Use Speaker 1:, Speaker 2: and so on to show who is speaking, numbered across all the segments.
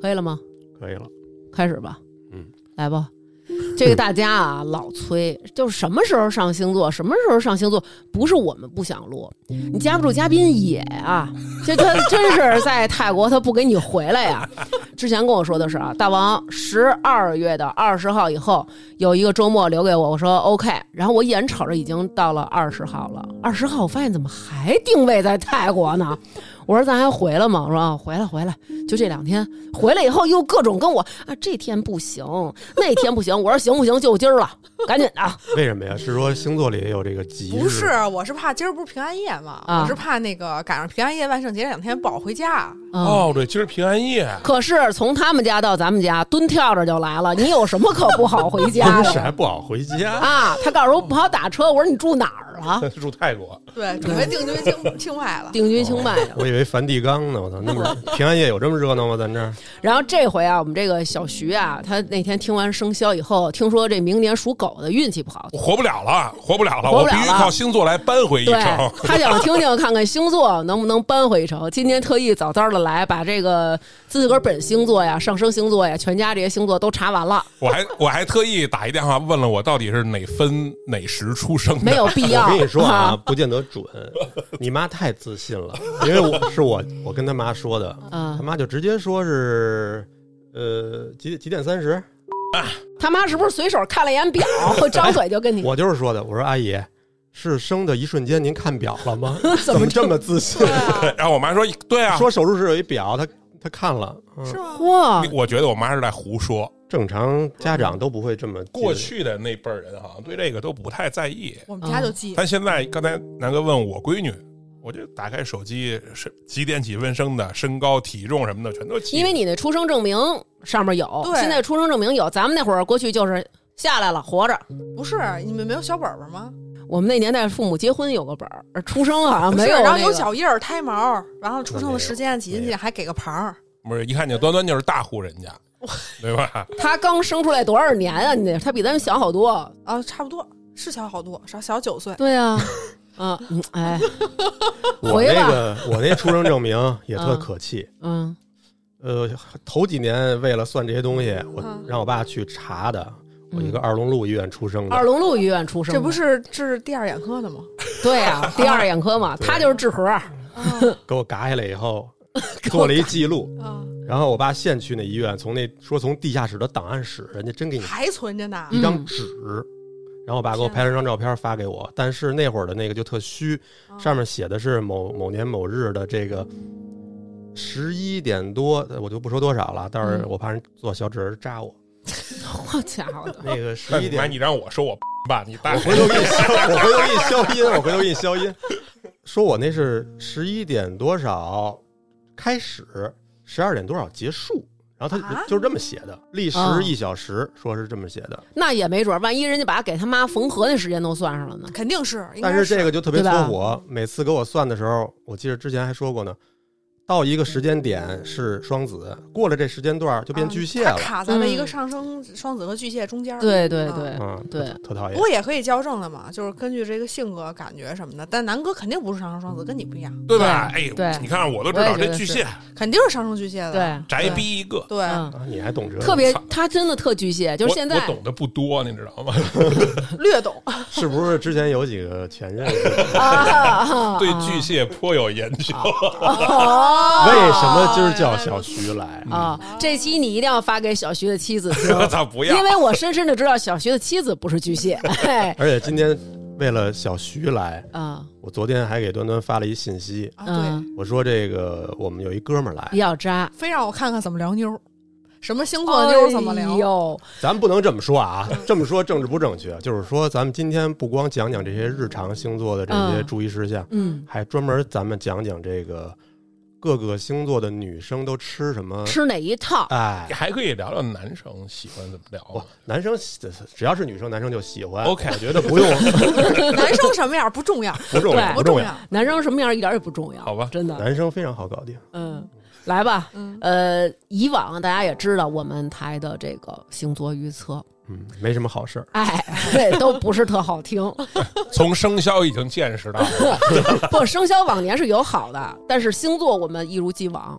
Speaker 1: 可以了吗？
Speaker 2: 可以了。
Speaker 1: 开始吧，
Speaker 2: 嗯，
Speaker 1: 来吧。这个大家啊，老催，就是什么时候上星座，什么时候上星座，不是我们不想录，你夹不住嘉宾也啊，这他真是在泰国他不给你回来呀、之前跟我说的是啊，大王十二月的二十号以后有一个周末留给我，我说 OK，然后我眼瞅着已经到了二十号了，二十号我发现怎么还定位在泰国呢？我说咱还回了吗？我说啊，回来回来，就这两天回来以后又各种跟我啊，这天不行，那天不行。我说行不行？就今儿了，赶紧的。
Speaker 2: 为什么呀？是说星座里也有这个吉日？
Speaker 3: 不是，我是怕今儿不是平安夜嘛，
Speaker 1: 啊
Speaker 3: 我是怕那个赶上平安夜、万圣节这两天不好回家。
Speaker 1: 嗯、
Speaker 4: 哦，对，今儿平安夜，
Speaker 1: 啊可是从他们家到咱们家，蹲跳着就来了。你有什么可不好回家
Speaker 2: 不 是
Speaker 1: 的
Speaker 2: 还不好回家？
Speaker 1: 啊？他告诉我不好打车，我说你住哪儿啊？
Speaker 2: 住泰国，
Speaker 3: 对，准备定居清清迈了。
Speaker 1: 定居清迈的。
Speaker 2: 我以为梵蒂冈呢。我操，那么平安夜有这么热闹吗？咱这儿
Speaker 1: 然后这回啊，我们这个小徐啊，他那天听完生肖以后，听说这明年属狗的运气不好，
Speaker 4: 我活不了了，活不了了，
Speaker 1: 活不
Speaker 4: 我
Speaker 1: 了
Speaker 4: 必
Speaker 1: 了
Speaker 4: 须靠星座来扳回一
Speaker 1: 对
Speaker 4: 城。
Speaker 1: 他想听听看看星座能不能扳回一城。今天特意早早的来，把这个自个儿本星座呀、上升星座呀、全家这些星座都查完了，
Speaker 4: 我还我还特意打一电话问了我到底是哪分哪时出生的，
Speaker 1: 没有必要。
Speaker 2: 我跟你说啊，
Speaker 1: 啊，
Speaker 2: 不见得准。你妈太自信了，因为我是我我跟他妈说的，
Speaker 1: 嗯
Speaker 2: 他妈就直接说是呃几几点三十，
Speaker 1: 他妈是不是随手看了一眼表，张嘴就跟你
Speaker 2: 我就是说的，我说阿姨。是生的一瞬间，您看表了吗？
Speaker 1: 怎
Speaker 2: 怎
Speaker 1: 么
Speaker 2: 么这么自信？
Speaker 4: 对啊 然后我妈说，对啊，
Speaker 2: 说手术室有一表，她她看了，嗯
Speaker 3: 是吗？
Speaker 1: 哇？
Speaker 4: 我觉得我妈是在胡说。
Speaker 1: 嗯
Speaker 2: 正常家长都不会这么
Speaker 4: 过
Speaker 2: 记
Speaker 4: 去的那辈儿人好像对这个都不太在意，
Speaker 3: 我们家就记，
Speaker 4: 但现在刚才南哥问我闺女，我就打开手机是几点几分生的，身高体重什么的全都记。
Speaker 1: 因为你那出生证明上面有，
Speaker 3: 对
Speaker 1: 现在出生证明有，咱们那会儿过去就是下来了活着。
Speaker 3: 不是你们没有小本本吗？
Speaker 1: 我们那年代父母结婚有个本儿，出生好像没有、
Speaker 3: 是
Speaker 1: 那个，
Speaker 3: 然后啊有脚印儿、胎毛，然后出
Speaker 2: 那
Speaker 3: 生
Speaker 2: 没有
Speaker 3: 的时间几斤几两，还给个牌儿。
Speaker 4: 不是一看就端端就是大户人家，对吧？
Speaker 1: 他刚生出来多少年啊？你得他比咱们小好多。
Speaker 3: 啊，差不多是小好多，少小九岁。
Speaker 1: 对啊，啊， 嗯哎，
Speaker 2: 我
Speaker 1: 回
Speaker 2: 那
Speaker 1: 吧
Speaker 2: 个我那出生 证明也特可气。
Speaker 1: 嗯，
Speaker 2: 呃，头几年为了算这些东西，我
Speaker 3: 嗯
Speaker 2: 让我爸去查的。我一个
Speaker 1: 嗯
Speaker 2: 二龙路医院出生的，
Speaker 1: 二龙路医院出生的，
Speaker 3: 这不是治第二眼科的吗？
Speaker 1: 对啊，第二眼科嘛，他就是治核，
Speaker 3: 啊
Speaker 2: 给我嘎下来 以后，做了一记录。
Speaker 3: 啊，
Speaker 2: 然后我爸现去那医院，从那说从地下室的档案室，人家真给你
Speaker 3: 还存着呢。
Speaker 2: 一
Speaker 1: 嗯
Speaker 2: 张
Speaker 1: 啊
Speaker 2: 纸。然后我爸给我拍了张照片发给我，但是那会儿的那个就特虚，
Speaker 3: 嗯啊
Speaker 1: 嗯
Speaker 2: 上面写的是某某年某日的这个十一点多，呃我就不说多少了，到时
Speaker 1: 嗯
Speaker 2: 候我怕人做小指人扎我。
Speaker 1: 好家伙 的，
Speaker 2: 那个 十
Speaker 4: 那
Speaker 2: 一
Speaker 4: 你妈
Speaker 2: 点
Speaker 4: 你让我说 我爸，你大
Speaker 2: 我回头给你消，我回头给你消音，我回头给你消音。说我那是十一点多少开始，十二点多少结束，然后他
Speaker 3: 啊
Speaker 2: 就是这么写的，历时
Speaker 1: 啊
Speaker 2: 一小时，说是这么写的。
Speaker 1: 那也没准儿，万一人家把给他妈缝合那时间都算上了 呢。
Speaker 3: 肯定是，应该
Speaker 2: 但是这个就特别
Speaker 1: 对
Speaker 2: 搓
Speaker 1: 吧
Speaker 2: 火，每次给我算的时候，我记得之前还说过呢，到一个时间点是双子，过了这时间段就变巨蟹
Speaker 3: 啊它
Speaker 2: 了，
Speaker 3: 卡在了
Speaker 1: 嗯
Speaker 3: 一个上升双子和巨蟹中间儿。
Speaker 1: 对对
Speaker 3: 啊
Speaker 1: 对
Speaker 2: 嗯，
Speaker 1: 对，
Speaker 2: 特讨
Speaker 3: 不
Speaker 2: 厌。
Speaker 3: 过也可以校正的嘛，就是根据这个性格、感觉什么的。但南哥肯定不是上升双子，跟你不一样，
Speaker 2: 嗯
Speaker 4: 对吧？哎，
Speaker 1: 对
Speaker 4: 你看我都知道
Speaker 1: 我也觉
Speaker 4: 这
Speaker 1: 得
Speaker 4: 巨
Speaker 1: 是
Speaker 4: 蟹
Speaker 3: 肯定是上升巨蟹的。
Speaker 1: 对
Speaker 4: 宅逼一个，
Speaker 3: 对，
Speaker 1: 嗯，
Speaker 2: 啊，你还懂这个？
Speaker 1: 特别他真的特巨蟹，就是
Speaker 4: 我
Speaker 1: 现
Speaker 4: 我
Speaker 1: 在
Speaker 4: 懂得不多，你知道吗？
Speaker 3: 略懂。啊
Speaker 2: 是不是之前有几个前任？
Speaker 1: 哦啊，
Speaker 4: 对巨蟹颇有研究。
Speaker 1: 哦，
Speaker 2: 为什么今儿叫小徐来？
Speaker 1: 啊？这期你一定要发给小徐的妻子听，
Speaker 4: 我操，不要
Speaker 1: 因！为我深深的知道小徐的妻子不是巨蟹，哎嘿，
Speaker 2: 而且今天为了小徐来，
Speaker 1: 啊，
Speaker 2: 我昨天还给端端发了一信息，
Speaker 3: 啊，对，
Speaker 1: 嗯，
Speaker 2: 我说这个我们有一哥们儿
Speaker 1: 比
Speaker 2: 来，
Speaker 1: 较渣。
Speaker 3: 非让我看看怎么聊妞儿，什么星座的妞儿怎么
Speaker 1: 哎
Speaker 3: 聊。
Speaker 1: 呦，
Speaker 2: 咱不能这么说啊，这么说政治不正确，就是说咱们今天不光讲讲这些日常星座的这些
Speaker 1: 嗯
Speaker 2: 注意事项，
Speaker 1: 嗯，
Speaker 2: 还专门咱们讲讲这个各个星座的女生都吃什
Speaker 4: 嗯
Speaker 2: 么。
Speaker 1: 吃哪一套？
Speaker 4: 啊
Speaker 2: 哎，
Speaker 4: 还可以聊聊男生喜欢怎么聊啊
Speaker 2: 不
Speaker 4: 吗？，
Speaker 2: 男生喜只要是女生，男生就喜欢。
Speaker 4: OK
Speaker 2: 我觉得不用，
Speaker 3: 男生什么样不重要，
Speaker 2: 不重要，
Speaker 1: 对
Speaker 3: 不
Speaker 2: 不
Speaker 3: 重
Speaker 2: 重要。
Speaker 3: 要。
Speaker 1: 男生什么样一点也不重要，
Speaker 4: 好吧
Speaker 1: 真的，
Speaker 2: 男生非常好搞定，
Speaker 1: 嗯，来吧，
Speaker 3: 嗯，
Speaker 1: 呃，以往大家也知道我们台的这个星座预测，
Speaker 2: 嗯，没什么好事儿。
Speaker 1: 哎， 对，都不是特好 听。
Speaker 4: 从生肖已经 见识到了，
Speaker 1: 不，生肖往年是有好的，但是星座我们一如既往。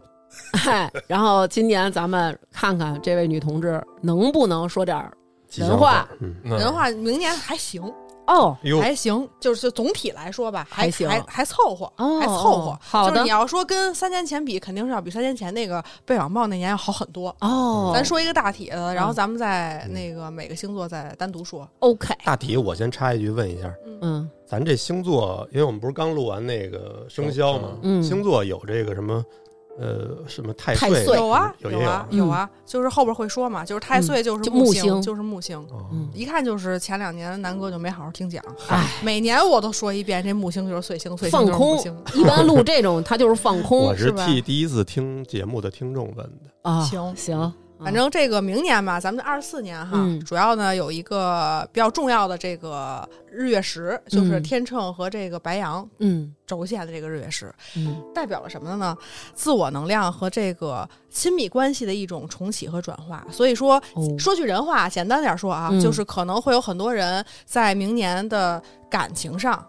Speaker 1: 哎，然后今年咱们看看这位女同志能不能说点儿
Speaker 2: 吉祥
Speaker 1: 文化，
Speaker 2: 嗯，
Speaker 3: 人话明年还行，
Speaker 1: 哦
Speaker 2: 哟，
Speaker 3: 还行，就是就总体来说吧，还
Speaker 1: 还行
Speaker 3: 还还凑合，
Speaker 1: 哦
Speaker 3: 还凑合
Speaker 1: 哦。好的
Speaker 3: 就是你要说跟三年前比，肯定是要比三年前那个被网暴那年要好很多。
Speaker 1: 哦，
Speaker 3: 咱说一个大体的，然后
Speaker 1: 嗯
Speaker 3: 咱们再那个每个星座再单独说。
Speaker 1: OK，
Speaker 2: 大体我先插一句问一下，
Speaker 1: 嗯
Speaker 2: 咱这星座，因为我们不是刚录完那个生肖嘛，
Speaker 1: 嗯，
Speaker 2: 星座有这个什么，呃，什么太
Speaker 1: 太岁
Speaker 2: 岁
Speaker 1: 对
Speaker 3: 有啊，
Speaker 2: 有
Speaker 3: 有
Speaker 2: 也
Speaker 3: 啊，
Speaker 1: 有
Speaker 3: 有啊，就是后边会说嘛，就是太岁就是
Speaker 1: 就木星
Speaker 3: 星，就是木星。
Speaker 2: 哦
Speaker 1: 嗯
Speaker 3: 一看就是前两年南哥就没好好听讲，啊
Speaker 1: 哎，
Speaker 3: 每年我都说一遍，这木星就是岁星，岁星
Speaker 1: 放
Speaker 3: 就是木
Speaker 1: 空
Speaker 3: 星。
Speaker 1: 一般录这种他就是放空
Speaker 2: 我是
Speaker 3: 是吧
Speaker 2: 替第一次听节目的听众问的，
Speaker 1: 啊，
Speaker 3: 行
Speaker 1: 行，
Speaker 3: 反正这个明年吧，咱们二四年哈，
Speaker 1: 嗯
Speaker 3: 主要呢有一个比较重要的这个日月食，就是天秤和这个白羊
Speaker 1: 嗯
Speaker 3: 轴线的这个日月食，
Speaker 1: 嗯
Speaker 3: 代表了什么呢？自我能量和这个亲密关系的一种重启和转化。所以说，
Speaker 1: 哦
Speaker 3: 说句人话，简单点说啊，
Speaker 1: 嗯
Speaker 3: 就是可能会有很多人在明年的感情上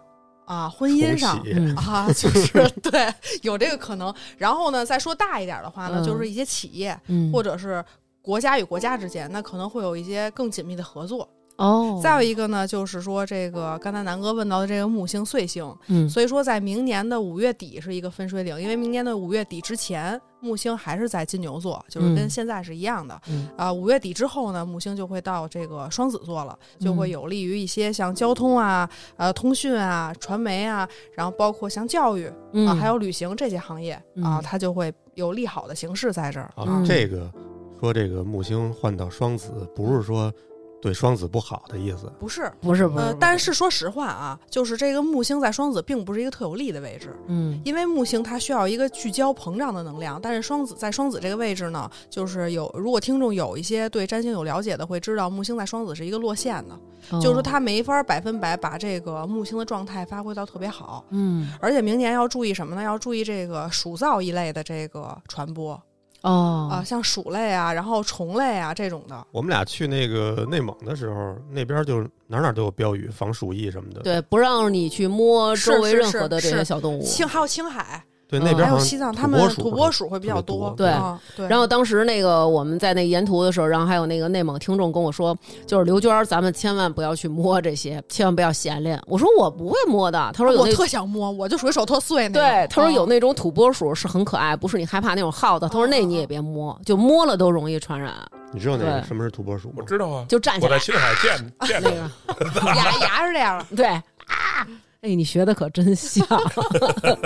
Speaker 3: 啊、婚姻上
Speaker 2: 重启
Speaker 1: 嗯
Speaker 3: 啊， 就是对有这个可能。然后呢，再说大一点的话呢，
Speaker 1: 嗯
Speaker 3: 就是一些企业
Speaker 1: 嗯，
Speaker 3: 或
Speaker 1: 者
Speaker 3: 者是国家与国家之间，那可能会有一些更紧密的合作。
Speaker 1: 哦，
Speaker 3: 再有一个呢，就是说这个刚才南哥问到的这个木星岁星，
Speaker 1: 嗯
Speaker 3: 所以说在明年的五月底是一个分水岭，因为明年的五月底之前，木星还是在金牛座，就是
Speaker 1: 嗯
Speaker 3: 跟现在是一样的。
Speaker 1: 嗯
Speaker 3: 啊，五月底之后呢，木星就会到这个双子座了，就
Speaker 1: 嗯
Speaker 3: 会有利于一些像交通啊、呃通讯啊、传媒啊，然后包括像教育
Speaker 1: 嗯
Speaker 3: 啊，还有旅行这些行业
Speaker 1: 嗯
Speaker 3: 啊，它就会有利好的形式在这儿
Speaker 2: 啊，
Speaker 1: 嗯
Speaker 2: 这个说这个木星换到双子，不是说对双子不好的意思，
Speaker 3: 不是，
Speaker 1: 不是不
Speaker 3: 呃
Speaker 1: 是，，
Speaker 3: 但是说实话啊，就是这个木星在双子并不是一个特有利的位置，
Speaker 1: 嗯
Speaker 3: 因为木星它需要一个聚焦膨胀的能量，但是双子在双子这个位置呢，就是有如果听众有一些对占星有了解的，会知道木星在双子是一个落线的，
Speaker 1: 哦
Speaker 3: 就是说它没法百分百把这个木星的状态发挥到特别好。
Speaker 1: 嗯
Speaker 3: 而且明年要注意什么呢？要注意这个鼠灶一类的这个传播啊、
Speaker 1: 哦
Speaker 3: 像鼠类啊，然后虫类啊这种的。
Speaker 2: 我们俩去那个内蒙的时候，那边就哪哪都有标语，防鼠疫什么的。
Speaker 1: 对，不让你去摸周围
Speaker 3: 是是
Speaker 1: 任何的这
Speaker 3: 是
Speaker 1: 些小动物。
Speaker 3: 青还有青海，
Speaker 2: 对，
Speaker 1: 嗯
Speaker 2: 那边
Speaker 3: 还有
Speaker 2: 好
Speaker 3: 西
Speaker 2: 像
Speaker 3: 藏，他
Speaker 2: 土
Speaker 3: 们
Speaker 2: 拨
Speaker 3: 土
Speaker 2: 鼠
Speaker 3: 拨鼠会比较
Speaker 2: 特别
Speaker 3: 多
Speaker 2: 多。
Speaker 1: 对
Speaker 3: 嗯对。
Speaker 1: 然后当时那个我们在那沿途的时候，然后还有那个内蒙听众跟我说，就是刘娟儿，咱们千万不要去摸这些，千万不要闲练。我说我不会摸的，他说有
Speaker 3: 啊我
Speaker 1: 那
Speaker 3: 特想摸，我就属于手特碎那种。嗯
Speaker 1: 对，他说有
Speaker 3: 那
Speaker 1: 那种土拨鼠是很可爱，不是你害怕那种耗子，他说那你
Speaker 3: 哦
Speaker 1: 也别摸，就摸了都容易传染，
Speaker 2: 你知道那个
Speaker 1: 对
Speaker 2: 什么是土拨鼠
Speaker 4: 我
Speaker 2: 吗？
Speaker 4: 知道啊，
Speaker 1: 就站起
Speaker 4: 我在
Speaker 1: 来
Speaker 4: 青海 见见
Speaker 1: 那
Speaker 4: 着
Speaker 1: 个，
Speaker 3: 牙牙是这样的，
Speaker 1: 对啊，哎，你学的可真 像，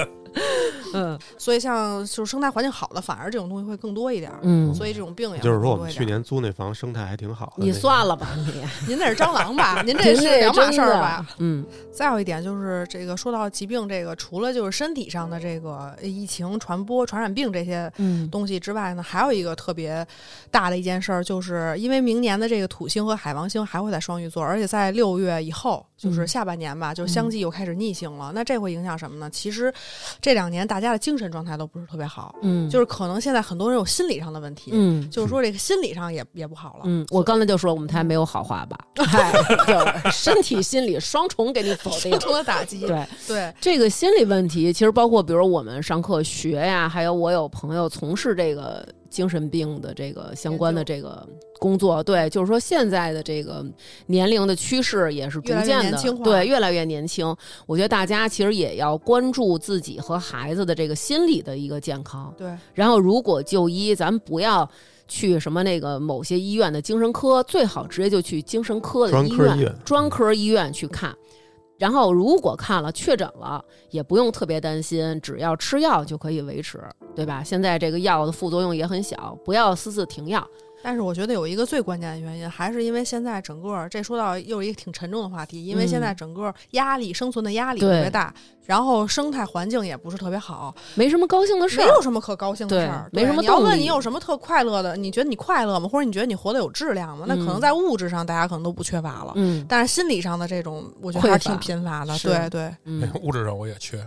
Speaker 1: 嗯
Speaker 3: 所以像就是生态环境好了，反而这种东西会更多一点。
Speaker 1: 嗯，
Speaker 3: 所以这种病也
Speaker 2: 就是说，我
Speaker 3: 会更多
Speaker 2: 们
Speaker 3: 一
Speaker 2: 去
Speaker 3: 点，
Speaker 2: 年租那房生态还挺好的。
Speaker 1: 你算了吧，你
Speaker 3: 您那是蟑 螂吧？您这
Speaker 1: 您
Speaker 3: 是两码事儿吧？
Speaker 1: 真的？嗯
Speaker 3: 再有一点就是这个，说到疾病这个，除了就是身体上的这个疫情传播、传染病这些
Speaker 1: 嗯
Speaker 3: 东西之外呢，还有一个特别大的一件事儿，就是因为明年的这个土星和海王星还会在双鱼座，而且在六月以后，就是
Speaker 1: 嗯
Speaker 3: 下半年吧，就相继又开始逆行了。那这会影响什么呢？其实这两年大家的精神状态都不是特别好，
Speaker 1: 嗯，
Speaker 3: 就是可能现在很多人有心理上的问题，
Speaker 1: 嗯。
Speaker 3: 就是说这个心理上也也不好了。
Speaker 1: 嗯，我刚才就说我们台没有好话吧， 嗨，就是身体心理双重给你否定
Speaker 3: 双。重的打击，
Speaker 1: 对，
Speaker 3: 对，
Speaker 1: 这个心理问题，其实包括比如我们上课学呀，还有我有朋友从事这个精神病的这个相关的这个工作，对，就是说现在的这个年龄的趋势也是逐
Speaker 3: 越来
Speaker 1: 渐
Speaker 3: 越
Speaker 1: 的
Speaker 3: 年轻，化
Speaker 1: 对，越来越年轻。我觉得大家其实也要关注自己和孩子的这个心理的一个健康。
Speaker 3: 对，
Speaker 1: 然后如果就医，咱们不要去什么那个某些医院的精神科，最好直接就去精神科的
Speaker 2: 专
Speaker 1: 医
Speaker 2: 科
Speaker 1: 院、
Speaker 2: 医院
Speaker 1: 专科医院去看。然后如果看了确诊了，也不用特别担心，只要吃药就可以维持，对吧？现在这个药的副作用也很小，不要私自停药。
Speaker 3: 但是我觉得有一个最关键的原因，还是因为现在整个这说到又一个挺沉重的话题，因为现在整个压力、生存的压力特
Speaker 1: 嗯对
Speaker 3: 别大，然后生态环境也不是特别好，
Speaker 1: 没什么高兴的事
Speaker 3: 没
Speaker 1: 儿，
Speaker 3: 有什么可高兴的事儿，
Speaker 1: 对
Speaker 3: 对
Speaker 1: 没什么
Speaker 3: 你要
Speaker 1: 动
Speaker 3: 问
Speaker 1: 力
Speaker 3: 你有什么特快乐的？你觉得你快乐吗？或者你觉得你活得有质量吗？那可
Speaker 1: 嗯
Speaker 3: 能在物质上大家可能都不缺乏了，
Speaker 1: 嗯
Speaker 3: 但是心理上的这种，我觉得还是
Speaker 1: 匮乏
Speaker 3: 挺贫乏的。
Speaker 1: 是
Speaker 3: 对对，
Speaker 1: 嗯，
Speaker 4: 哎物质上我也缺，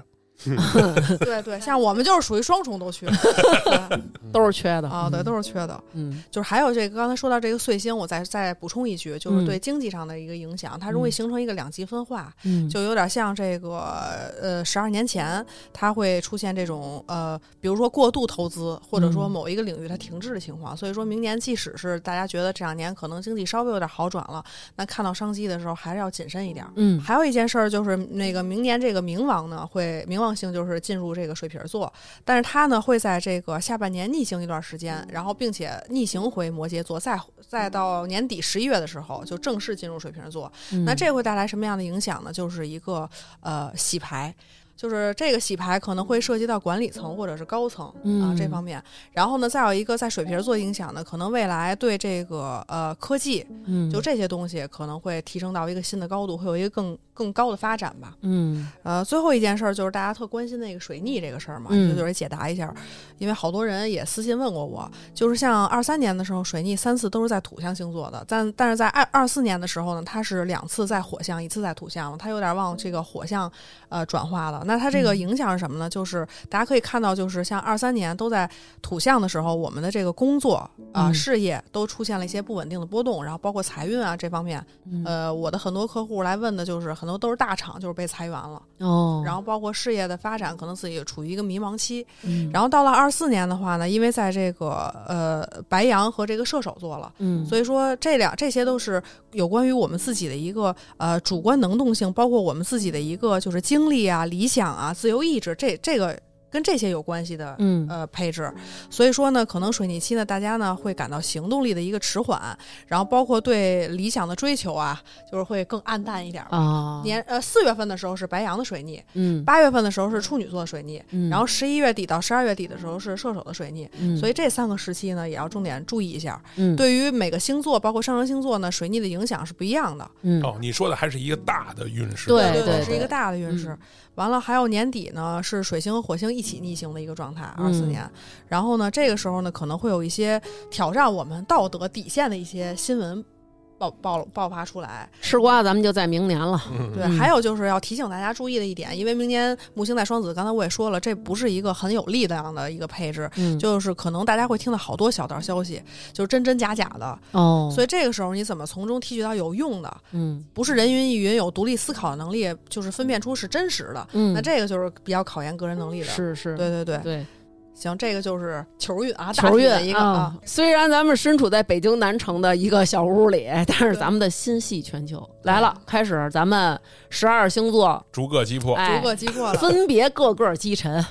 Speaker 3: 对对，像我们就是属于双重都缺对
Speaker 4: 嗯
Speaker 1: 都是缺的
Speaker 3: 啊，对，都是缺的。
Speaker 1: 嗯
Speaker 3: 就是还有这个刚才说到这个碎星，我再再补充一句，就是对经济上的一个影响，它容易形成一个两极分化，
Speaker 1: 嗯，
Speaker 3: 就有点像这个呃十二年前它会出现这种呃，比如说过度投资，或者说
Speaker 1: 嗯
Speaker 3: 某一个领域它停滞的情况。所以说明年即使是大家觉得这两年可能经济稍微有点好转了，那看到商机的时候还是要谨慎一点。
Speaker 1: 嗯
Speaker 3: 还有一件事儿就是，那个明年这个冥王呢，会冥王星就是进入这个水瓶座，但是它呢会在这个下半年逆行一段时间，然后并且逆行回摩羯座，再再到年底十一月的时候就正式进入水瓶座。
Speaker 1: 嗯
Speaker 3: 那这会带来什么样的影响呢？就是一个呃洗牌。就是这个洗牌可能会涉及到管理层或者是高层、啊
Speaker 1: 嗯
Speaker 3: 这方面，然后呢，再有一个在水瓶座影响呢，可能未来对这个呃科技，
Speaker 1: 嗯
Speaker 3: 就这些东西可能会提升到一个新的高度，会有一个更更高的发展吧。
Speaker 1: 嗯
Speaker 3: 呃，最后一件事儿就是大家特关心那个水逆这个事儿嘛，
Speaker 1: 嗯
Speaker 3: 就就是解答一下，因为好多人也私信问过我，就是像二三年的时候，水逆三次都是在土象星座的，但但是在二二四年的时候呢，它是两次在火象，一次在土象了，它有点往这个火象呃转化了。那它这个
Speaker 1: 嗯
Speaker 3: 影响是什么呢？就是大家可以看到，就是像二三年都在土象的时候，我们的这个工作啊、
Speaker 1: 嗯
Speaker 3: 事业都出现了一些不稳定的波动，然后包括财运啊这方面，
Speaker 1: 嗯
Speaker 3: 呃，我的很多客户来问的就是很多都是大厂，就是被裁员了，
Speaker 1: 哦，
Speaker 3: 然后包括事业的发展，可能自己处于一个迷茫期。
Speaker 1: 嗯
Speaker 3: 然后到了二四年的话呢，因为在这个呃白羊和这个射手座了。
Speaker 1: 嗯，
Speaker 3: 所以说，这两这些都是有关于我们自己的一个呃主观能动性，包括我们自己的一个就是经历啊、理想啊、自由意志，这这个跟这些有关系的
Speaker 1: 嗯
Speaker 3: 呃配置。所以说呢，可能水逆期呢，大家呢会感到行动力的一个迟缓，然后包括对理想的追求啊，就是会更暗淡一点儿。
Speaker 1: 啊
Speaker 3: 年呃四月份的时候是白羊的水逆，
Speaker 1: 嗯
Speaker 3: 八月份的时候是处女座的水逆，
Speaker 1: 嗯，
Speaker 3: 然后十一月底到十二月底的时候是射手的水逆。
Speaker 1: 嗯
Speaker 3: 所以这三个时期呢，也要重点注意一下。
Speaker 1: 嗯
Speaker 3: 对于每个星座，包括上升星座呢，水逆的影响是不一样的。
Speaker 1: 嗯
Speaker 4: 哦，你说的还是一个大的运势，
Speaker 1: 对对
Speaker 3: 是一个大的运势
Speaker 1: 嗯。
Speaker 3: 完了，还有年底呢，是水星和火星一起逆行的一个状态，二四
Speaker 1: 嗯
Speaker 3: 年。然后呢，这个时候呢，可能会有一些挑战我们道德底线的一些新闻爆爆爆发出来。
Speaker 1: 吃瓜咱们就在明年了，
Speaker 4: 嗯，
Speaker 3: 对，
Speaker 1: 嗯
Speaker 3: 还有就是要提醒大家注意的一点，因为明年木星在双子，刚才我也说了，这不是一个很有力量的一个配置，
Speaker 1: 嗯
Speaker 3: 就是可能大家会听到好多小道消息，就是真真假假的，
Speaker 1: 哦，
Speaker 3: 所
Speaker 1: 以
Speaker 3: 以这个时候你怎么从中提取到有用的，
Speaker 1: 嗯
Speaker 3: 不是人云亦云，有独立思考的能力，就是分辨出是真实的，
Speaker 1: 嗯，
Speaker 3: 那这个就是比较考验个人能力的。
Speaker 1: 是是，
Speaker 3: 对对对，
Speaker 1: 对
Speaker 3: 行，这个就是球运啊，大
Speaker 1: 球
Speaker 3: 体
Speaker 1: 运
Speaker 3: 的一个啊，
Speaker 1: 虽然咱们身处在北京南城的一个小屋里，但是
Speaker 3: 对
Speaker 1: 咱们的心系全球来了，开始咱们十二星座，
Speaker 4: 逐个击破。
Speaker 1: 哎
Speaker 3: 逐，个击破 了。
Speaker 1: 分别个个击沉。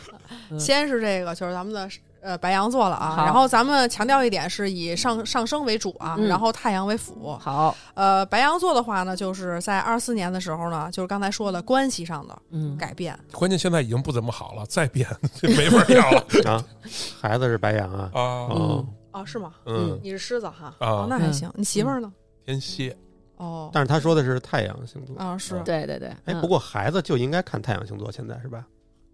Speaker 3: 先是这个，就是咱们的呃白羊座了啊，
Speaker 1: 好
Speaker 3: 然后咱们强调一点是以上上升为主啊，
Speaker 1: 嗯
Speaker 3: 然后太阳为辅。
Speaker 1: 好，
Speaker 3: 呃，白羊座的话呢，就是在二四年的时候呢，就是刚才说的关系上的
Speaker 1: 嗯，
Speaker 3: 改变，
Speaker 4: 关键现在已经不怎么好了，再变 就没法要 了
Speaker 2: 啊，孩子是白羊啊，
Speaker 4: 啊。
Speaker 2: 哦
Speaker 1: 嗯，
Speaker 3: 哦，是吗？
Speaker 4: 嗯，
Speaker 3: 你是狮子哈，
Speaker 4: 啊嗯
Speaker 3: 哦，那还行。你媳妇儿呢？
Speaker 4: 天蝎，
Speaker 3: 哦，
Speaker 2: 但是他说的是太阳星座。
Speaker 3: 啊是，
Speaker 1: 对对对，哦
Speaker 2: 哎，
Speaker 1: 嗯
Speaker 2: 不过孩子就应该看太阳星座，现在是吧？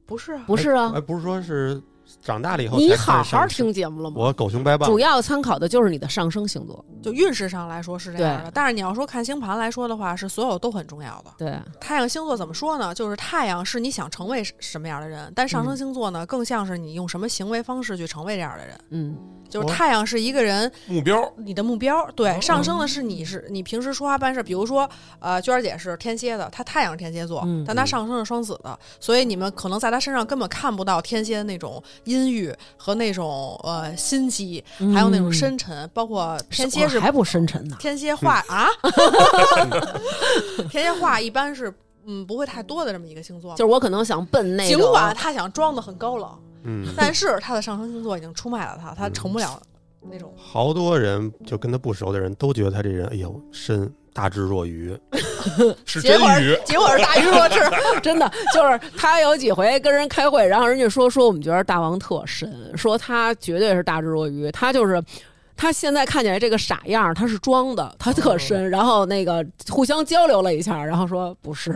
Speaker 3: 不是啊？
Speaker 1: 不是啊
Speaker 2: 哎，，不是说是长大了以后
Speaker 1: 你
Speaker 2: 才
Speaker 1: 好
Speaker 2: 看
Speaker 1: 好
Speaker 2: 上升，
Speaker 1: 听节目了吗？
Speaker 2: 我狗熊掰棒
Speaker 1: 主，要参考的就是你的上升星座，
Speaker 3: 就运势上来说是这样的，但是你要说看星盘来说的话，是所有都很重要的。
Speaker 1: 对，
Speaker 3: 太阳星座怎么说呢？就是太阳是你想成为什么样的人，但上
Speaker 4: 嗯
Speaker 3: 升星座呢，更像是你用什么行为方式去成为这样的人。
Speaker 1: 嗯
Speaker 3: 就是
Speaker 4: 哦
Speaker 3: 太阳是一个人
Speaker 4: 目标
Speaker 3: 你的目标，对，
Speaker 4: 哦
Speaker 3: 上升的是你是你平时说话办事，比如说呃，娟儿姐是天蝎的，她太阳是天蝎座，
Speaker 1: 嗯
Speaker 3: 但她上升是双子的，所以你们可能在她身上根本看不到天蝎的那种阴郁和那种呃心机，还有那种
Speaker 1: 嗯
Speaker 3: 深沉，包括天蝎是
Speaker 1: 还嗯不深沉呢，
Speaker 3: 天蝎话 啊，天蝎话一般是嗯不会太多的这么一个星座嘛。
Speaker 1: 就是我可能想奔那
Speaker 3: 尽
Speaker 1: 种，
Speaker 3: 管他想装的很高冷，
Speaker 2: 嗯，
Speaker 3: 但是他的上升星座已经出卖了他，他成不了那种。
Speaker 2: 好多人就跟他不熟的人都觉得他这人，哎呦，深大智若愚，
Speaker 4: 是
Speaker 3: 结
Speaker 4: 真
Speaker 3: 果
Speaker 4: 鱼，
Speaker 3: 结果是大鱼弱智，
Speaker 1: 真的就是他有几回跟人开会，然后人家说说我们觉得大王特神，说他绝对是大智若愚，他就是。他现在看起来这个傻样儿，他是装的，他特深。然后那个互相交流了一下，然后说不是，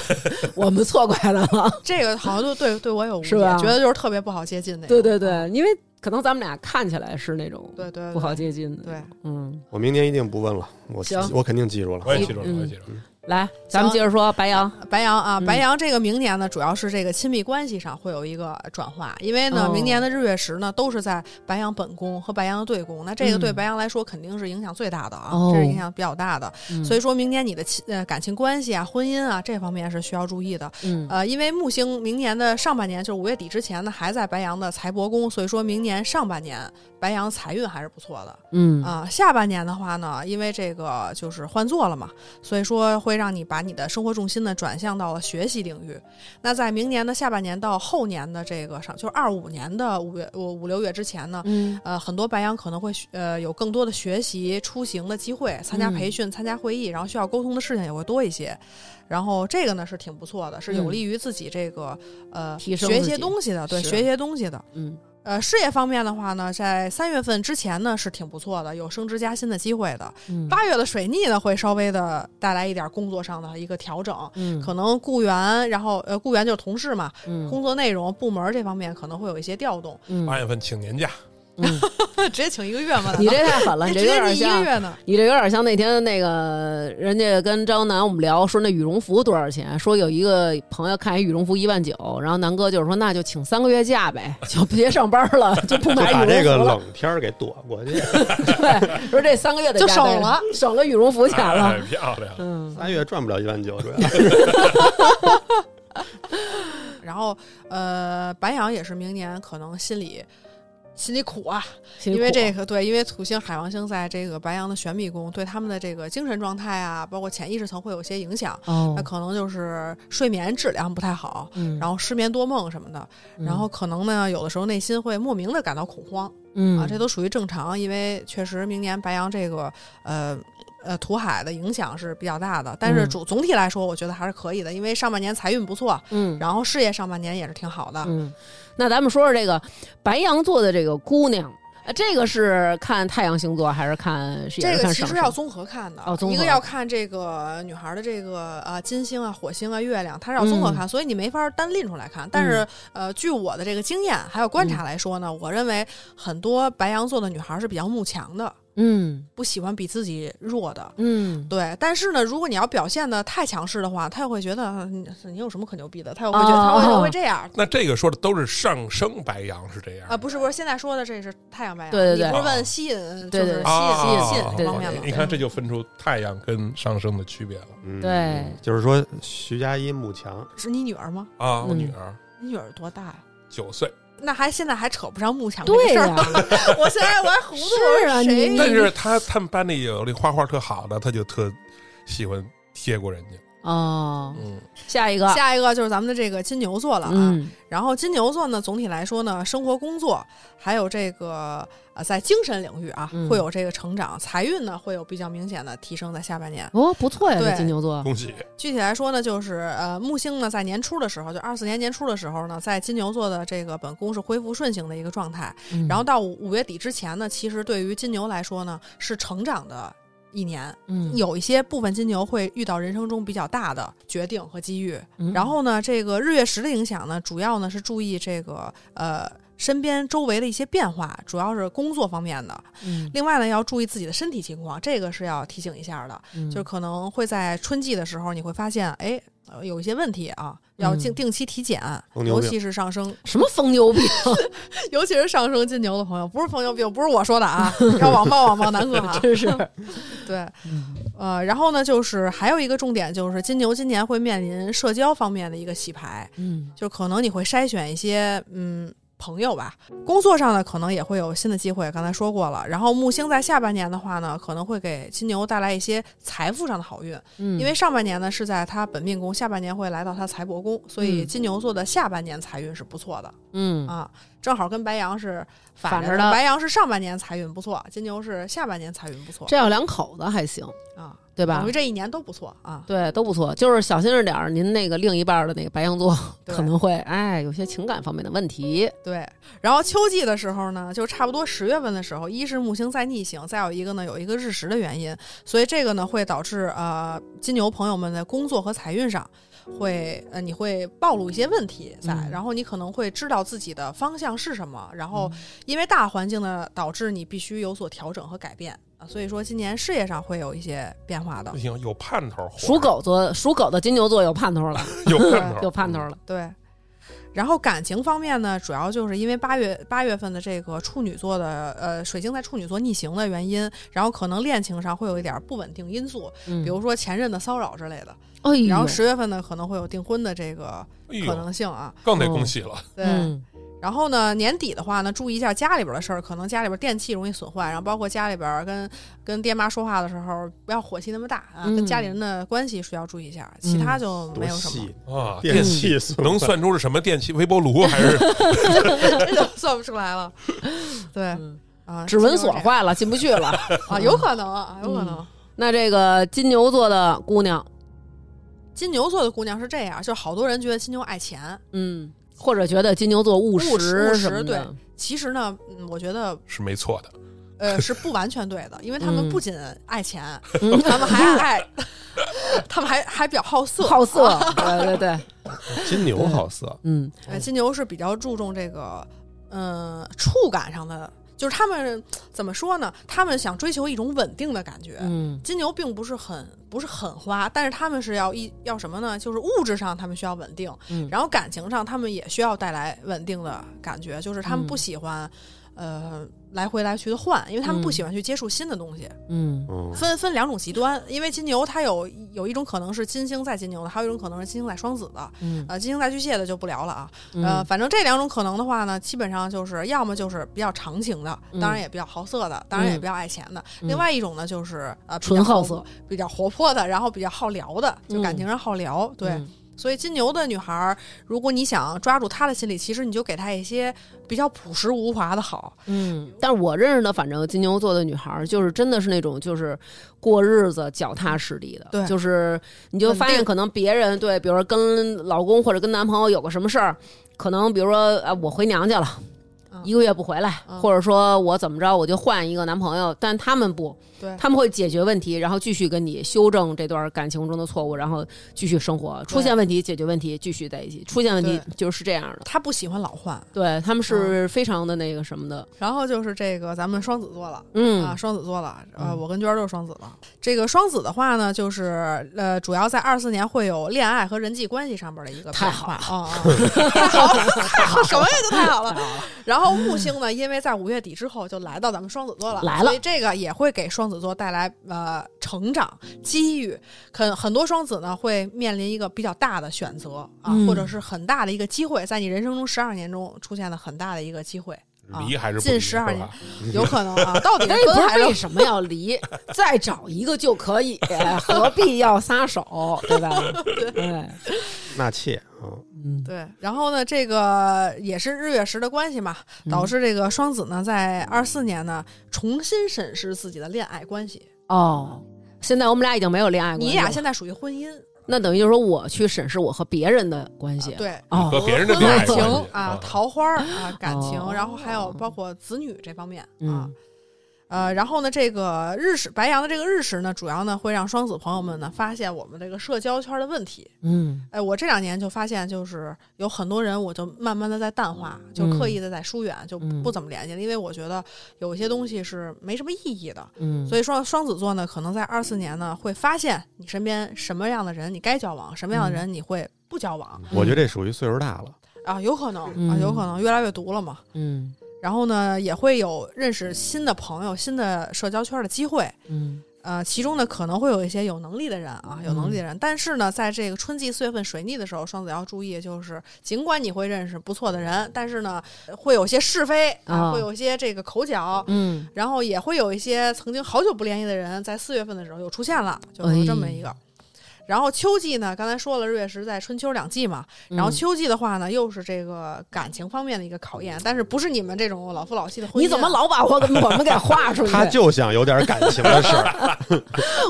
Speaker 1: 我们错怪他了。
Speaker 3: 这个好像就对对我有误解，
Speaker 1: 是吧
Speaker 3: 觉得就是特别不好接近那种。
Speaker 1: 对对对，因为可能咱们俩看起来是那种
Speaker 3: 对对
Speaker 1: 不
Speaker 3: 对
Speaker 1: 好接近的。
Speaker 3: 对，
Speaker 1: 嗯，
Speaker 2: 我明年一定不问了，我
Speaker 1: 行
Speaker 2: 我肯定记住了
Speaker 4: 我。也记住了，我也记住了。
Speaker 1: 来，咱们接着说白羊。
Speaker 3: 白羊啊，
Speaker 1: 嗯
Speaker 3: 白羊这个明年呢，主要是这个亲密关系上会有一个转化，因为呢，
Speaker 1: 哦
Speaker 3: 明年的日月食呢都是在白羊本宫和白羊的对宫，那这个
Speaker 1: 嗯
Speaker 3: 对白羊来说肯定是影响最大的啊，
Speaker 1: 哦嗯
Speaker 3: 这是影响比较大的。
Speaker 1: 以，
Speaker 3: 所以说明年你的亲呃感情关系啊、婚姻啊这方面是需要注意的。
Speaker 1: 嗯，
Speaker 3: 呃，因为木星明年的上半年，就是五月底之前呢，还在白羊的财帛宫，所以说明年上半年白羊财运还是不错的。
Speaker 1: 嗯，
Speaker 3: 啊、下半年的话呢，因为这个就是换座了嘛，所以说会让你把你的生活重心呢转向到了学习领域。那在明年的下半年到后年的这个上，就是二五年的五月五五六月之前呢，
Speaker 1: 嗯，
Speaker 3: 呃，很多白羊可能会学呃有更多的学习、出行的机会，参加
Speaker 1: 嗯
Speaker 3: 培训、参加会议，然后需要沟通的事情也会多一些。然后这个呢是挺不错的，是有
Speaker 1: 嗯
Speaker 3: 利于自己这个、呃
Speaker 1: 提升
Speaker 3: 学一
Speaker 1: 自
Speaker 3: 些
Speaker 1: 己
Speaker 3: 东西的，对，
Speaker 1: 是
Speaker 3: 学一些东西的。
Speaker 1: 嗯，
Speaker 3: 呃，事业方面的话呢，在三月份之前呢是挺不错的，有升职加薪的机会的。
Speaker 1: 嗯，
Speaker 3: 八月的水逆呢，会稍微的带来一点工作上的一个调整，
Speaker 1: 嗯，
Speaker 3: 可能雇员，然后呃，雇员就是同事嘛，
Speaker 1: 嗯，
Speaker 3: 工作内容、部门这方面可能会有一些 调动。
Speaker 1: 嗯，
Speaker 4: 八月份请年 假，
Speaker 1: 嗯
Speaker 3: 直接请一个月 嘛，
Speaker 1: 你这太狠了，
Speaker 3: 哎
Speaker 1: 你
Speaker 3: 直
Speaker 1: 这有点
Speaker 3: 接你一个
Speaker 1: 像，
Speaker 3: 月呢？
Speaker 1: 你这有点像那天那个人家跟张楠我们聊说那羽绒服多少钱，说有一个朋友看一羽绒服一万九，然后南哥就是说那就请三个月假呗， 就别上班 了，就不
Speaker 2: 就
Speaker 1: 买
Speaker 2: 把这
Speaker 1: 羽
Speaker 2: 个
Speaker 1: 绒服了。
Speaker 2: 冷天儿给躲过去。
Speaker 1: 对，说这三个月的
Speaker 3: 就
Speaker 1: 假
Speaker 3: 省
Speaker 1: 得
Speaker 3: 了
Speaker 1: 省了羽绒服钱
Speaker 4: 哎
Speaker 1: 了。
Speaker 4: 漂亮。
Speaker 1: 嗯
Speaker 2: 仨月赚不了一万 九，主要
Speaker 3: 然后呃，白羊也是明年可能心里心里苦啊，
Speaker 1: 辛苦
Speaker 3: 因为这个对，因为土星、海王星在这个白羊的玄秘宫，对他们的这个精神状态啊，包括潜意识层会有一些影响。
Speaker 1: 哦
Speaker 3: 那，可能就是睡眠质量不太好，
Speaker 1: 嗯
Speaker 3: 然后失眠多梦什么的，然后可能呢，有的时候内心会莫名的感到恐慌
Speaker 1: 嗯
Speaker 3: 啊，这都属于正常，因为确实明年白羊这个呃呃土海的影响是比较大的，但是
Speaker 1: 嗯
Speaker 3: 主总体来说，我觉得还是可以的，因为上半年财运不错，
Speaker 1: 嗯
Speaker 3: 然后啊事业上半年也是挺好的，
Speaker 1: 嗯，那咱们说说这个白羊座的这个姑娘，呃，这个是看太阳星座还是看是也
Speaker 3: 这
Speaker 1: 是
Speaker 3: 个
Speaker 1: 看
Speaker 3: 其
Speaker 1: 上
Speaker 3: 实
Speaker 1: 升？
Speaker 3: 要综合看的，
Speaker 1: 哦综合
Speaker 3: 一个要看这个女孩的这个啊金星啊、火星啊、月亮，它是要综
Speaker 1: 嗯
Speaker 3: 合看，所以你没法单拎出来看。但是、呃，据我的这个经验还有观
Speaker 1: 嗯
Speaker 3: 察来说呢，我认为很多白羊座的女孩是比较慕强的，
Speaker 1: 嗯
Speaker 3: 不喜欢比自己弱的。
Speaker 1: 嗯，
Speaker 3: 对，但是呢，如果你要表现的太强势的话，她又会觉得呃你你有什么可牛逼的，她又会觉得她会、
Speaker 1: 哦
Speaker 3: 她会这样。
Speaker 4: 那这个说的都是上升白羊是这样
Speaker 3: 啊，不是不是，现在说的这是太阳白羊，
Speaker 1: 对对
Speaker 3: 你不是
Speaker 4: 对
Speaker 3: 问吸引，
Speaker 1: 对对
Speaker 3: 就是
Speaker 1: 对
Speaker 3: 吸
Speaker 4: 啊
Speaker 3: 引吸引
Speaker 1: 对
Speaker 3: 这方面
Speaker 1: 对
Speaker 3: 嘛。
Speaker 4: 你看这就分出太阳跟上升的区别了
Speaker 2: 嗯
Speaker 1: 对
Speaker 2: 就是说徐佳一慕强，
Speaker 3: 是你女儿吗？
Speaker 4: 啊！我
Speaker 1: 嗯
Speaker 4: 女儿
Speaker 3: 你女儿多大呀？
Speaker 4: 九岁，
Speaker 3: 那还现在还扯不上慕强这个
Speaker 1: 对
Speaker 3: 事儿
Speaker 1: 呀、
Speaker 3: 了 我现在我还糊涂我
Speaker 1: 是啊
Speaker 3: 谁
Speaker 1: 你
Speaker 4: 但是她他们班里有那画画特好的，她就特喜欢贴过人家。
Speaker 1: 哦，
Speaker 4: 嗯，
Speaker 1: 下一个，
Speaker 3: 下一个就是咱们的这个金牛座了啊。
Speaker 1: 嗯
Speaker 3: 然后金牛座呢，总体来说呢，生活、工作还有这个呃，在精神领域啊，
Speaker 1: 嗯
Speaker 3: 会有这个成长，财运呢会有比较明显的提升，在下半年。
Speaker 1: 哦，不错呀，
Speaker 3: 对
Speaker 1: 这金牛座，
Speaker 4: 恭喜！
Speaker 3: 具体来说呢，就是呃，木星呢在年初的时候，就二四年年初的时候呢，在金牛座的这个本宫是恢复顺行的一个状态。
Speaker 1: 嗯
Speaker 3: 然后到五五月底之前呢，其实对于金牛来说呢，是成长的一年。
Speaker 1: 嗯，
Speaker 3: 有一些部分金牛会遇到人生中比较大的决定和机遇。
Speaker 1: 嗯
Speaker 3: 然后呢，这个日月食的影响呢，主要呢是注意这个呃身边周围的一些变化，主要是工作方面的。
Speaker 1: 嗯
Speaker 3: 另外呢，要注意自己的身体情况，这个是要提醒一下的。
Speaker 1: 嗯
Speaker 3: 就是可能会在春季的时候，你会发现，哎，呃有一些问题啊，要定
Speaker 1: 嗯
Speaker 3: 定期体检，
Speaker 2: 疯牛
Speaker 3: 尤
Speaker 2: 病
Speaker 3: 其是上升，
Speaker 1: 什么疯牛啊病，
Speaker 3: 尤其是上升金牛的朋友，不是疯牛病，不是我说的啊， 要网暴网暴南哥 啊，
Speaker 1: 真 是，
Speaker 3: 对。
Speaker 1: 嗯
Speaker 3: 呃，然后呢，就是还有一个重点就是金牛今年会面临社交方面的一个洗牌，
Speaker 1: 嗯
Speaker 3: 就可能你会筛选一些嗯朋友吧。工作上呢，可能也会有新的机会，刚才说过了。然后木星在下半年的话呢，可能会给金牛带来一些财富上的好运，
Speaker 1: 嗯，
Speaker 3: 因为上半年呢是在他本命宫，下半年会来到他财帛宫，所以
Speaker 1: 嗯
Speaker 3: 金牛座的下半年财运是不错的、
Speaker 1: 嗯
Speaker 3: 啊，正好跟白羊是反
Speaker 1: 反
Speaker 3: 着
Speaker 1: 着的
Speaker 3: 白羊是上半年财运不错，金牛是下半年财运不错
Speaker 1: 这要两口子还行，
Speaker 3: 啊，
Speaker 1: 对吧
Speaker 3: 等于？这一年都不错啊。
Speaker 1: 对，都不错，就是小心着点儿。您那个另一半儿的那个白羊座
Speaker 3: 对
Speaker 1: 可能会哎有些情感方面的问题。
Speaker 3: 对，然后秋季的时候呢，就差不多十月份的时候，一是木星在逆行，再有一个呢有一个日食的原因，所以这个呢会导致呃金牛朋友们的工作和财运上会呃你会暴露一些问题在，
Speaker 1: 嗯
Speaker 3: 然后你可能会知道自己的方向是什么，然后因为大环境的导致你必须有所调整和改变啊，所以说今年事业上会有一些变化的
Speaker 4: 不，行，哎有盼头，
Speaker 1: 属，狗座，属狗的金牛座有盼头了，
Speaker 4: 有 盼
Speaker 3: 嗯
Speaker 4: 头，
Speaker 1: 有盼头了。
Speaker 3: 对。然后感情方面呢，主要就是因为八月八月份的这个处女座的呃水星在处女座逆行的原因，然后可能恋情上会有一点不稳定因素，
Speaker 1: 嗯，
Speaker 3: 比如说前任的骚扰之类的。
Speaker 1: 哎呦，
Speaker 3: 然后十月份呢，可能会有订婚的这个
Speaker 4: 哎
Speaker 3: 可
Speaker 4: 呦，
Speaker 3: 能性啊。
Speaker 4: 更得恭喜了。
Speaker 3: 对，
Speaker 1: 嗯
Speaker 3: 然后呢，年底的话呢，注意一下家里边的事儿，可能家里边电器容易损坏，然后包括家里边跟跟爹妈说话的时候，不要火气那么大啊，
Speaker 1: 嗯
Speaker 3: 跟家里人的关系需要注意一下，其他就
Speaker 4: 嗯
Speaker 2: 多
Speaker 3: 没有什么，
Speaker 2: 细，
Speaker 4: 啊，
Speaker 2: 电
Speaker 4: 电器
Speaker 2: 器损
Speaker 4: 能算出是什么电器？微波炉还 是
Speaker 3: 这 就算不出来了。 对
Speaker 1: 嗯，
Speaker 3: 啊，
Speaker 1: 指纹锁嗯
Speaker 3: 就是
Speaker 1: 坏了，进不去了。嗯
Speaker 3: 这样 啊，有可能啊，有可能。
Speaker 1: 那这个金牛座的姑娘，
Speaker 3: 金牛座的姑娘是这样，就是好多人觉得金牛爱钱，
Speaker 1: 嗯，或者觉得金牛座务
Speaker 3: 务实务
Speaker 1: 实
Speaker 3: 实
Speaker 1: 什么的，
Speaker 3: 其实呢，嗯，我觉得
Speaker 4: 是没错的。
Speaker 3: 呃是不完全对的，因为他
Speaker 1: 嗯
Speaker 3: 们不仅爱钱，
Speaker 1: 嗯
Speaker 3: 他们 还爱，他们还还比较好色，
Speaker 1: 好色，
Speaker 3: 啊
Speaker 1: 对对 对，
Speaker 2: 金牛好色，
Speaker 1: 嗯
Speaker 3: 哎，金牛是比较注重这个，嗯、触感上的，就是他们怎么说呢？他们想追求一种稳定的感觉。
Speaker 1: 嗯
Speaker 3: 金牛并不是很不是很花，但是他们是要一要什么呢？就是物质上他们需要稳定，
Speaker 1: 嗯
Speaker 3: 然后感情上他们也需要带来稳定的感觉，就是他们不
Speaker 1: 嗯
Speaker 3: 喜欢，呃，来回来去的换，因为他们不
Speaker 1: 嗯
Speaker 3: 喜欢去接触新的东西。
Speaker 1: 嗯
Speaker 2: 嗯，
Speaker 3: 分分两种极端，因为金牛它有有一种可能是金星在金牛的，还有一种可能是金星在双子的，
Speaker 1: 嗯
Speaker 3: 呃，金星在巨蟹的就不聊了啊。呃，
Speaker 1: 嗯
Speaker 3: 反正这两种可能的话呢，基本上就是要么就是比较长情的，
Speaker 1: 嗯
Speaker 3: 当然也比较好色的，当然也比较爱钱的；另外一种呢，就是呃，比较
Speaker 1: 纯好
Speaker 3: 活
Speaker 1: 色，
Speaker 3: 比较活泼的，然后比较好聊的，就感情上好聊。对，
Speaker 1: 嗯
Speaker 3: 所以金牛的女孩儿，如果你想抓住她的心理，其实你就给她一些比较朴实无华的好。
Speaker 1: 嗯，但是我认识的，反正金牛座的女孩儿，就是真的是那种就是过日子脚踏实地的，
Speaker 3: 对
Speaker 1: 就是你就发
Speaker 3: 稳
Speaker 1: 现
Speaker 3: 定
Speaker 1: 可能别人对，比如说跟老公或者跟男朋友有个什么事儿，可能比如说啊我回娘家了，
Speaker 3: 嗯
Speaker 1: 一个月不回来，
Speaker 3: 嗯
Speaker 1: 或者说我怎么着我就换一个男朋友，但他们不，
Speaker 3: 对
Speaker 1: 他们会解决问题，然后继续跟你修正这段感情中的错误，然后继续生活，出现问题解决问题，继续在一起，出现问题就是这样的。
Speaker 3: 她不喜欢老换。
Speaker 1: 对他们是非常的那个什么的，
Speaker 3: 然后就是这个咱们双子座了。
Speaker 1: 嗯
Speaker 3: 啊，双子座了，呃，
Speaker 1: 嗯
Speaker 3: 我跟娟儿都是双子了。这个双子的话呢，就是呃，主要在二四年会有恋爱和人际关系上边的一个
Speaker 1: 太
Speaker 3: 变
Speaker 1: 好
Speaker 3: 化啊，啊太好 了，太好了，什么也就太好了。然后木星呢，因为在五月底之后就来到咱们双子座了，
Speaker 1: 来了
Speaker 3: 所以这个也会给双子座带来呃成长机遇。很很多双子呢会面临一个比较大的选择啊，
Speaker 1: 嗯
Speaker 3: 或者是很大的一个机会，在你人生中十二年中出现了很大的一个机会，啊
Speaker 4: 离还是不
Speaker 3: 近
Speaker 4: 离
Speaker 3: 十二
Speaker 4: 是
Speaker 3: 年
Speaker 4: 吧？，
Speaker 3: 有可能 啊，到底
Speaker 1: 但
Speaker 3: 是
Speaker 1: 也
Speaker 3: 分
Speaker 1: 哎不
Speaker 3: 还
Speaker 1: 是
Speaker 3: 是
Speaker 1: 为什么要 离，再找一个就可以，何必要撒 手，对吧？对，
Speaker 2: 纳妾啊，
Speaker 1: 嗯，
Speaker 3: 对，然后呢，这个也是日月食的关系嘛，
Speaker 1: 嗯
Speaker 3: 导致这个双子呢，在二四年呢，重新审视自己的恋爱关系。
Speaker 1: 哦。现在我们俩已经没有恋爱关系了，
Speaker 3: 你俩现在属于婚姻，
Speaker 1: 那等于就是说我去审视我和别人的关系，
Speaker 3: 对，
Speaker 4: 和
Speaker 1: 哦，
Speaker 4: 别人的
Speaker 3: 婚
Speaker 4: 恋
Speaker 3: 外
Speaker 4: 爱
Speaker 3: 情
Speaker 4: 关系
Speaker 3: 啊，桃花儿啊，感情
Speaker 1: 哦，
Speaker 3: 然后还有包括子女这方面啊
Speaker 1: 嗯。
Speaker 3: 呃，然后呢，这个日食白羊的这个日食呢，主要呢会让双子朋友们呢发现我们这个社交圈的问题。
Speaker 1: 嗯
Speaker 3: 哎，我这两年就发现，就是有很多人，我就慢慢的在淡化，就刻意的在疏远，就
Speaker 1: 嗯
Speaker 3: 不怎么联系了，因为我觉得有一些东西是没什么意义的。
Speaker 1: 嗯，
Speaker 3: 所以说，双子座呢，可能在二四年呢，会发现你身边什么样的人你该交往，什么
Speaker 1: 嗯
Speaker 3: 样的人你会不交往、
Speaker 2: 我觉得这属于岁数大了，
Speaker 3: 啊，有可能、啊，
Speaker 1: 嗯
Speaker 3: 有可能越来越毒了嘛。
Speaker 1: 嗯
Speaker 3: 然后呢，也会有认识新的朋友、新的社交圈的机会。
Speaker 1: 嗯
Speaker 3: 呃，其中呢可能会有一些有能力的人啊，有能力的人，但是呢，在这个春季四月份水逆的时候，双子要注意，就是尽管你会认识不错的人，但是呢，会有些是非啊，
Speaker 1: 啊
Speaker 3: 会有一些这个口角，
Speaker 1: 嗯，
Speaker 3: 然后也会有一些曾经好久不联系的人，在四月份的时候又出现了，就是这么一
Speaker 1: 哎
Speaker 3: 个。然后秋季呢，刚才说了，日月食在春秋两季嘛。然
Speaker 1: 嗯
Speaker 3: 后秋季的话呢，又是这个感情方面的一个考验，但是不是你们这种老夫老妻的婚姻啊？
Speaker 1: 你怎么老把我我们给画出去？
Speaker 2: 他就想有点感情的事 儿，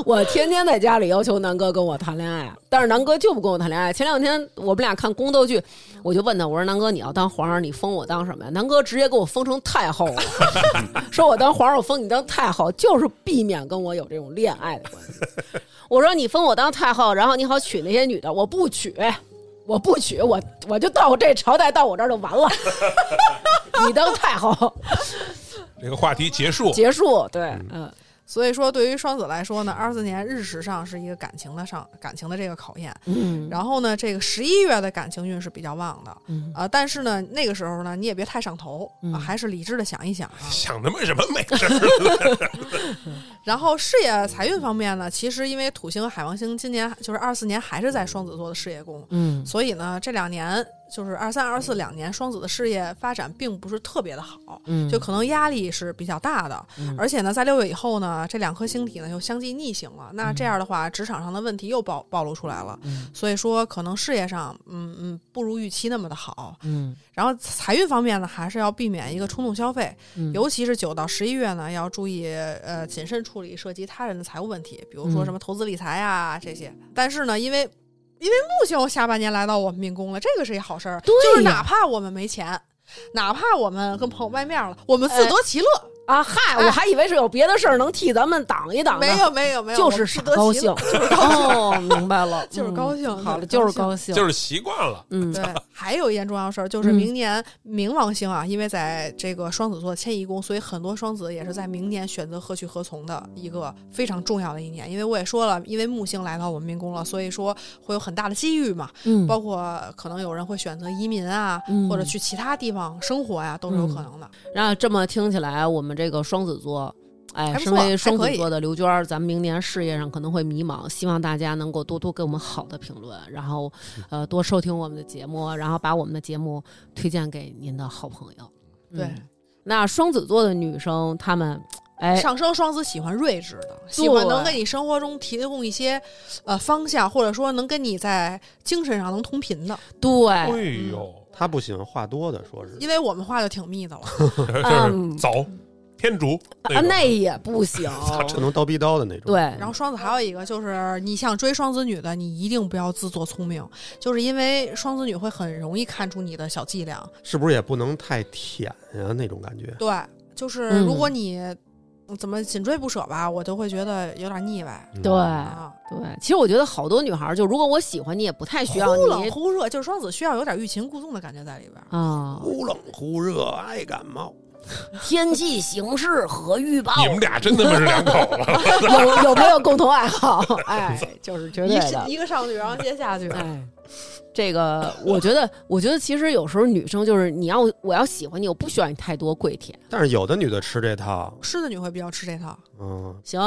Speaker 1: 我天天在家里要求南哥跟我谈恋爱，但是南哥就不跟我谈恋爱。前两天我们俩看宫斗剧，我就问他，我说南哥你要当皇上，你封我当什么呀？南哥直接给我封成太后了， 说我当皇上，我封你当太后，就是避免跟我有这种恋爱的关系。我说你封我当太后，然后你好娶那些女的，我不娶，我不娶，我我就到我这朝代到我这儿就完了。 你当太后
Speaker 4: 这个话题结束，
Speaker 1: 结束，对，嗯，
Speaker 3: 所以说，对于双子来说呢，二四年日时上是一个感情的上感情的这个考验。
Speaker 1: 嗯
Speaker 3: 然后呢，这个十一月的感情运是比较旺的，
Speaker 1: 嗯
Speaker 3: 啊，但是呢，那个时候呢，你也别太上头，啊，还是理智的想一想啊。
Speaker 4: 想他妈什么美事儿？
Speaker 3: 然后事业财运方面呢，其实因为土星和海王星今年就是二四年还是在双子座的事业宫，
Speaker 1: 嗯
Speaker 3: 所以呢，这两年就是二三、二四两年，双子的事业发展并不是特别的好，
Speaker 1: 嗯
Speaker 3: 就可能压力是比较大的。而且呢，在六月以后呢，这两颗星体呢又相继逆行了，那这样的话，职场上的问题又暴暴露出来了。所以说，可能事业上，嗯嗯，不如预期那么的好。
Speaker 1: 嗯
Speaker 3: 然后财运方面呢，还是要避免一个冲动消费，
Speaker 1: 嗯
Speaker 3: 尤其是九到十一月呢，要注意呃谨慎处理涉及他人的财务问题，比如说
Speaker 1: 嗯
Speaker 3: 什么投资理财啊、这些。但是呢，因为因为木星下半年来到我们命宫了，这个是一好事儿，
Speaker 1: 对
Speaker 3: 就是
Speaker 1: 呀
Speaker 3: 哪怕我们没钱，哪怕我们跟朋友外面了，我们自得其乐。
Speaker 1: 啊，嗨，
Speaker 3: 哎
Speaker 1: 我还以为是有别的事儿能替咱们挡一挡呢，
Speaker 3: 没有没有没
Speaker 1: 呃
Speaker 3: 有，
Speaker 1: 就
Speaker 3: 我们
Speaker 1: 是
Speaker 3: 自
Speaker 1: 傻
Speaker 3: 得
Speaker 1: 高
Speaker 3: 其
Speaker 1: 兴，
Speaker 3: 乐，
Speaker 1: 就是高兴，哦，明白了，
Speaker 3: 就是
Speaker 1: 嗯
Speaker 3: 高兴
Speaker 1: 好了，
Speaker 3: 就
Speaker 1: 就是是高兴，
Speaker 4: 就是习惯了，
Speaker 1: 嗯
Speaker 3: 对， 还有一件重要事儿就是
Speaker 1: 嗯
Speaker 3: 明年冥王星啊，因为在这个双子座迁移宫，所以很多双子也是在明年选择何去何从的一个非常重要的一年。因为我也说了，因为木星来到我们命宫了，所以说会有很大的机遇嘛，
Speaker 1: 嗯
Speaker 3: 包括可能有人会选择移民啊，
Speaker 1: 嗯
Speaker 3: 或者去其他地方生活呀、都是有可能的。
Speaker 1: 然后这么听起来，我们这个双子座，哎，
Speaker 3: 还不
Speaker 1: 身
Speaker 3: 错
Speaker 1: 为双
Speaker 3: 还
Speaker 1: 子
Speaker 3: 可以
Speaker 1: 座的刘娟儿，咱们明年事业上可能会迷茫，希望大家能够多多给我们好的评论，然 后呃多收听我们的节目，然后把我们的节目推荐给您的好朋友。嗯
Speaker 3: 对
Speaker 1: 那双子座的女生，她们哎，
Speaker 3: 上升双子喜欢睿智的，喜欢能给你生活中提供一些呃方向，或者说能跟你在精神上能同频的。
Speaker 4: 哎
Speaker 1: 对，
Speaker 4: 呦，
Speaker 2: 他不喜欢话多的，说是
Speaker 3: 因为我们话就挺密的了，
Speaker 4: 就是走天竺
Speaker 1: 啊，
Speaker 4: 嗯种
Speaker 1: 那嗯也不 行。
Speaker 2: 这能叨逼叨的那种。
Speaker 1: 对，，
Speaker 3: 然后双子还有一个就是，你想追双子女的，你一定不要自作聪明，就是因为双子女会很容易看出你的小伎俩。
Speaker 2: 是不是也不能太舔呀？那种感觉。
Speaker 3: 对，就是如果你、嗯怎么紧追不舍吧，我就会觉得有点腻歪
Speaker 2: 嗯
Speaker 1: 对，
Speaker 3: 啊，
Speaker 1: 对。其实我觉得好多女孩儿，就如果我喜欢你，也不太 需要
Speaker 3: 忽冷
Speaker 1: 你
Speaker 3: 忽热，就是双子需要有点欲擒故纵的感觉在里边儿。
Speaker 1: 啊。
Speaker 2: 忽冷忽热，爱感冒。
Speaker 1: 天气形势和预报
Speaker 4: 你们俩真他妈是两口子，
Speaker 1: 有有没有共同爱好？哎，就是绝对
Speaker 3: 一
Speaker 1: 的。
Speaker 3: 一个上去，然后接下去。
Speaker 1: 哎，这个我觉得，我觉得其实有时候女生就是你要我要喜欢你，我不需要你太多跪舔。
Speaker 2: 但是有的女的吃这套，
Speaker 3: 狮子女会比较吃这套。
Speaker 2: 嗯，
Speaker 1: 行，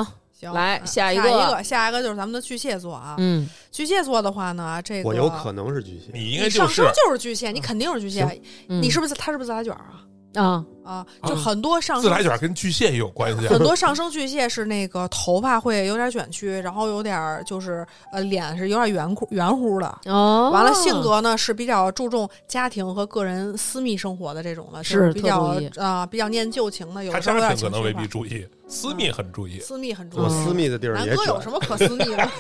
Speaker 3: 行，
Speaker 1: 来
Speaker 3: 嗯
Speaker 1: 下
Speaker 3: 下
Speaker 1: 一
Speaker 3: 一
Speaker 1: 个
Speaker 3: 个，下一个就是咱们的巨蟹座啊。
Speaker 1: 嗯，
Speaker 3: 巨蟹座的话呢，这个嗯
Speaker 2: 我有可能是巨蟹，
Speaker 4: 你应
Speaker 3: 你
Speaker 4: 该就
Speaker 3: 上
Speaker 4: 是
Speaker 3: 升就是巨蟹，你肯定是巨蟹。你是
Speaker 1: 不
Speaker 3: 不是他是不是自来卷儿啊？
Speaker 1: 是嗯啊？
Speaker 3: 啊，
Speaker 4: 啊
Speaker 3: 就很多上
Speaker 4: 自
Speaker 3: 升、
Speaker 4: 来卷跟巨蟹也有关系啊
Speaker 3: 很。多上升巨蟹是那个头发会有点卷曲，然后有点儿就是呃脸是有点圆乎圆乎的。
Speaker 1: 哦，
Speaker 3: 完了，性格呢是比较注重家庭和个人私密生活的这种的，就是比
Speaker 1: 特
Speaker 3: 较
Speaker 1: 注意
Speaker 3: 啊、比较念旧情的，有
Speaker 4: 他
Speaker 3: 的时候有
Speaker 4: 家
Speaker 3: 点
Speaker 4: 庭可
Speaker 3: 情
Speaker 4: 能
Speaker 3: 绪
Speaker 4: 未
Speaker 3: 化
Speaker 4: 必。注意，私密很注意。
Speaker 3: 私密很重
Speaker 2: 我
Speaker 3: 要，
Speaker 2: 私密的地儿
Speaker 3: 南
Speaker 2: 也
Speaker 3: 哥有什
Speaker 2: 卷。
Speaker 3: 么可私密的？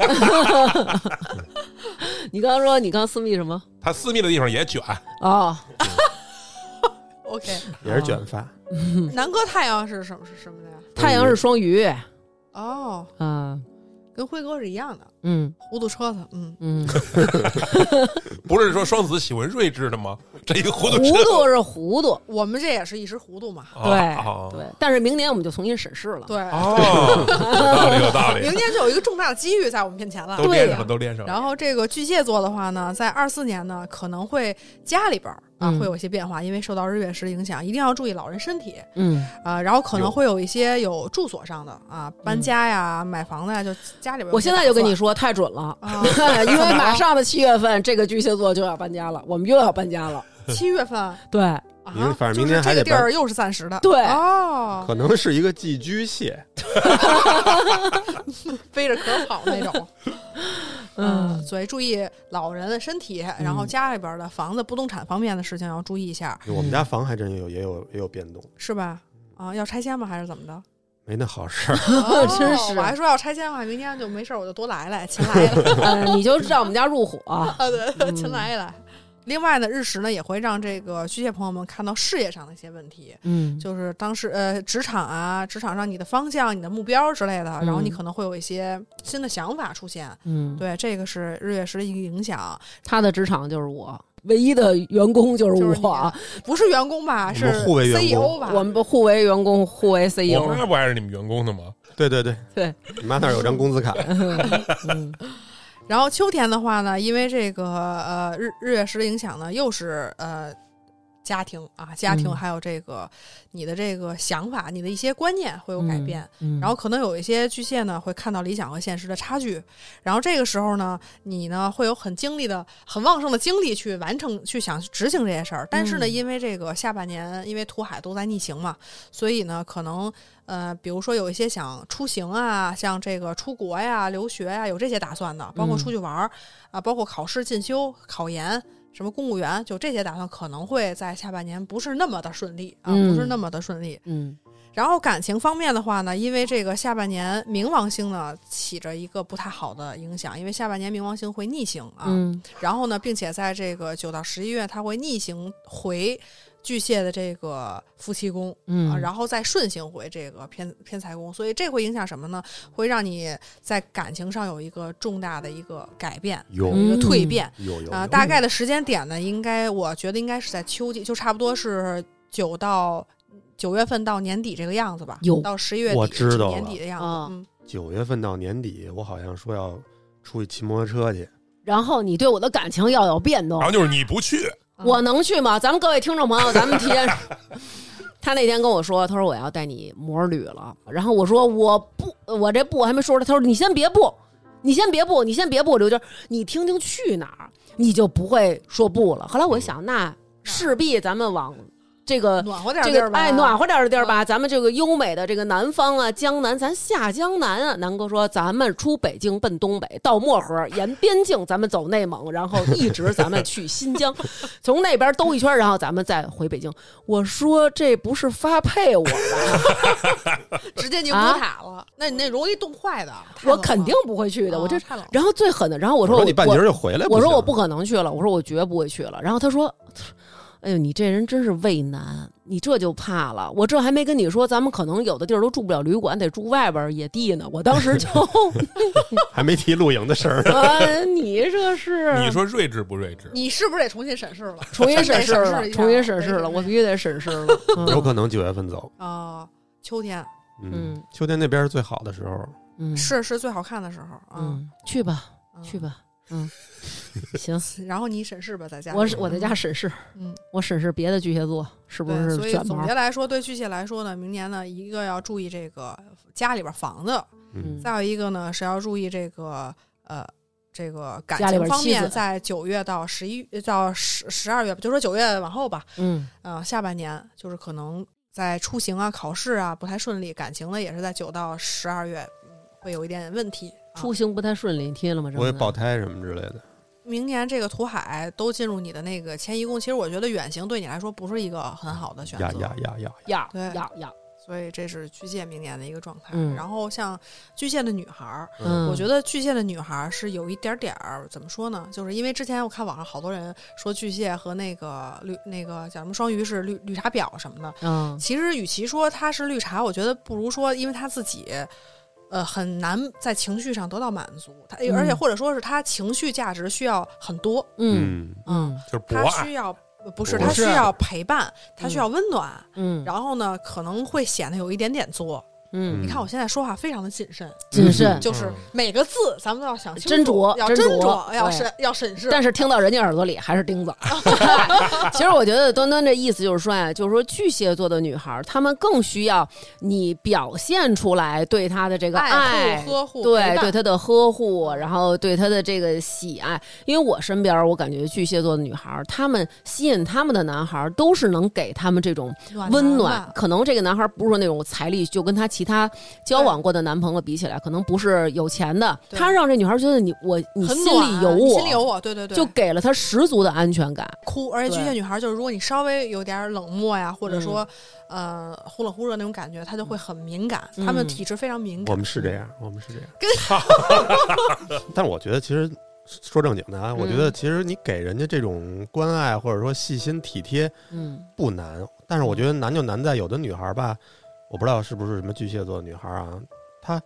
Speaker 1: 你刚刚说你刚私密什么？
Speaker 4: 他私密的地方也卷，
Speaker 1: 哦，
Speaker 3: OK，
Speaker 2: 也是卷发，
Speaker 3: 嗯
Speaker 1: 嗯
Speaker 3: 南哥太阳是什么是什么的呀？
Speaker 1: 太阳是双鱼
Speaker 3: 哦，
Speaker 1: 啊，
Speaker 3: 跟辉哥是一样的，
Speaker 1: 嗯
Speaker 3: 糊涂车子。嗯，
Speaker 1: 嗯，
Speaker 4: 不是说双子喜欢睿智的吗？这一 糊涂
Speaker 1: 糊
Speaker 4: 车，
Speaker 1: 涂是糊涂，
Speaker 3: 我们这也是一时糊涂嘛。
Speaker 4: 啊
Speaker 1: 对
Speaker 4: 啊
Speaker 1: 对。但是明年我们就重新审视了。
Speaker 3: 对，
Speaker 4: 哦，有道理有道
Speaker 3: 明
Speaker 4: 理，
Speaker 3: 天就有一个重大的机遇在我们面前了。
Speaker 4: 都
Speaker 1: 对
Speaker 4: 连
Speaker 1: 呀
Speaker 4: 上了都连上了。
Speaker 3: 然后这个巨蟹座的话呢，在二四年呢，可能会家里边儿啊
Speaker 1: 嗯
Speaker 3: 会有一些变化，因为受到日月食的影响，一定要注意老人身体
Speaker 1: 嗯，
Speaker 3: 啊。然后可能会有一些有住所上的啊，
Speaker 2: 嗯
Speaker 3: 搬家呀、买房的呀，就家里边儿有
Speaker 1: 我
Speaker 3: 一些
Speaker 1: 现在就跟你
Speaker 3: 打
Speaker 1: 说，太准了。
Speaker 3: 算啊，
Speaker 1: 因为马上的七月份，这个巨蟹座就要搬家了，我们又要搬家了。
Speaker 3: 七 月份啊，
Speaker 1: 对，
Speaker 2: 明反正明天还得
Speaker 3: 就是这个地儿又是暂 时的，
Speaker 1: 对
Speaker 3: 哦，
Speaker 2: 可能是一个寄居蟹。
Speaker 3: 背着壳跑那 种。
Speaker 1: 嗯
Speaker 3: 所以注意老人的身体，
Speaker 2: 嗯
Speaker 3: 然后家里边儿的房子、不动产方面的事情要注意一下，
Speaker 2: 我们家房还真有也有也有变动，
Speaker 3: 是吧？啊，要拆迁吗？还是怎么的？
Speaker 2: 没那好 事儿。
Speaker 3: 哦
Speaker 1: 真是
Speaker 3: 我还说要拆迁的话，明天
Speaker 1: 嗯
Speaker 3: 就没事儿，我就多来来，勤来一来，
Speaker 1: 呃，你就让我们家入伙。
Speaker 3: 啊对，勤来一来。另外呢，日食呢也会让这个巨蟹朋友们看到事业上的一些问题，
Speaker 1: 嗯，
Speaker 3: 就是当时呃职场啊，职场上你的方向、你的目标之类的，然后你
Speaker 1: 嗯
Speaker 3: 可能会有一些新的想法出现。
Speaker 1: 嗯，
Speaker 3: 对，这个是日月食的一个影响，
Speaker 1: 他的职场就是我唯一的员工就是
Speaker 3: 就是你
Speaker 1: 我，
Speaker 3: 不是员工吧，
Speaker 2: 们
Speaker 3: 是
Speaker 2: 互为员工
Speaker 3: CEO 吧？
Speaker 1: 我们不互为员工，互为 E CEO
Speaker 4: 我。 妈不还是你们员工的吗？
Speaker 2: 对对对
Speaker 1: 对，
Speaker 2: 你妈那儿有张工资 卡，
Speaker 1: 嗯
Speaker 3: 然后秋天的话呢，因为这个呃日日月食的影响呢，又是呃家庭啊，家庭
Speaker 1: 嗯
Speaker 3: 还有这个、你的这个想法，你的一些观念会有改变。
Speaker 1: 嗯
Speaker 3: 然后可能有一些巨蟹呢会看到理想和现实的差距，然后这个时候呢，你呢会有很精力的、很旺盛的精力去完成、去想执行这些事儿。但是呢，
Speaker 1: 嗯
Speaker 3: 因为这个下半年因为土海都在逆行嘛，所以呢，可能呃，比如说有一些想出行啊，像这个出国呀、留学呀，有这些打算的，包括
Speaker 1: 嗯
Speaker 3: 出去玩儿、啊，包括考试进修、考研。什么公务员，就这些打算可能会在下半年不是那么的顺利啊，不是
Speaker 1: 嗯
Speaker 3: 那么的顺利。
Speaker 1: 嗯
Speaker 3: 然后感情方面的话呢，因为这个下半年冥王星呢起着一个不太好的影响，因为下半年冥王星会逆行啊，
Speaker 1: 嗯
Speaker 3: 然后呢，并且在这个九到十一月它会逆行回巨蟹的这个夫妻宫。啊，
Speaker 1: 嗯，
Speaker 3: 然后再顺行回这个偏偏财宫，所以这会影响什么呢？会让你在感情上有一个重大的一个改变，
Speaker 2: 有
Speaker 3: 有一个蜕
Speaker 1: 嗯
Speaker 3: 变。
Speaker 2: 有有
Speaker 3: 啊、
Speaker 2: 有
Speaker 3: 大概的时间点呢，应该我觉得应该是在秋季，就差不多是九到九月份到年底这个样子吧，
Speaker 1: 哟
Speaker 3: 到十一月底
Speaker 2: 我知道了
Speaker 3: 年底的样子。
Speaker 1: 啊
Speaker 3: 嗯，
Speaker 2: 九月份到年底，我好像说要出去骑摩托车去，
Speaker 1: 然后你对我的感情要有变动
Speaker 4: 然，后就是你不去，
Speaker 3: 啊
Speaker 1: 我能去吗？咱们各位听众朋友，咱们提前。他那天跟我说，他说我要带你摩旅了，然后我说我不，我这不我还没说出来。他说你先别不，你先别不，你先别不，刘娟，你听听去哪儿，你就不会说不了。后来我想，那势必咱们往这个
Speaker 3: 暖和点
Speaker 1: 这
Speaker 3: 地儿
Speaker 1: 个
Speaker 3: 吧，嗯
Speaker 1: 哎暖和点儿的地儿吧，咱们这个优美的这个南方啊，江南，咱下江南啊。南哥说，咱们出北京奔东北，到漠河沿边境，咱们走内蒙，然后一直咱们去新疆，从那边兜一圈，然后咱们再回北京。我说这不是发配 我吧？
Speaker 3: 直接宁古塔了。那你那容易冻坏的，
Speaker 1: 啊
Speaker 3: 太
Speaker 1: 我
Speaker 3: 冷了
Speaker 1: 肯定不会去的，
Speaker 3: 啊
Speaker 1: 我这。
Speaker 3: 太冷了。
Speaker 1: 然后最狠的，然后我说
Speaker 2: 说
Speaker 1: 我
Speaker 2: 你半
Speaker 1: 我
Speaker 2: 截儿就回来，
Speaker 1: 我说我不
Speaker 2: 不
Speaker 1: 可能去了，我说我绝不会去了。然后他说：“哎呦，你这人真是畏难，你这就怕了。我这还没跟你说，咱们可能有的地儿都住不了旅馆，得住外边儿野地呢。我当时 就，，
Speaker 2: 行还没提露营的事儿
Speaker 1: 呃，你这是
Speaker 4: 你说睿智不睿智？
Speaker 3: 你是不是得重新审视了？
Speaker 1: 重新审视
Speaker 3: 真得
Speaker 1: 了，重新审
Speaker 3: 一下
Speaker 1: 视了，我必
Speaker 3: 得
Speaker 1: 须得审视 了。嗯
Speaker 2: 有可能九月份走。嗯
Speaker 3: 啊，秋天
Speaker 1: 嗯
Speaker 2: 秋天那边是最好的时候，
Speaker 1: 嗯
Speaker 3: 是是最好看的时候啊，
Speaker 1: 嗯，去吧，
Speaker 3: 啊
Speaker 1: 去。 吧，嗯，行，
Speaker 3: 然后你审视吧，在家里。
Speaker 1: 我是我在家审视，
Speaker 3: 嗯，
Speaker 1: 我审视别的巨蟹座是不
Speaker 3: 对，
Speaker 1: 是
Speaker 3: 所以
Speaker 1: 卷毛
Speaker 3: 总结。来说，对巨蟹来说呢，明年呢，一个要注意这个家里边房子，
Speaker 1: 嗯
Speaker 3: 再有一个呢是要注意这个呃这个感
Speaker 1: 家里
Speaker 3: 情
Speaker 1: 边
Speaker 3: 方
Speaker 1: 妻
Speaker 3: 面，
Speaker 1: 子
Speaker 3: 在九月到十一到十十二月，就说九月往后吧，
Speaker 1: 嗯
Speaker 3: 啊、下半年就是可能在出行啊、考试啊不太顺利，感情呢也是在九到十二月、嗯会有一点问题。啊
Speaker 1: 出行不太顺利，你听了吗？
Speaker 2: 我也
Speaker 1: 这
Speaker 2: 爆胎什么之类的。
Speaker 3: 明年这个土海都进入你的那个迁移宫，其实我觉得远行对你来说不是一个很好的选择。
Speaker 2: 呀呀呀呀！
Speaker 1: 呀
Speaker 3: 对
Speaker 1: 呀呀，
Speaker 3: 所以这是巨蟹明年的一个状态。
Speaker 1: 嗯
Speaker 3: 然后像巨蟹的女孩儿，
Speaker 1: 嗯，
Speaker 3: 我觉得巨蟹的女孩儿是有一点点儿怎么说呢？就是因为之前我看网上好多人说巨蟹和那个绿那个叫什么双鱼是绿绿茶婊什么的。
Speaker 1: 嗯，
Speaker 3: 其实与其说她是绿茶，我觉得不如说因为她自己。呃，很难在情绪上得到满足，她
Speaker 1: 嗯
Speaker 3: 而且或者说是她情绪价值需要很多，
Speaker 1: 嗯嗯
Speaker 4: 就是博
Speaker 3: 她
Speaker 4: 爱
Speaker 3: 需要呃不是
Speaker 2: 不
Speaker 3: 她
Speaker 2: 是
Speaker 3: 需要陪伴，她需要温暖，
Speaker 1: 嗯，
Speaker 3: 然后呢可能会显得有一点点作，
Speaker 1: 嗯
Speaker 3: 你看我现在说话非常的谨慎，
Speaker 1: 谨慎，
Speaker 3: 就是
Speaker 2: 嗯
Speaker 3: 每个字咱们都要想清楚，
Speaker 1: 嗯斟酌
Speaker 3: 要
Speaker 1: 斟
Speaker 3: 斟
Speaker 1: 酌
Speaker 3: 要
Speaker 1: 对
Speaker 3: 审要审视。
Speaker 1: 但是听到人家耳朵里还是钉 子。 其实我觉得端端这意思就是说呀、就是说巨蟹座的女孩儿，她们更需要你表现出来对她的这个
Speaker 3: 爱
Speaker 1: 爱
Speaker 3: 护、。呵护、陪
Speaker 1: 对
Speaker 3: 伴嗯
Speaker 1: 对，她的呵护，然后对她的这个喜爱，因为我身边儿我感觉巨蟹座的女孩儿，她们吸引她们的男孩儿都是能给她们这种温暖
Speaker 3: 男。
Speaker 1: 可能这个男孩不是说那种财力，就跟他其他交往过的男朋友比起来，可能不是有钱的。
Speaker 3: 对
Speaker 1: 他让这女孩觉得你我你
Speaker 3: 吧，很
Speaker 1: 心
Speaker 3: 暖，啊
Speaker 1: 里有
Speaker 3: 你
Speaker 1: 我，
Speaker 3: 心里有我，对对对，
Speaker 1: 就给了他十足的安全感。
Speaker 3: 哭。而且巨
Speaker 1: 对嗯
Speaker 3: 蟹女孩就是，如果你稍微有点冷漠呀，或者说呃忽冷忽热那种感觉，她就会很敏感，
Speaker 1: 嗯
Speaker 3: 她们体质非常敏
Speaker 2: 我
Speaker 3: 感。
Speaker 2: 们是这样，我们是这样。但我觉得其实说正经的啊，我觉
Speaker 1: 嗯
Speaker 2: 得其实你给人家这种关爱或者说细心体贴
Speaker 1: 嗯
Speaker 2: 不难，但是我觉得难就难在有的女孩吧，我不知道是不是什么巨蟹座的女孩啊，她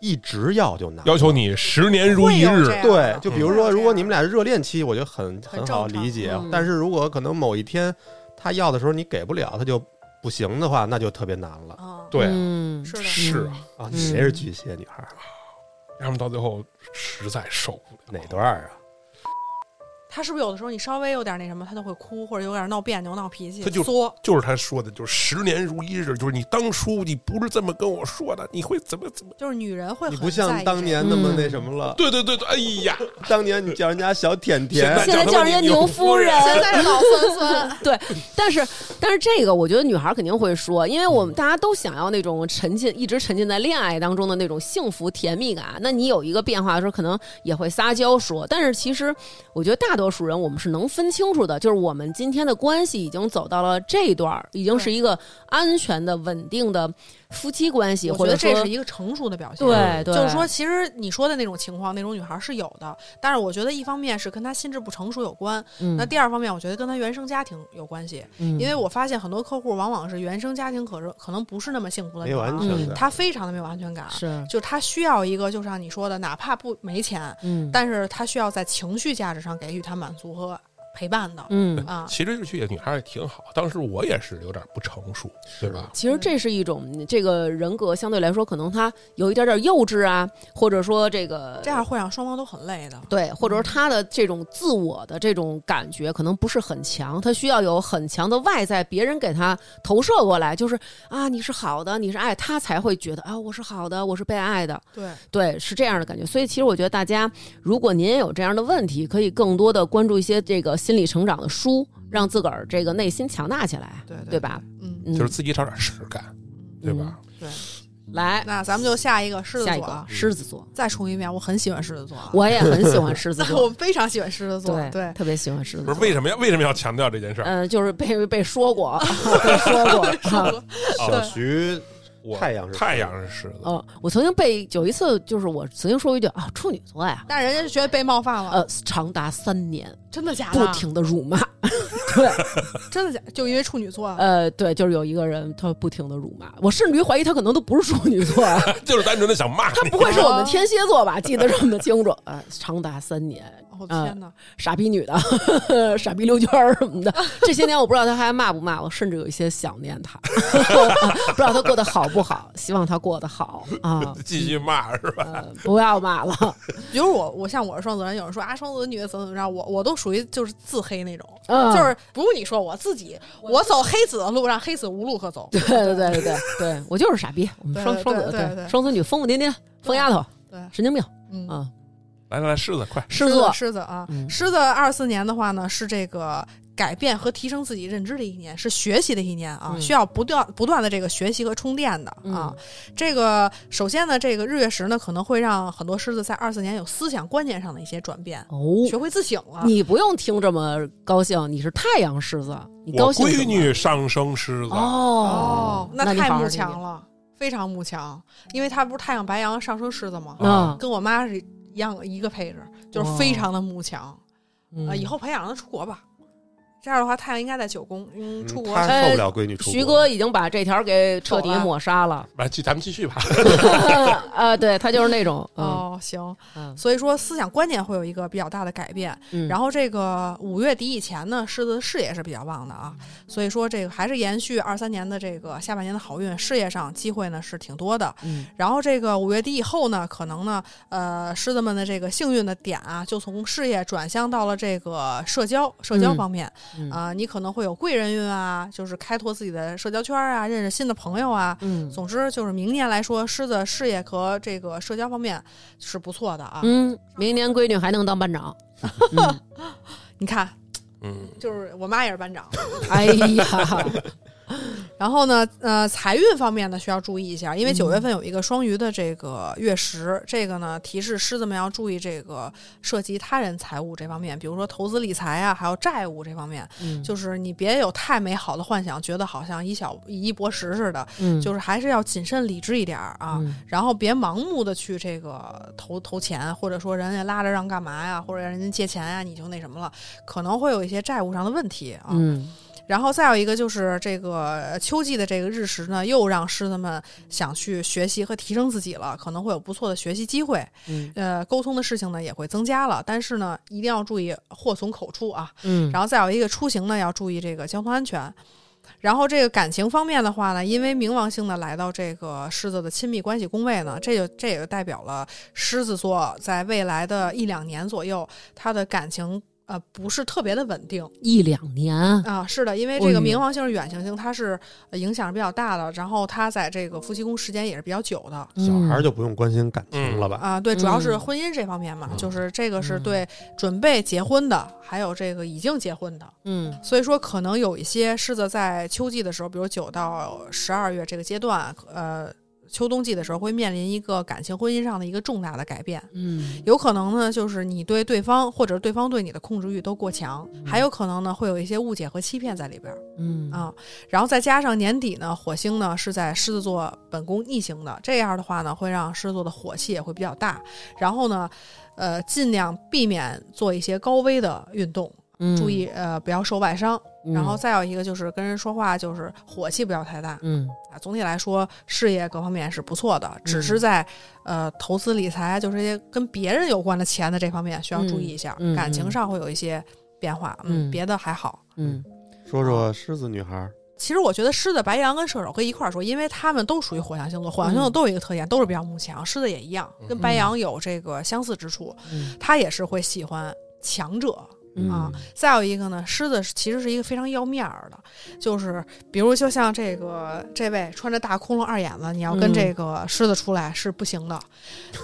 Speaker 2: 一直要就难，
Speaker 4: 要求你十年如一
Speaker 3: 会有
Speaker 4: 日
Speaker 3: 这，样
Speaker 2: 对，就比如说，
Speaker 3: 嗯
Speaker 2: 如果你们俩热恋期，我觉得很很好
Speaker 3: 很正常
Speaker 2: 理解
Speaker 1: 嗯。
Speaker 2: 但是如果可能某一天他要的时候你给不了，他就不行的话，那就特别难了
Speaker 3: 啊，
Speaker 4: 对啊，
Speaker 1: 嗯
Speaker 3: 是的
Speaker 4: 是啊，
Speaker 2: 啊！
Speaker 1: 嗯
Speaker 2: 你谁是巨蟹女孩儿？
Speaker 4: 要么到最后实在受不
Speaker 2: 哪
Speaker 4: 了。
Speaker 2: 段儿啊？
Speaker 3: 他是不是有的时候你稍微有点那什么，他就会哭或者有点闹别扭、闹脾气，
Speaker 4: 他就
Speaker 3: 作。
Speaker 4: 就是他说的，就是十年如一日，就是你当初你不是这么跟我说的，你会怎么怎么？
Speaker 3: 就是女人会
Speaker 2: 你
Speaker 3: 很
Speaker 2: 不
Speaker 3: 在
Speaker 2: 像
Speaker 3: 意
Speaker 2: 当
Speaker 3: 这
Speaker 2: 年
Speaker 1: 个
Speaker 2: 那么那什么了，
Speaker 4: 对对对对，哎呀，
Speaker 2: 当年你叫人家小甜
Speaker 4: 现
Speaker 2: 甜，
Speaker 4: 在
Speaker 1: 现在叫人家牛夫人，
Speaker 3: 个，现在是老酸 酸，
Speaker 1: 对，但是但是这个，我觉得女孩肯定会说，因为我
Speaker 3: 嗯
Speaker 1: 们大家都想要那种沉浸，一直沉浸在恋爱当中的那种幸福甜蜜感。那你有一个变化的时候，可能也会撒娇说。但是其实，我觉得大多数人我们是能分清楚的，就是我们今天的关系已经走到了这一段儿，已经是一个安全的、稳定的夫妻关系，
Speaker 3: 我
Speaker 1: 或者
Speaker 3: 觉得这
Speaker 1: 说
Speaker 3: 是一个成熟的表现。
Speaker 1: 对对，
Speaker 3: 就是说，其实你说的那种情况，那种女孩是有的，但是我觉得一方面是跟她心智不成熟有关，
Speaker 1: 嗯，
Speaker 3: 那第二方面我觉得跟她原生家庭有关系，
Speaker 1: 嗯
Speaker 3: 因为我发现很多客户往往是原生家庭可是可能不是那么幸福的
Speaker 2: 没
Speaker 3: 女
Speaker 2: 有
Speaker 3: 孩，
Speaker 2: 安全
Speaker 1: 嗯
Speaker 2: 感。
Speaker 3: 她非常的没有安全感，
Speaker 1: 是
Speaker 3: 就是她需要一个，就像你说的，哪怕不没钱，
Speaker 1: 嗯，
Speaker 3: 但是她需要在情绪价值上给予她满足和陪伴的。
Speaker 1: 嗯。
Speaker 3: 啊，
Speaker 4: 其实这去女孩也挺好，当时我也是有点不成熟，对吧？
Speaker 1: 其实这是一种这个人格相对来说，可能他有一点点幼稚啊，或者说这个
Speaker 3: 这样嗯会让双方都很累的。
Speaker 1: 对，或者说他的这种自我的这种感觉可能不是很强，他需要有很强的外在别人给他投射过来，就是啊，你是好的，你是爱，他才会觉得啊，我是好的，我是被爱的，
Speaker 3: 对，
Speaker 1: 对，是这样的感觉。所以其实我觉得大家，如果您也有这样的问题，可以更多的关注一些这个心理成长的书，让自个儿这个内心强大起来，
Speaker 3: 对
Speaker 1: 对
Speaker 3: 对
Speaker 1: 吧？
Speaker 3: 嗯，
Speaker 1: 嗯，
Speaker 4: 就是自己找点实干，对吧？
Speaker 3: 对。
Speaker 1: 来
Speaker 3: 那咱们就下一个狮子
Speaker 1: 下一
Speaker 3: 座
Speaker 1: 个
Speaker 3: 啊，
Speaker 1: 狮子座，
Speaker 3: 再重一遍，我很喜欢狮子座啊，
Speaker 1: 我也很喜欢狮子
Speaker 3: 我
Speaker 1: 座，
Speaker 3: 非常喜欢狮子座，
Speaker 1: 对
Speaker 3: 对，
Speaker 1: 特别喜欢狮子座
Speaker 4: 不是。为什么要为什么要强调这件事儿？
Speaker 1: 嗯，就是被被说 过，被说过，啊
Speaker 2: 小徐
Speaker 4: 我
Speaker 2: 太阳是
Speaker 4: 太阳是狮子，
Speaker 1: 嗯哦，我曾经被有一次，就是我曾经说过一句啊，处女座呀，
Speaker 3: 但人家觉得被冒犯了，
Speaker 1: 呃，长达三年
Speaker 3: 真的假
Speaker 1: 不
Speaker 3: 的？
Speaker 1: 停的辱骂，对，
Speaker 3: 真的假？就因为处女座啊，
Speaker 1: 呃，对，就是有一个人他不停的辱骂，我甚至于怀疑他可能都不是处女座啊，
Speaker 4: 就是单纯的想骂你
Speaker 1: 不会是
Speaker 3: 啊
Speaker 1: 我们天蝎座吧？记得这么清楚，呃，长达三年，
Speaker 3: 我、
Speaker 1: 呃
Speaker 3: 天哪！
Speaker 1: 傻逼女的， 傻逼溜圈儿什么 的，这些年我不知道他还骂不骂我，甚至有一些想念他， 不知道他过得好不好，希望他过得好啊。
Speaker 4: 继续骂是吧？
Speaker 1: 呃，不要骂了，
Speaker 3: 比如我，我像我是双子座人，有人说啊，双子座女的怎么怎么着，我我都属于就是自黑那种，
Speaker 1: 嗯
Speaker 3: 就是不用你说，我自己，我走黑子的路，让黑子无路可走。
Speaker 1: 对对对对对对，我就是傻逼，我们双
Speaker 3: 对
Speaker 1: 双
Speaker 3: 对
Speaker 1: 子
Speaker 3: 对对
Speaker 1: 双子女疯疯癫癫，疯丫头，
Speaker 3: 对，
Speaker 1: 神经病
Speaker 3: 嗯，
Speaker 1: 啊！
Speaker 4: 来来来，狮子快！
Speaker 1: 狮子座，
Speaker 3: 狮子啊，
Speaker 1: 嗯
Speaker 3: 狮子二四年的话呢，是这个改变和提升自己认知的一年，是学习的一年啊，
Speaker 1: 嗯
Speaker 3: 需要不断不断的这个学习和充电的啊。这个首先呢，这个日月食呢，可能会让很多狮子在二四年有思想观念上的一些转变，
Speaker 1: 哦，
Speaker 3: 学会自省了。
Speaker 1: 你不用听这么高兴，你是太阳狮子，你高
Speaker 4: 我
Speaker 1: 兴什么
Speaker 4: 闺女上升狮子，
Speaker 1: 哦
Speaker 3: 哦，那
Speaker 1: 你
Speaker 3: 太
Speaker 1: 好好
Speaker 3: 慕
Speaker 1: 听听
Speaker 3: 强了，非常慕强，因为他不是太阳白羊上升狮子吗？
Speaker 1: 啊
Speaker 3: 嗯跟我妈是一样一个配置，就是非常的慕强。啊，
Speaker 1: 嗯
Speaker 3: 以后培养让他出国吧。这样的话，太阳应该在九宫，嗯，
Speaker 2: 嗯
Speaker 3: 出国。
Speaker 2: 他
Speaker 1: 哎
Speaker 2: 受不了闺女出国。
Speaker 1: 徐哥已经把这条给彻底
Speaker 3: 走了
Speaker 1: 抹杀了
Speaker 4: 来继咱们继续吧。
Speaker 1: 啊！对他就是那种，嗯
Speaker 3: 哦，行，
Speaker 1: 嗯
Speaker 3: 所以说思想观念会有一个比较大的改变。
Speaker 1: 嗯，
Speaker 3: 然后这个五月底以前呢，狮子的事业是比较旺的
Speaker 1: 嗯
Speaker 3: 啊，所以说这个还是延续二三年的这个下半年的好运，事业上机会呢是挺多的。
Speaker 1: 嗯
Speaker 3: 然后这个五月底以后呢，可能呢，呃，狮子们的这个幸运的点啊，就从事业转向到了这个社交社交
Speaker 1: 嗯
Speaker 3: 方面
Speaker 1: 嗯
Speaker 3: 啊、你可能会有贵人运啊，就是开拓自己的社交圈啊，认识新的朋友啊。
Speaker 1: 嗯
Speaker 3: 总之就是明年来说，狮子事业和这个社交方面是不错的啊。
Speaker 1: 嗯，明年闺女还能当班 长，嗯
Speaker 3: 你看，
Speaker 4: 嗯，
Speaker 3: 就是我妈也是班长，
Speaker 1: 哎呀，
Speaker 3: 然然后呢，呃，财运方面呢需要注意一下，因为
Speaker 1: 嗯
Speaker 3: 九月份有一个双鱼的这个月食，这个呢提示狮子们要注意这个涉及他人财务这方面，比如说投资理财啊，还有债务这方面，
Speaker 1: 嗯
Speaker 3: 就是你别有太美好的幻想，觉得好像以小以一博十似的，
Speaker 1: 嗯
Speaker 3: 就是还是要谨慎理智一点儿啊，
Speaker 1: 嗯
Speaker 3: 然后别盲目的去这个投投钱，或者说人家拉着让干嘛呀，或者让人家借钱呀，你就那什么了，可能会有一些债务上的问题啊。
Speaker 1: 嗯
Speaker 3: 然后再有一个就是这个呃秋季的这个日食呢，又让狮子们想去学习和提升自己了，可能会有不错的学习机会，
Speaker 1: 嗯
Speaker 3: 呃，沟通的事情呢也会增加了，但是呢，一定要注意祸从口出啊。
Speaker 1: 嗯，
Speaker 3: 然后再有一个出行呢，要注意这个交通安全。然后这个感情方面的话呢，因为冥王星呢来到这个狮子的亲密关系宫位呢，这就这也就代表了狮子座在未来的一两年左右，他的感情呃不是特别的稳定
Speaker 1: 一两年，
Speaker 3: 啊。是的，因为
Speaker 1: 哎
Speaker 3: 这
Speaker 1: 呦
Speaker 3: 个冥王星是远行星，它是呃影响是比较大的，然后它在这个夫妻宫时间也是比较久的。
Speaker 2: 小孩儿就不用关心感情了吧？
Speaker 3: 啊，对，主要是
Speaker 1: 嗯
Speaker 3: 婚姻这方面嘛，
Speaker 2: 嗯
Speaker 3: 就是这个是
Speaker 1: 嗯
Speaker 3: 对准备结婚的，还有这个已经结婚的，
Speaker 1: 嗯
Speaker 3: 所以说，可能有一些狮子在秋季的时候，比如九到十二月这个阶段，呃，秋冬季的时候会面临一个感情、婚姻上的一个重大的改变。
Speaker 1: 嗯
Speaker 3: 有可能呢，就是你对对方或者对方对你的控制欲都过强，还有可能呢会有一些误解和欺骗在里边儿
Speaker 1: 嗯
Speaker 3: 啊。然后再加上年底呢，火星呢是在狮子座本宫逆行的，这样的话呢会让狮子座的火气也会比较大。然后呢，呃，尽量避免做一些高危的运动，
Speaker 1: 嗯
Speaker 3: 注意呃不要受外伤。
Speaker 1: 嗯
Speaker 3: 然后再有一个就是跟人说话，就是火气不要太大
Speaker 1: 嗯
Speaker 3: 啊。总体来说，事业各方面是不错的，只
Speaker 1: 嗯
Speaker 3: 是在、呃投资理财，就是一些跟别人有关的钱的这方面需要注意一下，
Speaker 1: 嗯嗯
Speaker 3: 感情上会有一些变化。
Speaker 1: 嗯
Speaker 3: 嗯，别的还好。
Speaker 1: 嗯
Speaker 2: 说说狮子女孩儿，
Speaker 3: 其实我觉得狮子、白羊跟射手可以一块儿说，因为他们都属于火象星座，火
Speaker 1: 嗯
Speaker 3: 象星座都有一个特点，都是比较慕强，狮子也一样，跟白羊有这个相似之处，
Speaker 1: 嗯
Speaker 3: 他也是会喜欢强者，
Speaker 1: 嗯
Speaker 3: 啊，再有一个呢，狮子是其实是一个非常要面儿的，就是比如就像这个这位穿着大窟窿二眼子，你要跟
Speaker 1: 嗯
Speaker 3: 这个狮子出来是不行的，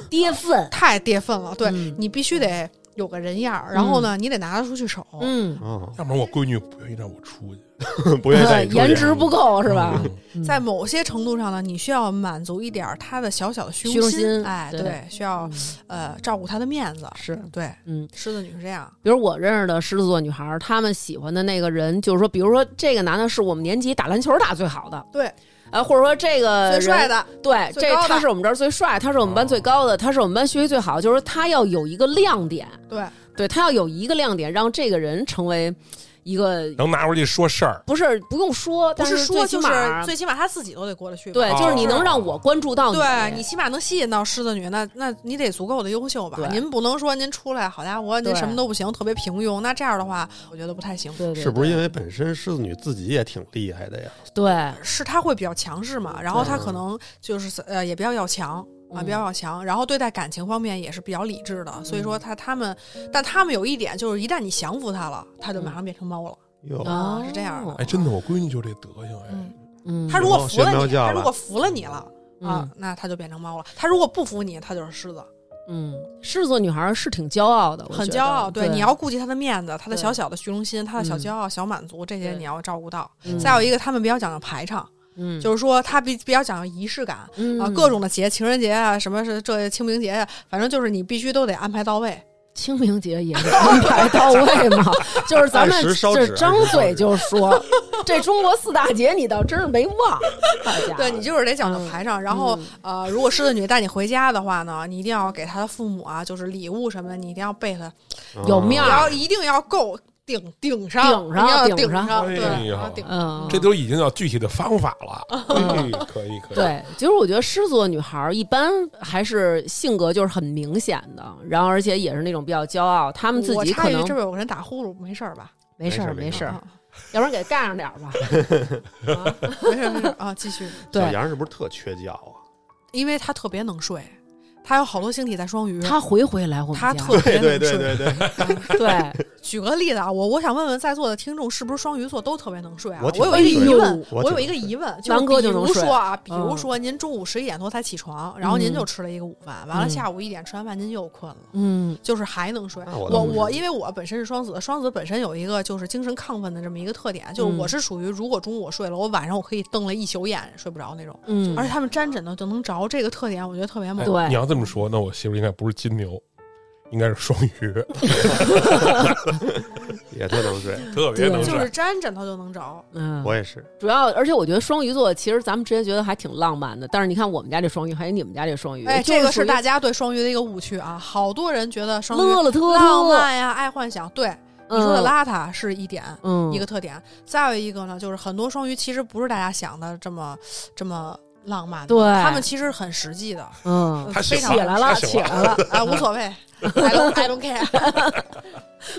Speaker 1: 跌份，
Speaker 3: 太跌份了。对、
Speaker 1: 嗯
Speaker 3: 你必须得有个人样儿，然后呢，你得拿得出去手。
Speaker 1: 嗯，
Speaker 2: 哦，
Speaker 4: 要不然我闺女不愿意让我出去，
Speaker 2: 不愿意
Speaker 3: 嗯
Speaker 2: 带你出去
Speaker 1: 呃 颜值不够是吧？
Speaker 4: 嗯
Speaker 3: 在某些程度上呢，你需要满足一点儿他的小小的虚
Speaker 1: 虚荣
Speaker 3: 心，
Speaker 1: 心
Speaker 3: 哎，
Speaker 1: 对
Speaker 3: 需要呃照顾他的面子。
Speaker 1: 嗯是，
Speaker 3: 对，
Speaker 1: 嗯，
Speaker 3: 狮子女是这样，
Speaker 1: 比如我认识的狮子座女孩儿，她们喜欢的那个人，就是说，比如说这个男的是我们年级打篮球打最好的，
Speaker 3: 对，
Speaker 1: 呃，或者说这个
Speaker 3: 最帅
Speaker 1: 人，
Speaker 3: 的，
Speaker 1: 对，
Speaker 3: 最
Speaker 1: 这
Speaker 3: 高的
Speaker 1: 他是我们这儿最帅，他是我们班最
Speaker 2: 哦
Speaker 1: 高的，他是我们班学习最好，就是说他要有一个亮点，
Speaker 3: 对，
Speaker 1: 对他要有一个亮点，让这个人成为一个
Speaker 4: 能拿出去说事儿。
Speaker 1: 不是不用说，
Speaker 3: 不
Speaker 1: 但是
Speaker 3: 说
Speaker 1: 最起
Speaker 3: 就
Speaker 1: 码
Speaker 3: 是最起码他自己都得过得去吧。
Speaker 1: 对，
Speaker 4: 哦
Speaker 1: 就是你能让我关注到你，
Speaker 3: 对你起码能吸引到狮子女，那那你得足够的优秀吧
Speaker 1: 对？
Speaker 3: 您不能说您出来，好家伙，您
Speaker 1: 对
Speaker 3: 什么都不行，特别平庸。那这样的话，我觉得不太行。
Speaker 1: 对对，
Speaker 2: 是不是因
Speaker 1: 为
Speaker 2: 为本身狮子女自己也挺厉害的呀？
Speaker 1: 对，
Speaker 3: 是他会比较强势嘛，然后他可能就是呃也比较要强。啊，
Speaker 1: 嗯嗯
Speaker 3: 比较要强，然后对待感情方面也是比较理智的，所以说他他们，但他们有一点就是，一旦你降服他了，他就马上变成猫了。
Speaker 2: 哟，
Speaker 3: 啊是这样的
Speaker 4: 哎，真的，我闺女就这德行，哎
Speaker 3: 嗯，
Speaker 1: 哦嗯，
Speaker 3: 他如果服
Speaker 2: 学
Speaker 3: 了
Speaker 2: 猫
Speaker 3: 你，
Speaker 2: 叫
Speaker 3: 他
Speaker 2: 了
Speaker 3: 如果服了你了啊，那他就变成猫了；他如果不服你，他就是狮子，
Speaker 1: 嗯，狮子座女孩儿是挺骄傲的，我
Speaker 3: 很
Speaker 1: 觉
Speaker 3: 骄
Speaker 1: 得
Speaker 3: 傲。
Speaker 1: 对，
Speaker 3: 你要顾及他的面子，他的
Speaker 1: 对
Speaker 3: 小小的虚荣心，他的小
Speaker 1: 嗯
Speaker 3: 骄傲、小满足，这些
Speaker 1: 对
Speaker 3: 你要照顾到。
Speaker 1: 嗯
Speaker 3: 再有一个，他们比较讲究排场，
Speaker 1: 嗯
Speaker 3: 就是说他比比较讲究仪式感
Speaker 1: 嗯
Speaker 3: 啊，各种的节，情人节啊，什么是这清明节啊，反正就是你必须都得安排到位。
Speaker 1: 清明节也是安排到位 嘛，就是咱们
Speaker 2: 按时烧
Speaker 1: 就
Speaker 2: 纸
Speaker 1: 是张嘴就说， 这中国四大节你倒真是没忘，大家
Speaker 3: 对你就是得讲
Speaker 1: 嗯
Speaker 3: 究排场。然后呃，如果狮子女带你回家的话呢，你一定要给他的父母啊，就是礼物什么的，你一定要备他，
Speaker 2: 嗯
Speaker 1: 有面
Speaker 3: 你
Speaker 1: 儿
Speaker 3: 要一定要够顶顶上，
Speaker 1: 顶上
Speaker 3: 你要
Speaker 1: 顶
Speaker 3: 顶
Speaker 1: 上
Speaker 4: 哎
Speaker 3: 对，
Speaker 4: 呀
Speaker 3: 要顶上。
Speaker 1: 嗯，
Speaker 4: 这都已经要具体的方法了。
Speaker 3: 嗯
Speaker 4: 哎可以可以，
Speaker 1: 对，其实我觉得狮子座女孩儿一般还是性格就是很明显的，然后而且也是那种比较骄傲，她们自
Speaker 3: 我
Speaker 1: 己
Speaker 3: 插
Speaker 1: 可
Speaker 3: 一句，
Speaker 1: 能
Speaker 3: 这边有个人打呼噜，没事儿吧？
Speaker 1: 没事儿没
Speaker 2: 没事
Speaker 1: 事
Speaker 2: 儿
Speaker 1: 儿
Speaker 3: 啊，
Speaker 1: 要不然给盖上点儿吧。
Speaker 3: 没事儿没事儿啊，继续。
Speaker 2: 小
Speaker 1: 对，
Speaker 2: 杨是不是特缺觉啊？
Speaker 3: 因为他特别能睡，他有好多星体在双鱼，
Speaker 1: 她回回来我们
Speaker 3: 嗯他
Speaker 1: 家
Speaker 3: 特别能睡。
Speaker 2: 对对，
Speaker 1: 对，
Speaker 3: 举个例子啊，我我想问问在座的听众，是不是双鱼座都特别能睡啊？
Speaker 2: 我
Speaker 3: 我
Speaker 2: 挺
Speaker 3: 有一个
Speaker 1: 能
Speaker 3: 疑
Speaker 1: 睡
Speaker 3: 问，
Speaker 2: 我
Speaker 3: 我
Speaker 2: 挺
Speaker 3: 有一个
Speaker 2: 能睡
Speaker 3: 疑问，
Speaker 1: 哎南哥就能
Speaker 3: 比如
Speaker 1: 睡
Speaker 3: 说啊，比
Speaker 1: 嗯
Speaker 3: 如说您中午十一点多才起床，然后您就吃了一个午饭，完了
Speaker 1: 嗯
Speaker 3: 下午一点吃完饭您又困了。
Speaker 1: 嗯，
Speaker 3: 就是还能睡，
Speaker 2: 那我
Speaker 3: 我
Speaker 2: 能睡
Speaker 3: 因为我本身是双子，双子本身有一个就是精神亢奋的这么一个特点，就是
Speaker 1: 嗯
Speaker 3: 我是属于如果中午我睡了，我晚上我可以瞪了一宿眼睡不着那种，
Speaker 1: 嗯
Speaker 3: 而且他们沾枕头就能着，这个特点我觉得特别猛。
Speaker 1: 对
Speaker 4: 你要这么说，那我媳妇应该不是金牛，应该是双鱼，
Speaker 2: 也特能睡。
Speaker 1: 嗯
Speaker 4: 特别能
Speaker 1: 对
Speaker 3: 就是
Speaker 4: 睡。
Speaker 3: 沾枕头就能着，
Speaker 1: 嗯，
Speaker 2: 我也是，
Speaker 1: 主要，而且我觉得双鱼座其实咱们之前觉得还挺浪漫的，但是你看我们家这双鱼，还有你们家这双鱼，
Speaker 3: 哎，
Speaker 1: 就
Speaker 3: 这个
Speaker 1: 属于
Speaker 3: 是大家对双鱼的一个误区啊，好多人觉得双鱼
Speaker 1: 乐乐特
Speaker 3: 浪
Speaker 1: 特，
Speaker 3: 漫呀、爱幻想，对你
Speaker 1: 嗯
Speaker 3: 说的邋遢是一点。
Speaker 1: 嗯
Speaker 3: 一个特点，再有一个呢，就是很多双鱼其实不是大家想的这么这么浪漫的，
Speaker 1: 对
Speaker 3: 他们其实很实际的，
Speaker 1: 嗯，
Speaker 4: 他
Speaker 3: 非
Speaker 4: 醒
Speaker 3: 常
Speaker 1: 起来了，
Speaker 4: 他
Speaker 1: 起
Speaker 4: 醒
Speaker 1: 来了，
Speaker 3: 啊，无 所谓，I don't I don't care，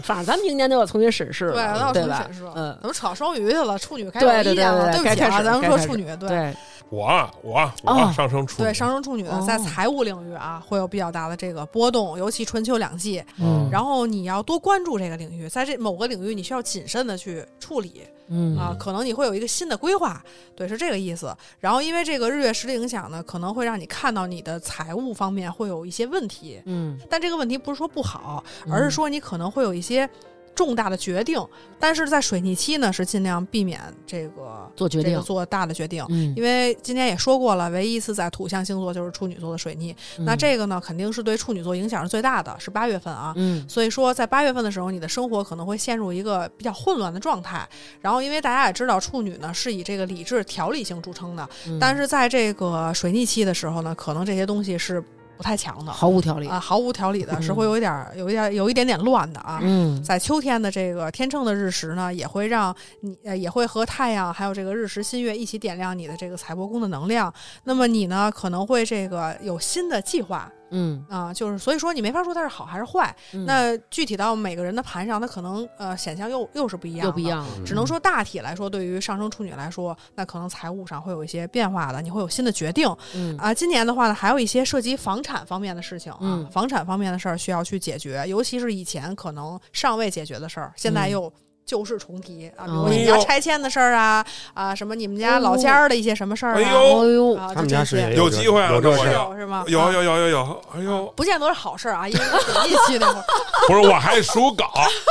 Speaker 1: 反正咱明年都要重新审视
Speaker 3: 对，
Speaker 1: 了，
Speaker 3: 我
Speaker 1: 对
Speaker 3: 要重
Speaker 1: 吧
Speaker 3: 审？视，
Speaker 1: 嗯
Speaker 3: 怎么扯到双鱼去了？处女开
Speaker 1: 对
Speaker 3: 始
Speaker 1: 对
Speaker 3: 一点
Speaker 1: 对
Speaker 3: 了，
Speaker 1: 对
Speaker 3: 对不
Speaker 1: 该
Speaker 3: 起
Speaker 1: 开
Speaker 3: 啊，
Speaker 1: 始
Speaker 3: 咱们
Speaker 1: 该
Speaker 3: 说
Speaker 1: 开
Speaker 3: 处
Speaker 1: 始
Speaker 3: 女，对
Speaker 1: 对，
Speaker 4: 我啊我啊我
Speaker 1: 哦
Speaker 4: 啊上升处女
Speaker 3: 对，上升处女的
Speaker 1: 哦
Speaker 3: 在财务领域啊，会有比较大的这个波动，尤其春秋两季。
Speaker 1: 嗯，
Speaker 3: 然后你要多关注这个领域，在这某个领域你需要谨慎的去处理
Speaker 1: 嗯
Speaker 3: 啊，可能你会有一个新的规划，对，是这个意思。然后因为这个日月食的影响呢，可能会让你看到你的财务方面会有一些问题，
Speaker 1: 嗯，
Speaker 3: 但这个问题不是说不好，
Speaker 1: 嗯
Speaker 3: 而是说你可能会有一些重大的决定，但是在水逆期呢，是尽量避免这个
Speaker 1: 做决
Speaker 3: 这
Speaker 1: 定
Speaker 3: 个，做大的决定。
Speaker 1: 嗯，
Speaker 3: 因为今天也说过了，唯一一次在土象星座就是处女座的水逆，那
Speaker 1: 嗯，
Speaker 3: 这个呢肯定是对处女座影响是最大的，是八月份啊。
Speaker 1: 嗯
Speaker 3: 所以说，在八月份的时候，你的生活可能会陷入一个比较混乱的状态。然后，因为大家也知道，处女呢是以这个理智条理性著称的，
Speaker 1: 嗯，
Speaker 3: 但
Speaker 1: 是
Speaker 3: 是在这个水逆期的时候呢，可能这些东西是不太强的
Speaker 1: 嗯毫无条理，
Speaker 3: 啊，毫无条理的，
Speaker 1: 嗯
Speaker 3: 是会有一点儿、有一点儿、有一点点乱的啊。
Speaker 1: 嗯
Speaker 3: 在秋天的这个天秤的日食呢，也会让你呃也会和太阳还有这个日食新月一起点亮你的这个财帛宫的能量。那么你呢，可能会这个有新的计划
Speaker 1: 嗯，
Speaker 3: 啊、就是所以说你没法说它是好还是坏。
Speaker 1: 嗯
Speaker 3: 那具体到每个人的盘上，它可能呃显象又又是不一样，
Speaker 1: 又不一。样嗯了，
Speaker 3: 只能说大体来说，对于上升处女来说，那可能财务上会有一些变化的，你会有新的决定。
Speaker 1: 嗯，
Speaker 3: 啊，今年的话呢，还有一些涉及房产方面的事情啊，
Speaker 1: 嗯
Speaker 3: 房产方面的事儿需要去解决，尤其是以前可能尚未解决的事儿，现在
Speaker 1: 嗯
Speaker 3: 又旧事重提啊，比
Speaker 1: 哦
Speaker 3: 如你们
Speaker 4: 哎
Speaker 3: 家
Speaker 4: 呦
Speaker 3: 拆迁的事儿啊，啊，什么你们
Speaker 1: 哎
Speaker 3: 家老
Speaker 1: 呦
Speaker 3: 家儿的一些什么事儿啊，
Speaker 4: 哎呦
Speaker 1: 哦呦，
Speaker 3: 啊，
Speaker 2: 他
Speaker 3: 就
Speaker 2: 们
Speaker 3: 这
Speaker 2: 家是
Speaker 3: 些
Speaker 2: 也
Speaker 4: 有
Speaker 2: 这
Speaker 4: 机会啊
Speaker 2: 有这
Speaker 4: 那我
Speaker 2: 事
Speaker 3: 是
Speaker 2: 儿
Speaker 4: 要
Speaker 3: 有是吗？
Speaker 4: 有
Speaker 3: 啊
Speaker 4: 有有有有，哎呦，
Speaker 3: 不见得是好事儿啊，因为水逆期那会儿，
Speaker 4: 不是我还属狗，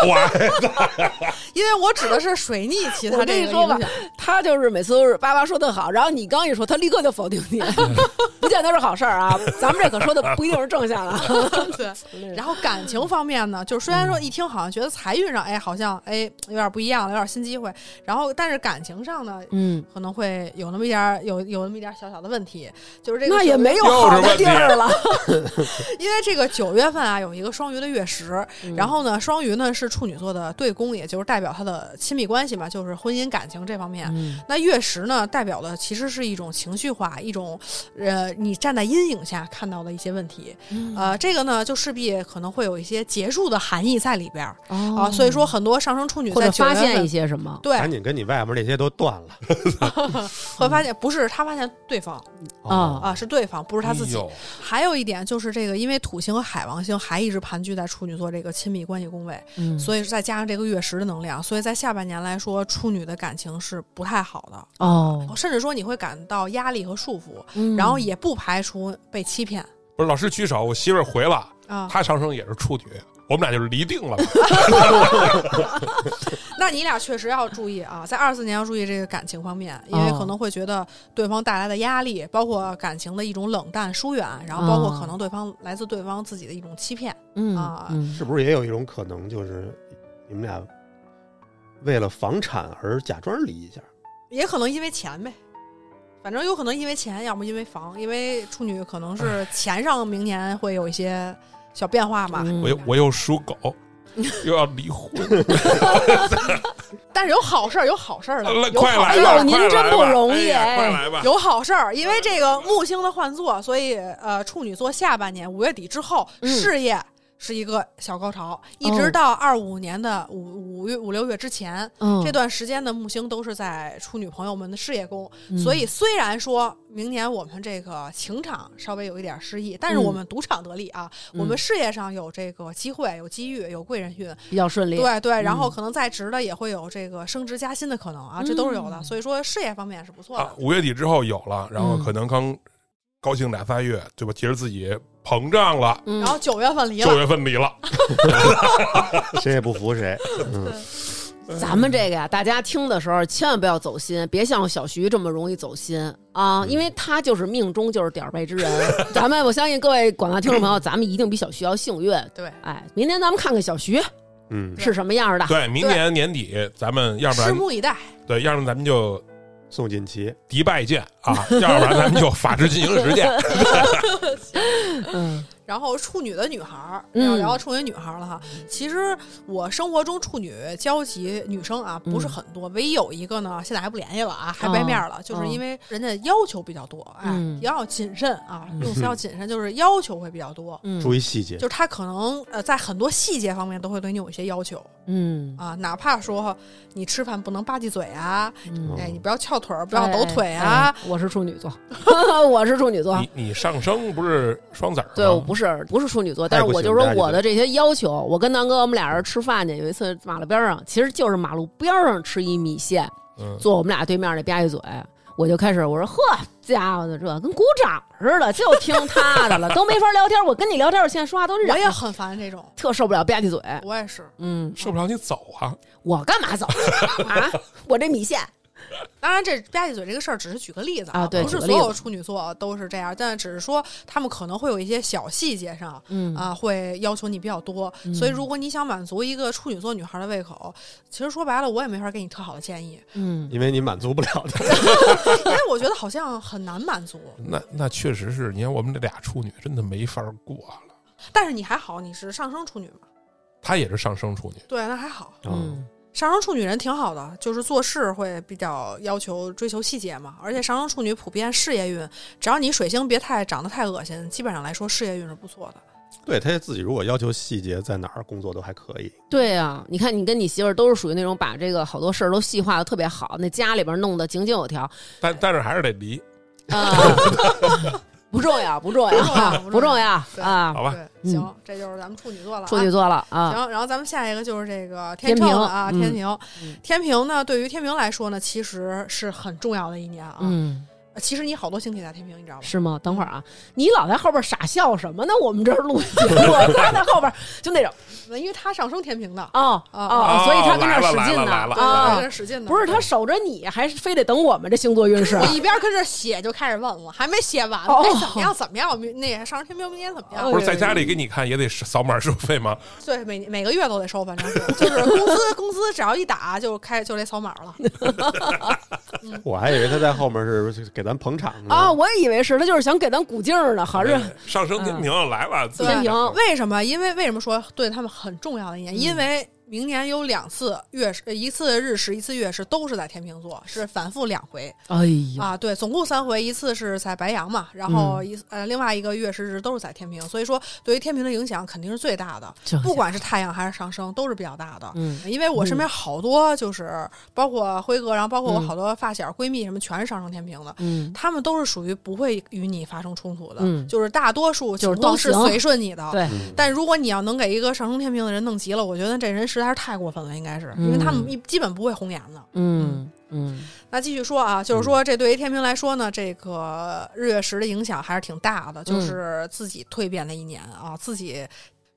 Speaker 4: 我还
Speaker 3: 因为我指的是水逆期，
Speaker 1: 我
Speaker 3: 它
Speaker 1: 跟
Speaker 3: 这
Speaker 1: 你
Speaker 3: 个
Speaker 1: 说吧
Speaker 3: 影响。
Speaker 1: 他就是每次都是爸爸说的好，然后你刚一说，他立刻就否定 你，不见得是好事儿啊。咱们这可说的不一定是正向啊的。
Speaker 3: 对， 然后感情方面呢，就是虽然
Speaker 1: 嗯
Speaker 3: 说一听好像觉得财运上，哎，好像哎有点不一样了，有点新机会，然后但是感情上呢，
Speaker 1: 嗯，
Speaker 3: 可能会有那么一点儿有有那么一点儿小小的问题，就是这个
Speaker 1: 那
Speaker 3: 九
Speaker 1: 也
Speaker 3: 月
Speaker 1: 没有
Speaker 4: 又是
Speaker 1: 好的
Speaker 4: 问
Speaker 1: 地
Speaker 4: 题
Speaker 1: 儿了。
Speaker 3: 因为这个九月份啊有一个双鱼的月食， 然
Speaker 1: 嗯
Speaker 3: 后呢双鱼呢是处女座的对宫，也就是代表他的亲密关系嘛，就是婚姻感情这方面。
Speaker 1: 嗯，
Speaker 3: 那月食呢代表的其实是一种情绪化，一种呃你站在阴影下看到的一些问题，
Speaker 1: 嗯
Speaker 3: 呃这个呢就势必可能会有一些结束的含义在里边儿、
Speaker 1: 嗯
Speaker 3: 啊，所以说很多上升处女
Speaker 1: 哦或
Speaker 3: 在
Speaker 1: 者
Speaker 3: 九月
Speaker 1: 发现一
Speaker 3: 份。
Speaker 1: 些什么，
Speaker 3: 对
Speaker 2: 赶，
Speaker 4: 哎
Speaker 2: 紧跟你外面那些都断了
Speaker 3: 会
Speaker 4: 嗯
Speaker 3: 发现不是他发现对方
Speaker 1: 啊
Speaker 2: 嗯
Speaker 3: 啊，是对方，不是他自己
Speaker 4: 哎。呦
Speaker 3: 还有一点就是这个，因为土星和海王星还一直盘踞在处女座这个亲密关系宫位，
Speaker 1: 嗯
Speaker 3: 所以再加上这个月食的能量，所以在下半年来说，处女的感情是不太好的，
Speaker 1: 哦，
Speaker 3: 甚至说你会感到压力和束缚，
Speaker 1: 嗯
Speaker 3: 然后也不排除被欺骗
Speaker 4: 不是老师举手，我媳妇儿回了，
Speaker 1: 嗯
Speaker 3: 啊。
Speaker 4: 她上升也是处女，我们俩就是离定了。
Speaker 3: 那你俩确实要注意啊，在二四年要注意这个感情方面，因为
Speaker 1: 哦
Speaker 3: 可能会觉得对方带来的压力，包括感情的一种冷淡、疏远，然后包
Speaker 1: 哦
Speaker 3: 括可能对方来自对方自己的一种欺骗。
Speaker 1: 嗯
Speaker 3: 啊
Speaker 1: 嗯
Speaker 2: 是不是也有一种可能，就是你们俩为了房产而假装 离一下？
Speaker 3: 也可能因为钱呗，反正有可能因为钱，要么因为房，因为处女可能是钱上明年会有一些小变化嘛。
Speaker 1: 嗯
Speaker 4: 我又我又属 狗，又要离婚，
Speaker 3: 但是有好事儿，有好事儿了，有
Speaker 4: 呃快
Speaker 3: 好
Speaker 4: 来
Speaker 3: 事
Speaker 4: 吧！
Speaker 1: 哎
Speaker 3: 儿
Speaker 1: 呦您
Speaker 4: 快来
Speaker 1: 真
Speaker 4: 吧
Speaker 1: 不容易
Speaker 4: 哎呀
Speaker 1: 哎
Speaker 4: 快来吧！
Speaker 3: 有好事儿，因为这个木星的换座，所以呃，处女座下半年五月底之后，
Speaker 1: 嗯
Speaker 3: 事业、是一个小高潮，一直到二五年的五五月五六月之前，
Speaker 1: 嗯，
Speaker 3: 这段时间的木星都是在处女朋友们的事业宫，
Speaker 1: 嗯
Speaker 3: 所以虽然说明年我们这个情场稍微有一点失意，但是
Speaker 1: 嗯
Speaker 3: 我们赌场得利啊，我们事业上有这个机会、有机遇、有贵人运，
Speaker 1: 比较顺利。
Speaker 3: 对对，然后
Speaker 1: 嗯
Speaker 3: 可能在职的也会有这个升职加薪的可能啊，这都是有的，
Speaker 1: 嗯
Speaker 3: 所以说事业方面是不错
Speaker 4: 啊，
Speaker 3: 的。
Speaker 4: 五月底之后有了，然后
Speaker 1: 嗯
Speaker 4: 可能刚高兴两三月，对吧？觉得自己膨胀了，
Speaker 1: 嗯，
Speaker 3: 然后九月份离
Speaker 4: 九
Speaker 3: 了，
Speaker 4: 月份离了，
Speaker 2: 谁也不 服谁。嗯，
Speaker 1: 咱们这个呀，大家听的时候千万不要走心，别像小徐这么容易走心啊，因为他就是命中就是点儿背之人。 咱们我相信各位广大听众朋友，咱们一定比小徐要幸运。
Speaker 3: 对，
Speaker 1: 哎，明天咱们看看小徐
Speaker 2: 嗯，
Speaker 1: 是什么样的。
Speaker 4: 对，明年年底咱们要不
Speaker 3: 拭
Speaker 4: 然
Speaker 3: 目以待。
Speaker 4: 对，要不然咱们就
Speaker 2: 宋锦旗，
Speaker 4: 迪拜见啊，要不然咱们就法治进行 时见。
Speaker 1: 嗯
Speaker 3: 然后处女的女孩儿，
Speaker 1: 嗯
Speaker 3: 要聊到处女女孩儿了哈。其实我生活中处女交集女生啊
Speaker 1: 嗯
Speaker 3: 不是很多，唯一有一个呢，现在还不联系了
Speaker 1: 哦
Speaker 3: 啊，还掰面了，就是因为人家要求比较多，哎，
Speaker 1: 嗯
Speaker 3: 也要谨慎啊，
Speaker 1: 嗯
Speaker 3: 用词要谨慎，就是要求会比较多。
Speaker 1: 嗯，
Speaker 2: 注
Speaker 1: 意，
Speaker 2: 意细节
Speaker 3: 就。是他可能呃，在很多细节方面都会对你有一些要求
Speaker 1: 嗯
Speaker 3: 啊，哪怕说你吃饭不能吧唧嘴啊，
Speaker 1: 嗯，
Speaker 3: 哎，你不要翘腿儿，不要抖腿
Speaker 1: 哎
Speaker 3: 啊，
Speaker 1: 哎我是处女 座，我是处女座。
Speaker 4: 你你上升不是双子儿吗？
Speaker 1: 对，我不是不是处女座，但是
Speaker 2: 不
Speaker 1: 我
Speaker 2: 行
Speaker 1: 就说
Speaker 2: 那就
Speaker 1: 我的这些要求，我跟南哥我们俩人吃饭去，有一次马路边上，其实就是马路边上吃一米线，
Speaker 4: 嗯，
Speaker 1: 坐我们俩对面那吧唧嘴，我就开始我说呵家伙的这跟鼓掌似的，就听他的了， 都没法聊天。我跟你聊天，我现在说话都是
Speaker 3: 我
Speaker 1: 嚷
Speaker 3: 也很烦这种，
Speaker 1: 特受不了吧唧嘴。
Speaker 3: 我也是。
Speaker 1: 嗯，
Speaker 4: 受不了你走啊！
Speaker 1: 我干嘛走 啊？我这米线，
Speaker 3: 当然，这吧唧嘴这个事儿只是举个例子
Speaker 1: 啊对
Speaker 3: 不是
Speaker 1: 举个
Speaker 3: 所
Speaker 1: 例子
Speaker 3: 有处女座啊都是这样，但只是说他们可能会有一些小细节上
Speaker 1: 嗯
Speaker 3: 啊，会要求你比较多。
Speaker 1: 嗯
Speaker 3: 所以，如果你想满足一个处女座女孩的胃口，其实说白了，我也没法给你特好的建议，
Speaker 1: 嗯，
Speaker 2: 因为你满足不了他，
Speaker 3: 因为我觉得好像很难满足。
Speaker 4: 那那确实是，你看我们这俩处女真的没法过了。
Speaker 3: 但是你还好，你是上升处女嘛？
Speaker 4: 她也是上升处女，
Speaker 3: 对，那还好。
Speaker 2: 哦
Speaker 1: 嗯
Speaker 3: 上升处女人挺好的，就是做事会比较要求追求细节嘛，而且上升处女普遍事业运，只要你水星别太长得太恶心，基本上来说事业运是不错的。
Speaker 2: 对他自己如果要求细节，在哪儿工作都还可以。
Speaker 1: 对啊，你看你跟你媳妇儿都是属于那种把这个好多事儿都细化的特别好，那家里边弄得井井有条
Speaker 4: 但但是还是得离，
Speaker 1: 啊。 不重要，不重要啊，
Speaker 3: 不
Speaker 1: 不
Speaker 3: 重
Speaker 1: 重要
Speaker 3: 对
Speaker 1: 啊！
Speaker 4: 好吧？
Speaker 3: 对，行，这就是咱们处女座了、啊。
Speaker 1: 处女座了啊，
Speaker 3: 行，然后咱们下一个就是这个
Speaker 1: 天
Speaker 3: 秤
Speaker 1: 平
Speaker 3: 了啊，
Speaker 1: 嗯
Speaker 3: 天平
Speaker 1: 嗯，
Speaker 3: 天平呢，对于天平来说呢，其实是很重要的一年啊。
Speaker 1: 嗯，
Speaker 3: 其实你好多星体在天平，你知道吗？
Speaker 1: 是吗？等会儿啊，你老在后边傻笑什么呢？我们这儿录节目，他在后边就那种
Speaker 3: 因为他上升天平的，
Speaker 1: 哦哦
Speaker 4: 哦
Speaker 1: 哦，所以他跟那儿使劲
Speaker 4: 来了
Speaker 1: 呢
Speaker 4: 来了
Speaker 3: 对，他在
Speaker 1: 啊
Speaker 3: 这！使劲呢。
Speaker 1: 不是他守着你，还是非得等我们这星座运势
Speaker 4: 啊
Speaker 1: 啊
Speaker 3: 我？一边跟这写就开始问了，还没写完呢，
Speaker 1: 哦
Speaker 3: 哎，怎么样？怎么样？明那上升天平明年怎么样
Speaker 1: 哦？
Speaker 4: 不是在家里给你看也得扫码收费吗？
Speaker 3: 对，每每个月都得收，反正是就是工资工资只要一打就开就得扫码了。
Speaker 2: 我还以为他在后面是给咱捧场呢。
Speaker 1: 啊，我也以为是他就是想给咱鼓劲儿呢，合着
Speaker 4: 对上升
Speaker 1: 嗯
Speaker 4: 天平来了，自己
Speaker 1: 天平
Speaker 3: 为什么？因为为什么说对他们很重要的
Speaker 1: 嗯
Speaker 3: 一年？因为明年有两次月食，呃一次日食，一次月食，都是在天秤座，是反复两回
Speaker 4: 嗯
Speaker 1: 哎嗯呀，
Speaker 3: 啊。对，总共三回，一次是在白羊嘛，然后一、呃另外一个月食日都是在天平，所以说对于天平的影响肯定是最大的，
Speaker 1: 这
Speaker 3: 不管是太阳还是上升都是比较大的。
Speaker 1: 嗯
Speaker 3: 因为我身边好多就是包括辉哥，然后包括我
Speaker 1: 嗯
Speaker 3: 好多发小、闺蜜什么，全是上升天平的。
Speaker 1: 嗯，
Speaker 3: 他们都是属于不会与你发生冲突的，
Speaker 1: 嗯
Speaker 3: 就是大多数
Speaker 1: 就是
Speaker 3: 情况
Speaker 1: 都
Speaker 3: 是
Speaker 1: 行
Speaker 3: 随顺你的。
Speaker 1: 对，
Speaker 2: 嗯
Speaker 3: 但如果你要能给一个上升天平的人弄急了，我觉得这人实在是太过分了，应该是，
Speaker 1: 嗯
Speaker 3: 因为他们一基本不会红眼的。
Speaker 1: 嗯嗯
Speaker 3: 那继续说啊，就是说这对于天平来说呢，这个日月食的影响还是挺大
Speaker 1: 嗯
Speaker 3: 的，就是自己蜕变的一年啊，自己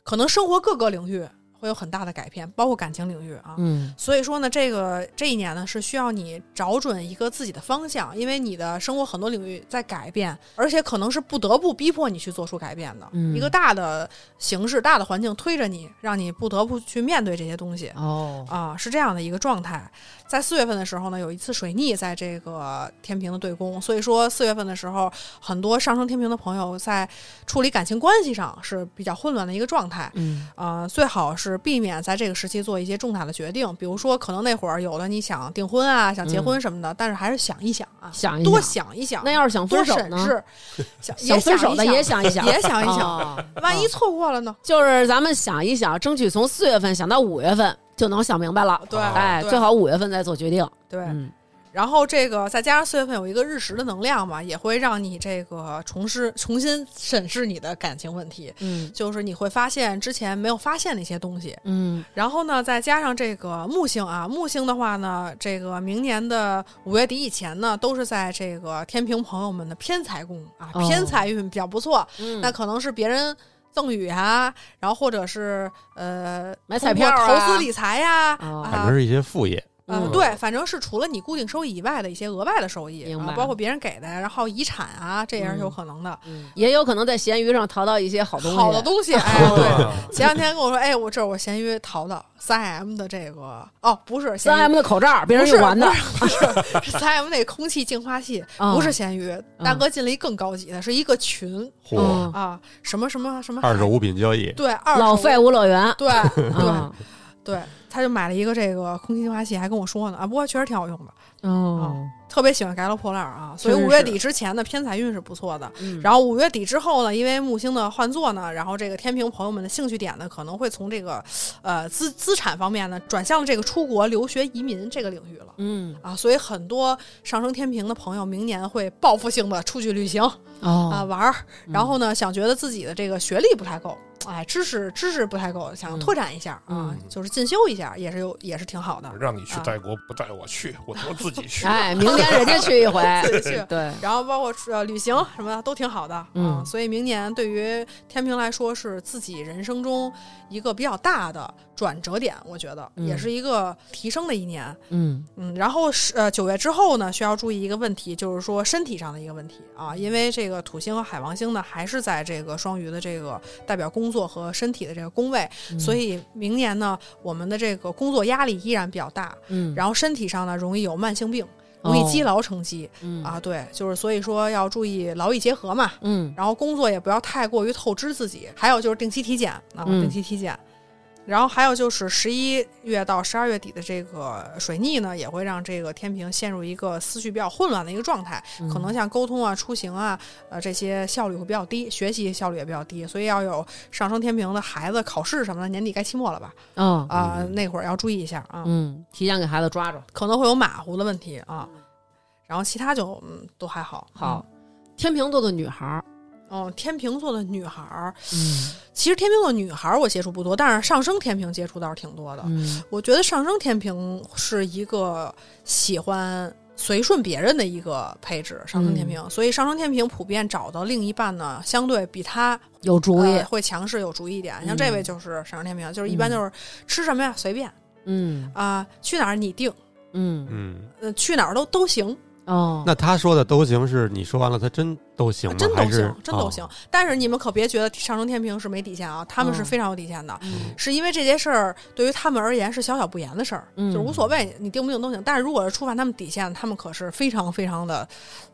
Speaker 3: 可能生活各个领域会有很大的改变，包括感情领域啊。
Speaker 1: 嗯
Speaker 3: 所以说呢，这个这一年呢是需要你找准一个自己的方向，因为你的生活很多领域在改变，而且可能是不得不逼迫你去做出改变的。
Speaker 1: 嗯
Speaker 3: 一个大的形势、大的环境推着你，让你不得不去面对这些东西。
Speaker 1: 哦
Speaker 3: 啊，是这样的一个状态。在四月份的时候呢，有一次水逆在这个天平的对宫，所以说四月份的时候，很多上升天平的朋友在处理感情关系上是比较混乱的一个状态。
Speaker 1: 嗯
Speaker 3: 啊，最好是就是避免在这个时期做一些重大的决定，比如说可能那会儿有的你想订婚啊，想结婚什么的，但是还是想一想
Speaker 1: 嗯
Speaker 3: 啊，
Speaker 1: 想一
Speaker 3: 多
Speaker 1: 想
Speaker 3: 想一想，
Speaker 1: 那要是想
Speaker 3: 多
Speaker 1: 分手
Speaker 3: 审
Speaker 1: 呢？
Speaker 3: 视， 想
Speaker 1: 想分手 的也
Speaker 3: 也
Speaker 1: 想一想，
Speaker 3: 也想一想，
Speaker 1: 哦
Speaker 3: 万一错过了呢？
Speaker 1: 就是咱们想一想，争取从四月份想到五月份就能想明白了。
Speaker 3: 对，
Speaker 1: 哎，
Speaker 3: 对
Speaker 1: 最好五月份再做决定。
Speaker 3: 对。
Speaker 1: 嗯，
Speaker 3: 然后这个再加上四月份有一个日食的能量嘛，也会让你这个重施重新审视你的感情问题，
Speaker 1: 嗯
Speaker 3: 就是你会发现之前没有发现的一些东西。
Speaker 1: 嗯
Speaker 3: 然后呢，再加上这个木星啊，木星的话呢，这个明年的五月底以前呢，都是在这个天平朋友们的偏财宫啊，
Speaker 1: 哦
Speaker 3: 偏财运比较不错，
Speaker 1: 嗯
Speaker 3: 那可能是别人。赠与啊，然后或者是呃
Speaker 1: 买彩票啊
Speaker 3: 通过投资理财呀、
Speaker 1: 哦
Speaker 3: 啊，
Speaker 2: 反正是一些副业，
Speaker 3: 嗯，
Speaker 1: 嗯
Speaker 3: 对，反正是除了你固定收益以外的一些额外的收益，
Speaker 1: 明
Speaker 3: 啊
Speaker 1: 白，
Speaker 3: 包括别人给的，然后遗产啊，这也是有可能的。
Speaker 1: 嗯，也有可能在闲鱼上淘到一些好东西。啊
Speaker 3: 好的东西， 哎，对。
Speaker 4: 啊
Speaker 3: 前两天跟我说，哎，我这是我闲鱼淘的三 M 的这个，哦，不是
Speaker 1: 三 M
Speaker 3: 的，
Speaker 1: 的口罩，别人
Speaker 3: 不是
Speaker 1: 用完的，
Speaker 3: 不是三 M 那空气净化器，
Speaker 1: 啊
Speaker 3: 不是闲鱼。大哥进了一更高级的，是一个群
Speaker 2: 嚯，
Speaker 3: 啊，什么什么什么
Speaker 2: 二手物品交易，
Speaker 3: 对二
Speaker 1: 嗯
Speaker 3: 手
Speaker 1: 老废物乐园。
Speaker 3: 对对
Speaker 1: 啊
Speaker 3: 对，他就买了一个这个空气净化器，还跟我说呢啊，不过确实挺好用的。
Speaker 1: 哦，
Speaker 3: 特别喜欢改了破烂儿啊，所以
Speaker 1: 真是
Speaker 3: 五月底之前的偏财运是不错的。
Speaker 1: 嗯
Speaker 3: 然后五月底之后呢，因为木星的换座呢，然后这个天平朋友们的兴趣点呢，可能会从这个呃资资产方面呢，转向这个出国留学移民这个领域了。
Speaker 1: 嗯
Speaker 3: 啊，所以很多上升天平的朋友，明年会报复性的出去旅行啊
Speaker 1: 哦，
Speaker 3: 玩儿，
Speaker 1: 嗯
Speaker 3: 然后呢，想觉得自己的这个学历不太够，哎，知识知识不太够，
Speaker 1: 嗯
Speaker 3: 想拓展一下啊
Speaker 1: 嗯，
Speaker 3: 就是进修一下，也是有也是挺好的。
Speaker 4: 让你去
Speaker 3: 啊
Speaker 4: 泰国不带我去，我他妈自己去。
Speaker 1: 哎，明年人家去一回，
Speaker 3: 自己去
Speaker 1: 对，
Speaker 3: 然后包括呃旅行什么的都挺好的，
Speaker 1: 嗯
Speaker 3: 啊所以明年对于天平来说是自己人生中一个比较大的转折点，我觉得、
Speaker 1: 嗯
Speaker 3: 也是一个提升的一年，
Speaker 1: 嗯
Speaker 3: 嗯，然后是呃九月之后呢，需要注意一个问题，就是说身体上的一个问题啊，因为这个土星和海王星呢还是在这个双鱼的这个代表工作和身体的这个宫位，
Speaker 1: 嗯
Speaker 3: 所以明年呢我们的这个工作压力依然比较大，
Speaker 1: 嗯，哦
Speaker 3: 然后身体上呢容易有慢性病，容易积
Speaker 1: 了
Speaker 3: 劳成疾。啊，，对，就是所以说要注意劳逸结合嘛，
Speaker 1: 嗯
Speaker 3: 然后工作也不要太过于透支自己，还有就是定期体检啊，
Speaker 1: 嗯
Speaker 3: 定期体检。然后还有就是十一月到十二月底的这个水逆呢，也会让这个天平陷入一个思绪比较混乱的一个状态，
Speaker 1: 嗯，
Speaker 3: 可能像沟通啊、出行啊，呃这些效率会比较低，学习效率也比较低，所以要有上升天平的孩子考试什么的，年底该期末了吧？
Speaker 1: 哦，
Speaker 3: 啊、
Speaker 2: 嗯
Speaker 3: 那会儿要注意一下啊。
Speaker 1: 嗯，提前给孩子抓住。
Speaker 3: 可能会有马虎的问题啊。然后其他就嗯都还好。
Speaker 1: 好，天秤座的女孩儿，
Speaker 3: 嗯，嗯，天秤座的女孩儿，
Speaker 1: 嗯
Speaker 3: 其实天秤座女孩儿我接触不多，但是上升天平接触倒是挺多的。
Speaker 1: 嗯
Speaker 3: 我觉得上升天平是一个喜欢随顺别人的一个配置，
Speaker 1: 嗯
Speaker 3: 上升天平，所以上升天平普遍找到另一半呢，相对比他
Speaker 1: 有主意
Speaker 3: 呃，会强势有主意一点。像
Speaker 1: 嗯
Speaker 3: 这位就是上升天平，就是一般
Speaker 1: 嗯
Speaker 3: 就是吃什么呀随便
Speaker 1: 嗯
Speaker 3: 啊、去哪儿你定，
Speaker 1: 嗯
Speaker 2: 嗯，
Speaker 3: 呃，去哪儿都都行。
Speaker 1: 哦，
Speaker 2: 那他说的都行，是你说完了，他真都行
Speaker 1: 啊
Speaker 2: 吗？
Speaker 3: 真都
Speaker 2: 还是哦
Speaker 3: 行，真都行。。但是你们可别觉得上升天平是没底线啊，他们是
Speaker 1: 嗯
Speaker 3: 非常有底线的，
Speaker 1: 嗯
Speaker 3: 是因为这些事儿对于他们而言是小小不言的事儿，
Speaker 1: 嗯
Speaker 3: 就是无所谓，你定不定都行。但是如果是触犯他们底线，他们可是非常非常的。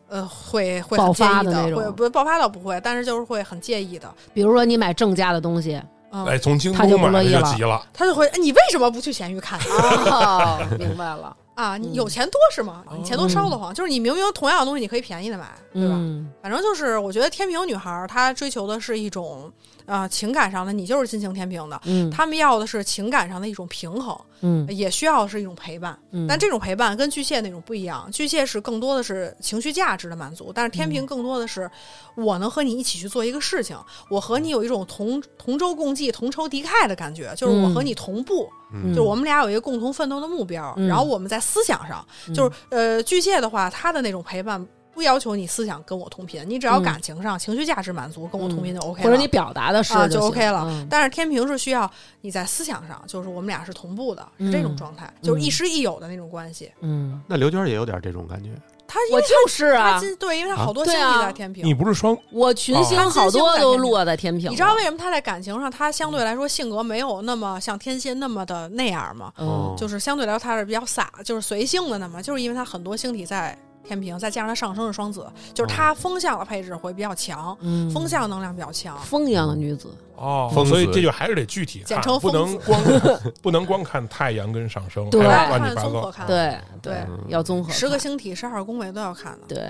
Speaker 3: 呃，会会很
Speaker 1: 爆
Speaker 3: 介
Speaker 1: 发
Speaker 3: 意
Speaker 1: 的那种
Speaker 3: 会不爆发倒不会，但是就是会很介意的。
Speaker 1: 比如说你买正价的东西，
Speaker 3: 嗯，
Speaker 4: 哎，从京
Speaker 1: 他就
Speaker 4: 东
Speaker 1: 不乐
Speaker 4: 买的
Speaker 1: 意
Speaker 4: 就
Speaker 1: 了
Speaker 4: 急了，
Speaker 3: 他就会，哎你为什么不去闲鱼看啊
Speaker 1: 哦，明白了，
Speaker 3: 啊？你
Speaker 1: 嗯
Speaker 3: 有钱多是吗？你钱多
Speaker 1: 嗯
Speaker 3: 烧得慌，就是你明明同样的东西，你可以便宜的买，对吧？
Speaker 1: 嗯
Speaker 3: 反正就是，我觉得天平女孩儿她追求的是一种，呃，情感上的，你就是金星天平的，
Speaker 1: 嗯
Speaker 3: 她们要的是情感上的一种平衡，
Speaker 1: 嗯
Speaker 3: 也需要是一种陪伴。
Speaker 1: 嗯，
Speaker 3: 哎但这种陪伴跟巨蟹那种不一样，巨蟹是更多的是情绪价值的满足，但是
Speaker 1: 嗯
Speaker 3: 天平更多的是我能和你一起去做一个事情，我和你有一种同同舟共济、同仇敌忾的感觉，就是我和你同步，
Speaker 2: 嗯
Speaker 3: 就是我们俩有一个共同奋斗的目标，
Speaker 1: 嗯
Speaker 3: 然后我们在思想上，
Speaker 1: 嗯
Speaker 3: 就是呃，巨蟹的话，他的那种陪伴。不要求你思想跟我同频，你只要
Speaker 1: 嗯
Speaker 3: 感情上、情绪价值满足，跟我同频就 OK
Speaker 1: 或
Speaker 3: 了。
Speaker 1: 者你表达的是
Speaker 3: 啊
Speaker 1: 就
Speaker 3: 就 OK 了
Speaker 1: 行，嗯
Speaker 3: 但是天平是需要你在思想上，就是我们俩是同步的，是这种
Speaker 1: 嗯
Speaker 3: 状态，就是一
Speaker 1: 嗯
Speaker 3: 师一友的那种关系。
Speaker 1: 嗯，
Speaker 2: 那刘娟也有点这种感觉，
Speaker 3: 他因
Speaker 1: 我
Speaker 3: 为
Speaker 1: 就是
Speaker 3: 他
Speaker 1: 啊，
Speaker 3: 金对，因为他
Speaker 2: 啊
Speaker 3: 好多
Speaker 1: 对
Speaker 3: 星
Speaker 1: 啊
Speaker 3: 系在天平，
Speaker 4: 你啊不是双
Speaker 1: 我群星好多都落在天平，
Speaker 3: 哦你知道为什么他在感情上他相对来说性格没有那么像天蝎那么的那样吗？
Speaker 1: 嗯
Speaker 2: 哦
Speaker 3: 就是相对来说他是比较洒，就是随性的那么，就是因为他很多星体在天平，再加上它上升是双子，就是
Speaker 4: 哦
Speaker 3: 它风向的配置会比较强，
Speaker 1: 嗯
Speaker 3: 风向啊能量比较强。
Speaker 4: 嗯
Speaker 1: 风一样的女子，
Speaker 4: 哦
Speaker 2: 疯，子
Speaker 4: 所以这就还是得具体看
Speaker 3: 简称，
Speaker 4: 不
Speaker 3: 疯
Speaker 4: 能
Speaker 3: 子
Speaker 4: 光不能光看太阳跟上升，
Speaker 1: 对
Speaker 4: 还
Speaker 3: 要
Speaker 4: 要乱
Speaker 3: 看
Speaker 4: 七八
Speaker 3: 综合
Speaker 4: 糟。
Speaker 3: 看，
Speaker 1: 对对
Speaker 3: 对，
Speaker 4: 嗯
Speaker 2: 嗯
Speaker 1: 要综合
Speaker 3: 十个
Speaker 1: 看
Speaker 3: 星体、十二宫位都要看的。
Speaker 1: 对。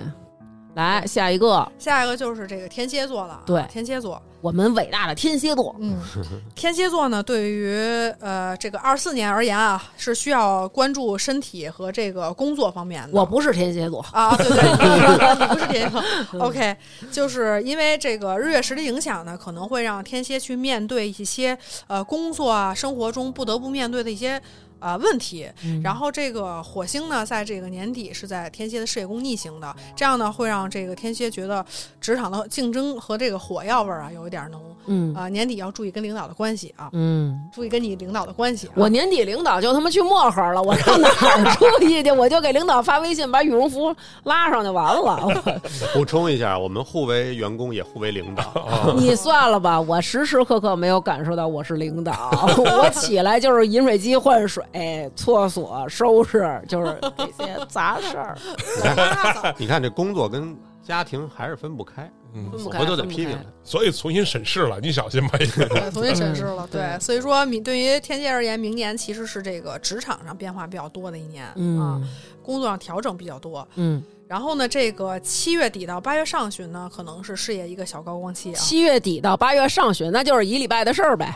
Speaker 1: 来下一个，
Speaker 3: 下一个就是这个天蝎座了啊，
Speaker 1: 对
Speaker 3: 天蝎座，
Speaker 1: 我们伟大的天蝎座，
Speaker 3: 嗯，天蝎座呢，对于呃这个二四年而言啊，是需要关注身体和这个工作方面的。
Speaker 1: 我不是天蝎座，
Speaker 3: 啊，对对， 对你不是天蝎座。OK，就是因为这个日月食的影响呢，可能会让天蝎去面对一些呃工作啊、生活中不得不面对的一些呃问题。
Speaker 1: 嗯
Speaker 3: 然后这个火星呢，在这个年底是在天蝎的事业宫逆行的，这样呢会让这个天蝎觉得职场的竞争和这个火药味儿啊有一点浓
Speaker 1: 嗯
Speaker 3: 啊、年底要注意跟领导的关系啊，
Speaker 1: 嗯。
Speaker 3: 注意跟你领导的关系啊、
Speaker 1: 我年底领导就他妈去漠河了，我上哪儿注意去？我就给领导发微信，把羽绒服拉上就完了。
Speaker 2: 补充一下，我们互为员工，也互为领导。
Speaker 1: 我你算了吧，我时时刻刻没有感受到我是领导，我起来就是饮水机换水、厕所收拾，就是这些杂事儿。
Speaker 2: 你看这工作跟家庭还是分不开，
Speaker 4: 嗯
Speaker 1: 分不开
Speaker 2: 回头得批评
Speaker 1: 分不
Speaker 2: 他。
Speaker 4: 所以重新审视了，你 小心吧。
Speaker 3: 对，重新审视了。
Speaker 1: 嗯对
Speaker 3: 对，所以说明对于天蝎而言，明年其实是这个职场上变化比较多的一年、啊，工作上调整比较多。
Speaker 1: 嗯，
Speaker 3: 然后呢，这个七月底到八月上旬呢，可能是事业一个小高光期啊。
Speaker 1: 七月底到八月上旬，那就是一礼拜的事儿呗。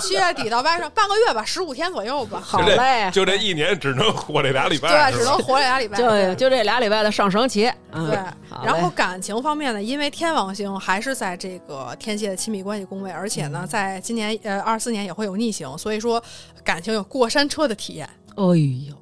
Speaker 3: 七月底到八月上半个月吧，十五天左右吧。
Speaker 1: 好嘞，
Speaker 4: 就这一年只能活这俩礼拜，
Speaker 3: 对，
Speaker 4: 是
Speaker 3: 只
Speaker 4: 吧
Speaker 3: 能活俩礼拜。
Speaker 1: 就就这俩礼拜的上升期。嗯
Speaker 3: 对，
Speaker 1: 好嘞
Speaker 3: 然后感情方面呢，因为天王星还是在这个天蝎的亲密关系宫位，而且
Speaker 1: 嗯
Speaker 3: 呢，在今年呃二四年也会有逆行，所以说感情有过山车的体验。
Speaker 1: 哎呦，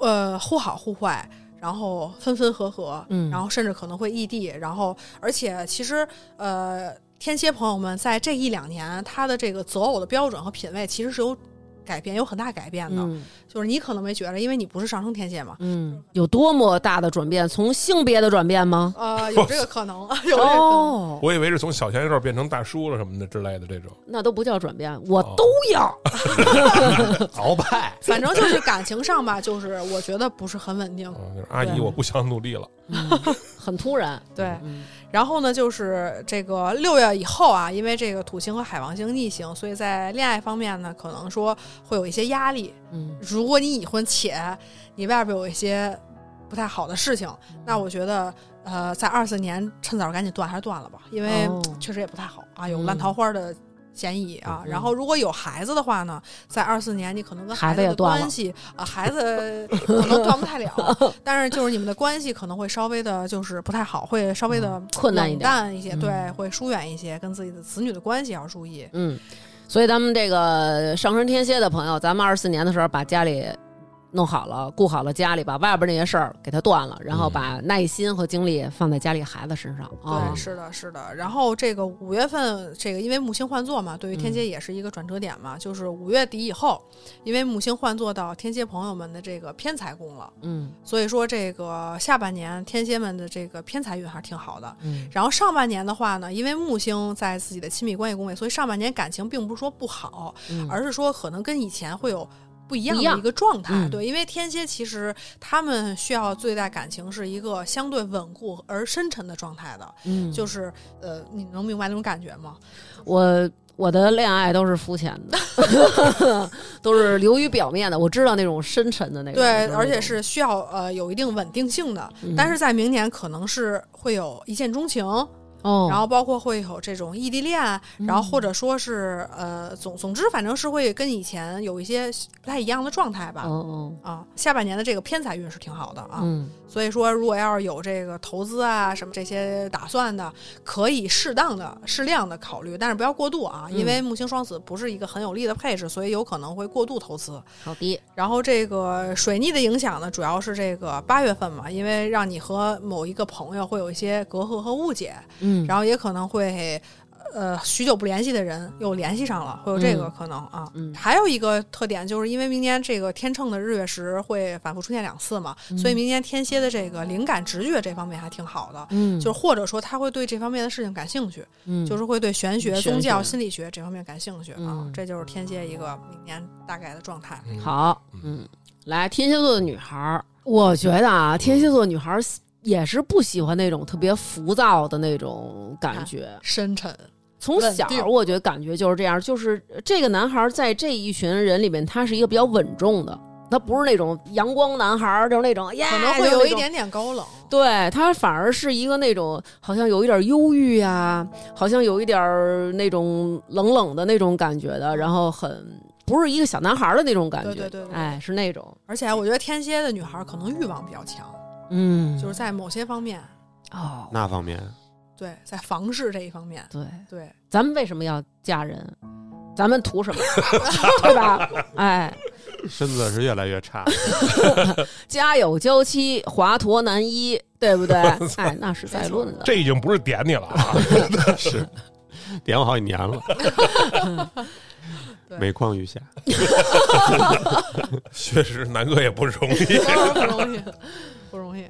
Speaker 3: 呃互好互坏，然后分分合合，
Speaker 1: 嗯
Speaker 3: 然后甚至可能会异地，然后而且其实呃，天蝎朋友们在这一两年，他的这个择偶的标准和品味其实是有改变，有很大改变的，
Speaker 1: 嗯
Speaker 3: 就是你可能没觉得，因为你不是上升天蝎嘛。
Speaker 1: 嗯，有多么大的转变？从性别的转变吗？
Speaker 3: 呃，有这个可能， 有这个可能。
Speaker 1: 哦，
Speaker 4: 我以为是从小鲜肉变成大叔了什么的之类的这种。
Speaker 1: 那都不叫转变，我
Speaker 4: 哦
Speaker 1: 都要。
Speaker 2: 鳌拜，
Speaker 3: 反正就是感情上吧，就是我觉得不是很稳定。
Speaker 4: 嗯就是阿姨，
Speaker 1: 对
Speaker 4: 我不想努力了。
Speaker 1: 嗯很突然，
Speaker 3: 对，
Speaker 1: 嗯
Speaker 3: 然后呢，就是这个六月以后啊，因为这个土星和海王星逆行，所以在恋爱方面呢，可能说会有一些压力。
Speaker 1: 嗯，
Speaker 3: 如果你已婚且你外边有一些不太好的事情，那我觉得，呃，在二四年趁早赶紧断，还是断了吧，因为
Speaker 1: 哦
Speaker 3: 确实也不太好啊，有
Speaker 1: 嗯
Speaker 3: 烂桃花的嫌疑啊。
Speaker 1: 嗯
Speaker 3: 然后如果有孩子的话呢，在二四年你可能跟
Speaker 1: 孩子也
Speaker 3: 的
Speaker 1: 断了
Speaker 3: 关系啊，孩子可能断不 太了，但是就是你们的关系可能会稍微的，就是不太好，会稍微的
Speaker 1: 嗯困难一点
Speaker 3: 冷淡一些，
Speaker 1: 嗯
Speaker 3: 对，会疏远一些，跟自己的子女的关系要注意。
Speaker 1: 嗯，所以咱们这个上升天蝎的朋友，咱们二四年的时候把家里弄好了，顾好了家里，把外边那些事儿给他断了，
Speaker 3: 嗯
Speaker 1: 然后把耐心和精力放在家里孩子身上啊
Speaker 3: 对，。是的，是的。然后这个五月份，这个因为木星换座嘛，对于天
Speaker 1: 嗯
Speaker 3: 蝎也是一个转折点嘛，就是五月底以后，因为木星换座到天蝎朋友们的这个偏财宫了，
Speaker 1: 嗯
Speaker 3: 所以说这个下半年天蝎们的这个偏财运还是挺好的。
Speaker 1: 嗯
Speaker 3: 然后上半年的话呢，因为木星在自己的亲密关系宫位，所以上半年感情并不是说不好，
Speaker 1: 嗯，
Speaker 3: 而是说可能跟以前会有不一样
Speaker 1: 不
Speaker 3: 的
Speaker 1: 一样
Speaker 3: 一个状态。
Speaker 1: 嗯
Speaker 3: 对，因为天蝎其实他们需要对待感情是一个相对稳固而深沉的状态的，
Speaker 1: 嗯
Speaker 3: 就是呃，你能明白那种感觉吗？
Speaker 1: 我我的恋爱都是肤浅的， 都是流于表面的。我知道那种深沉的那种，
Speaker 3: 对，
Speaker 1: 就是
Speaker 3: 而且
Speaker 1: 那种
Speaker 3: 是需要呃有一定稳定性的，
Speaker 1: 嗯
Speaker 3: 但是在明年可能是会有一见钟情，
Speaker 1: 哦，嗯
Speaker 3: 然后包括会有这种异地恋，然后或者说是呃，总总之反正是会跟以前有一些不太一样的状态吧。
Speaker 1: 哦哦，
Speaker 3: 啊，下半年的这个偏财运是挺好的啊，
Speaker 1: 嗯
Speaker 3: 所以说，如果要是有这个投资啊什么这些打算的，可以适当的、适量的考虑，但是不要过度啊，
Speaker 1: 嗯
Speaker 3: 因为木星双子不是一个很有利的配置，所以有可能会过度投资。
Speaker 1: 好的，
Speaker 3: 然后这个水逆的影响呢，主要是这个八月份嘛，因为让你和某一个朋友会有一些隔阂和误解，
Speaker 1: 嗯，
Speaker 3: 然后也可能会。呃，许久不联系的人又联系上了，会有这个
Speaker 1: 嗯
Speaker 3: 可能啊。
Speaker 1: 嗯
Speaker 3: 还有一个特点就是，因为明年这个天秤的日月食会反复出现两次嘛，所以明年天蝎的这个灵感直觉这方面还挺好的，
Speaker 1: 嗯，
Speaker 3: 就是或者说他会对这方面的事情感兴趣，
Speaker 1: 嗯
Speaker 3: 就是会对玄学、
Speaker 1: 玄学
Speaker 3: 宗教、心理学这方面感兴趣、啊
Speaker 1: 嗯。
Speaker 3: 这就是天蝎一个明年大概的状态。
Speaker 4: 嗯，
Speaker 1: 好，嗯，来，天蝎座的女孩儿，我觉得啊，天蝎座女孩儿也是不喜欢那种特别浮躁的那种感觉。
Speaker 3: 深沉，
Speaker 1: 从
Speaker 3: 稳
Speaker 1: 小
Speaker 3: 定
Speaker 1: 我觉得感觉就是这样，就是这个男孩儿在这一群人里面，他是一个比较稳重的，他不是那种阳光男孩儿，就是那种耶，
Speaker 3: 可能
Speaker 1: 就是
Speaker 3: 会有
Speaker 1: 那
Speaker 3: 一
Speaker 1: 种
Speaker 3: 点点高冷。
Speaker 1: 对他反而是一个那种好像有一点忧郁呀、好像有一点儿那种冷冷的那种感觉的，然后很不是一个小男孩儿的那种感觉，
Speaker 3: 对对对对对
Speaker 1: 哎，是那种，
Speaker 3: 而且我觉得天蝎的女孩可能欲望比较强，
Speaker 1: 嗯，
Speaker 3: 就是在某些方面，
Speaker 1: 哦，
Speaker 2: 那方面，
Speaker 3: 对，在房事这一方面，
Speaker 1: 对，
Speaker 3: 对，
Speaker 1: 咱们为什么要嫁人？咱们图 什么？对吧？哎，
Speaker 2: 身子是越来越差。
Speaker 1: 家有娇妻，华佗难医，对不对？哎，那是在论的。
Speaker 4: 这已经不是点你了 啊！
Speaker 2: 是，点我好几年了，
Speaker 3: 对
Speaker 2: 每况愈下。
Speaker 4: 确实，南哥也不容易。
Speaker 3: 不容易，不容易。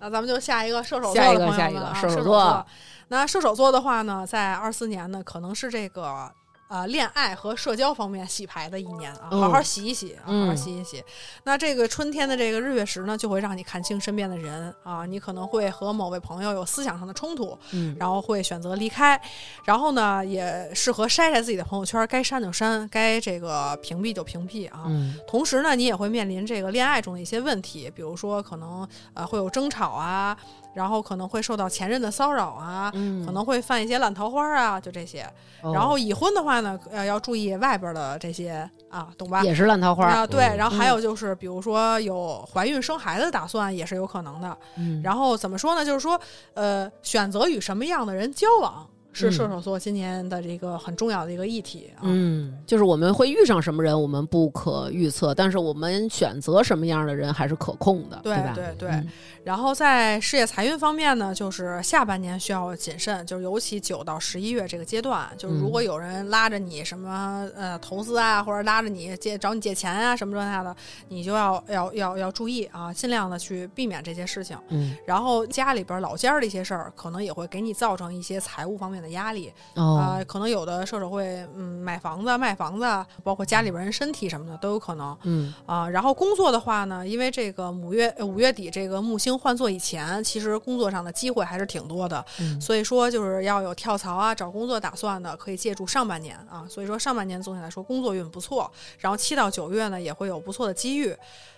Speaker 3: 那咱们就下一个射手座
Speaker 1: 下一个
Speaker 3: 的朋友们
Speaker 1: 下
Speaker 3: 啊，
Speaker 1: 一个射
Speaker 3: 射
Speaker 1: 手
Speaker 3: 手
Speaker 1: 座
Speaker 3: 座。那射手座的话呢，在二四年呢，可能是这个呃恋爱和社交方面洗牌的一年啊，
Speaker 1: 嗯
Speaker 3: 好好洗一洗，啊，
Speaker 1: 嗯
Speaker 3: 好好洗一洗。那这个春天的这个日月食呢，就会让你看清身边的人啊，你可能会和某位朋友有思想上的冲突，
Speaker 1: 嗯，
Speaker 3: 然后会选择离开，然后呢，也适合筛筛自己的朋友圈，该删就删，该这个屏蔽就屏蔽啊。
Speaker 1: 嗯
Speaker 3: 同时呢，你也会面临这个恋爱中的一些问题，比如说可能呃会有争吵啊，然后可能会受到前任的骚扰啊，
Speaker 1: 嗯
Speaker 3: 可能会犯一些烂桃花啊，就这些。
Speaker 1: 哦
Speaker 3: 然后已婚的话呢，呃要注意外边的这些啊，懂吧？
Speaker 1: 也是烂桃花，
Speaker 3: 啊，对，
Speaker 2: 嗯
Speaker 3: 然后还有就是，比如说有怀孕生孩子的打算也是有可能的。
Speaker 1: 嗯
Speaker 3: 然后怎么说呢？就是说，呃，选择与什么样的人交往是射手座今年的这个很重要的一个议题啊。
Speaker 1: 嗯，就是我们会遇上什么人，我们不可预测，但是我们选择什么样的人还是可控的，
Speaker 3: 对
Speaker 1: 吧？
Speaker 3: 对对
Speaker 1: 嗯
Speaker 3: 然后在事业财运方面呢，就是下半年需要谨慎，就是尤其九到十一月这个阶段，
Speaker 1: 嗯
Speaker 3: 就是如果有人拉着你什么呃投资啊，或者拉着你借找你借钱啊什么这那的，你就要要要要注意啊，尽量的去避免这些事情。
Speaker 1: 嗯，
Speaker 3: 然后家里边老家儿的一些事儿，可能也会给你造成一些财务方面的压力啊、
Speaker 1: 哦，
Speaker 3: 可能有的射手会嗯买房子、卖房子，啊包括家里边人身体什么的都有可能。
Speaker 1: 嗯
Speaker 3: 啊，然后工作的话呢，因为这个五月呃五月底这个木星换座以前，其实工作上的机会还是挺多的，
Speaker 1: 嗯
Speaker 3: 所以说就是要有跳槽啊、找工作打算的，可以借助上半年啊。所以说上半年总体来说工作运不错，然后七到九月呢也会有不错的机遇，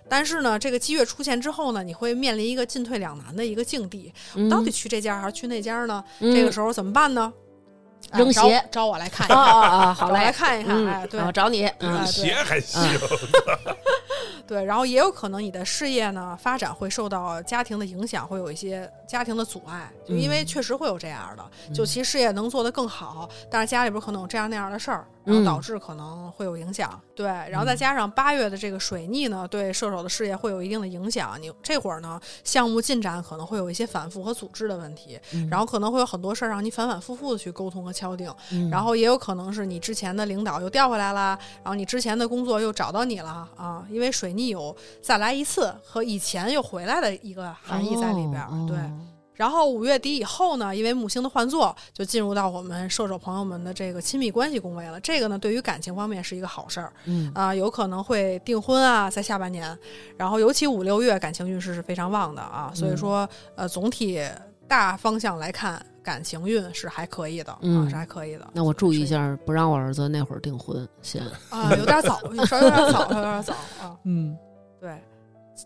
Speaker 3: 但是呢这个机遇出现之后呢，你会面临一个进退两难的一个境地，
Speaker 1: 嗯
Speaker 3: 到底去这家还是去那家呢？这个时候怎么办呢？啊
Speaker 1: 扔
Speaker 3: 找我
Speaker 1: 鞋
Speaker 3: 找我来看一
Speaker 1: 啊
Speaker 3: 看，
Speaker 1: 啊啊，好
Speaker 3: 找我来
Speaker 1: 嘞，
Speaker 3: 看一看，
Speaker 1: 嗯
Speaker 3: 哎，对
Speaker 1: 啊，找你，嗯
Speaker 3: 啊对
Speaker 4: 鞋还行，
Speaker 3: 对，然后也有可能你的事业呢发展会受到家庭的影响，会有一些家庭的阻碍，就因为
Speaker 1: 嗯
Speaker 3: 确实会有这样的，
Speaker 1: 嗯
Speaker 3: 就其实事业能做得更好，但是家里边可能有这样那样的事儿，然后
Speaker 1: 嗯
Speaker 3: 导致可能会有影响。对，然后再加上八月的这个水逆呢，对射手的事业会有一定的影响。你这会儿呢，项目进展可能会有一些反复和组织的问题，
Speaker 1: 嗯
Speaker 3: 然后可能会有很多事儿让你反反复复的去沟通和敲定。
Speaker 1: 嗯
Speaker 3: 然后也有可能是你之前的领导又调回来啦，然后你之前的工作又找到你了啊，因为水逆有再来一次和以前又回来的一个含义在里边儿，
Speaker 1: 哦
Speaker 3: 对。
Speaker 1: 哦
Speaker 3: 然后五月底以后呢，因为木星的换座，就进入到我们射手朋友们的这个亲密关系宫位了。这个呢，对于感情方面是一个好事儿
Speaker 1: 嗯
Speaker 3: 啊、有可能会订婚啊，在下半年。然后尤其五六月感情运势是非常旺的啊，所
Speaker 1: 嗯
Speaker 3: 以说呃，总体大方向来看，感情运是还可以的啊，
Speaker 1: 嗯
Speaker 3: 是还可以的。
Speaker 1: 那我注意一下，不让我儿子那会儿订婚先。
Speaker 3: 啊，有点早，稍微有点早，有点早啊。
Speaker 1: 嗯，
Speaker 3: 对，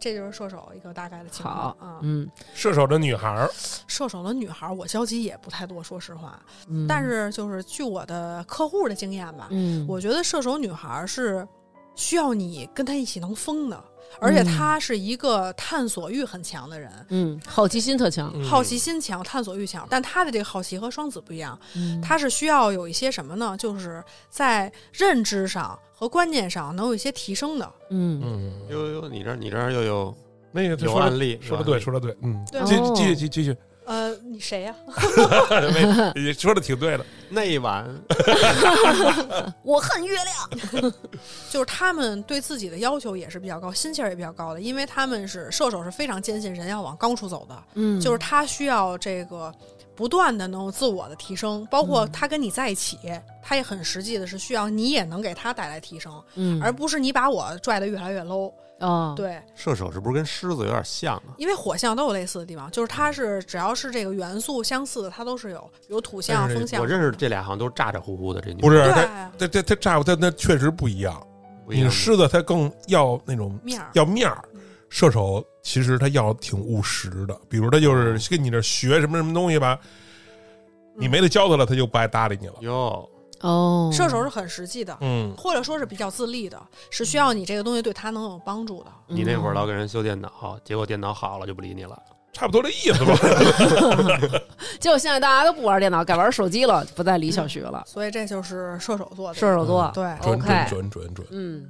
Speaker 3: 这就是射手一个大概的情况
Speaker 1: 好
Speaker 3: 啊。
Speaker 1: 嗯
Speaker 4: 射手的女孩儿，
Speaker 3: 射手的女孩儿，我交集也不太多，说实话。
Speaker 1: 嗯，
Speaker 3: 但是就是据我的客户的经验吧，
Speaker 1: 嗯，
Speaker 3: 我觉得射手女孩儿是需要你跟她一起能疯的，而且她是一个探索欲很强的人。
Speaker 1: 嗯好奇心特强，
Speaker 3: 好奇心强，探索欲强，但她的这个好奇和双子不一样，
Speaker 1: 嗯
Speaker 3: 她是需要有一些什么呢？就是在认知上和观念上能有一些提升的。
Speaker 1: 嗯
Speaker 4: 嗯，
Speaker 2: 呦呦，你这你这又有
Speaker 4: 那个他
Speaker 2: 有
Speaker 4: 说的
Speaker 2: 案例，
Speaker 4: 说的
Speaker 2: 的
Speaker 4: 对，说的对，嗯，
Speaker 3: 对
Speaker 4: 继
Speaker 1: 哦
Speaker 4: 继续继续继续，
Speaker 3: 呃，你谁呀、
Speaker 4: 也说的挺对的，
Speaker 2: 那一晚，
Speaker 1: 我恨月亮。
Speaker 3: 就是他们对自己的要求也是比较高，心气儿也比较高的，因为他们是射手，是非常坚信人要往高处走的，
Speaker 1: 嗯，
Speaker 3: 就是他需要这个不断的能有自我的提升，包括他跟你在一起，他也很实际的是需要你也能给他带来提升，
Speaker 1: 嗯，
Speaker 3: 而不是你把我拽得越来越 low。
Speaker 1: 哦，，
Speaker 3: 对，
Speaker 2: 射手是不是跟狮子有点像啊？
Speaker 3: 因为火象都有类似的地方，就是它是只要是这个元素相似的，它都是有，比如土象、
Speaker 2: 但
Speaker 3: 风
Speaker 2: 是
Speaker 3: 象。
Speaker 2: 我认识这俩好像都是咋咋呼呼的，这
Speaker 4: 不是
Speaker 3: 对
Speaker 4: 他，他他他炸他那确实不一样。
Speaker 2: 不一
Speaker 4: 你
Speaker 2: 样
Speaker 4: 狮子他更要那种
Speaker 3: 面儿，
Speaker 4: 要面儿，射手其实他要挺务实的。比如他就是跟你这学什么什么东西吧，
Speaker 3: 嗯
Speaker 4: 你没得教他了，他就不爱搭理你了。
Speaker 2: 哟，
Speaker 1: 哦，
Speaker 3: 射手是很实际的，
Speaker 4: 嗯，
Speaker 3: 或者说是比较自立的，是需要你这个东西对他能有帮助的。
Speaker 2: 你那会
Speaker 4: 嗯
Speaker 2: 儿
Speaker 1: 了，
Speaker 2: 老给人修电脑，结果电脑好了就不理你了。
Speaker 4: 差不多这意思 吧。
Speaker 1: 结果现在大家都不玩电脑，改玩手机了，不再理小学了。
Speaker 3: 所以这就是射手座的
Speaker 1: 射手座，
Speaker 3: 嗯对。
Speaker 4: 准
Speaker 1: OK
Speaker 4: 准准准准，
Speaker 1: 嗯，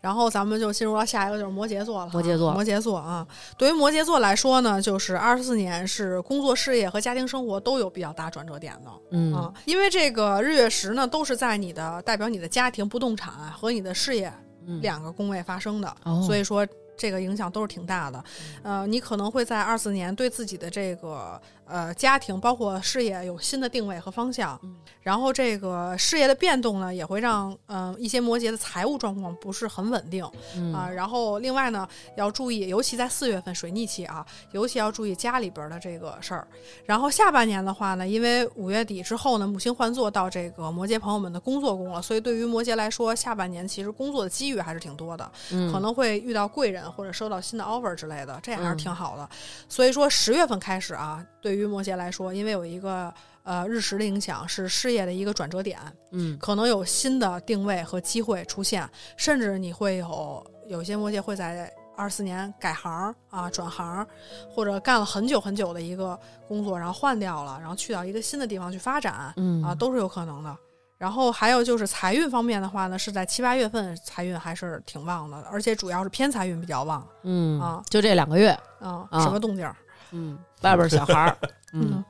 Speaker 3: 然后咱们就进入到下一个，就是摩羯座了啊。
Speaker 1: 摩羯座
Speaker 3: 摩羯座啊，对于摩羯座来说呢，就是二十四年是工作、事业和家庭生活都有比较大转折点的。
Speaker 1: 嗯
Speaker 3: 啊，因为这个日月食呢，都是在你的代表你的家庭、不动产啊和你的事业
Speaker 1: 嗯
Speaker 3: 两个宫位发生的，
Speaker 1: 哦嗯
Speaker 3: 所以说这个影响都是挺大的。呃，你可能会在二四年对自己的这个呃家庭，包括事业有新的定位和方向，
Speaker 1: 嗯
Speaker 3: 然后这个事业的变动呢，也会让嗯、呃一些摩羯的财务状况不是很稳定啊、
Speaker 1: 嗯
Speaker 3: 然后另外呢，要注意，尤其在四月份水逆期啊，尤其要注意家里边儿的这个事儿。然后下半年的话呢，因为五月底之后呢，木星换座到这个摩羯朋友们的工作宫了，所以对于摩羯来说，下半年其实工作的机遇还是挺多的，
Speaker 1: 嗯
Speaker 3: 可能会遇到贵人或者收到新的 offer 之类的，这还是挺好的。所以说十月份开始啊，对于摩羯来说，因为有一个呃日食的影响，是事业的一个转折点，
Speaker 1: 嗯
Speaker 3: 可能有新的定位和机会出现，甚至你会有有些摩羯会在二四年改行啊、转行，或者干了很久很久的一个工作，然后换掉了，然后去到一个新的地方去发展
Speaker 1: 嗯
Speaker 3: 啊，都是有可能的。然后还有就是财运方面的话呢，是在七八月份财运还是挺旺的，而且主要是偏财运比较旺
Speaker 1: 嗯
Speaker 3: 啊
Speaker 1: 就这两个月，
Speaker 3: 啊，
Speaker 1: 啊
Speaker 3: 什么动静儿？
Speaker 1: 嗯，外边小孩 儿，嗯
Speaker 3: 嗯，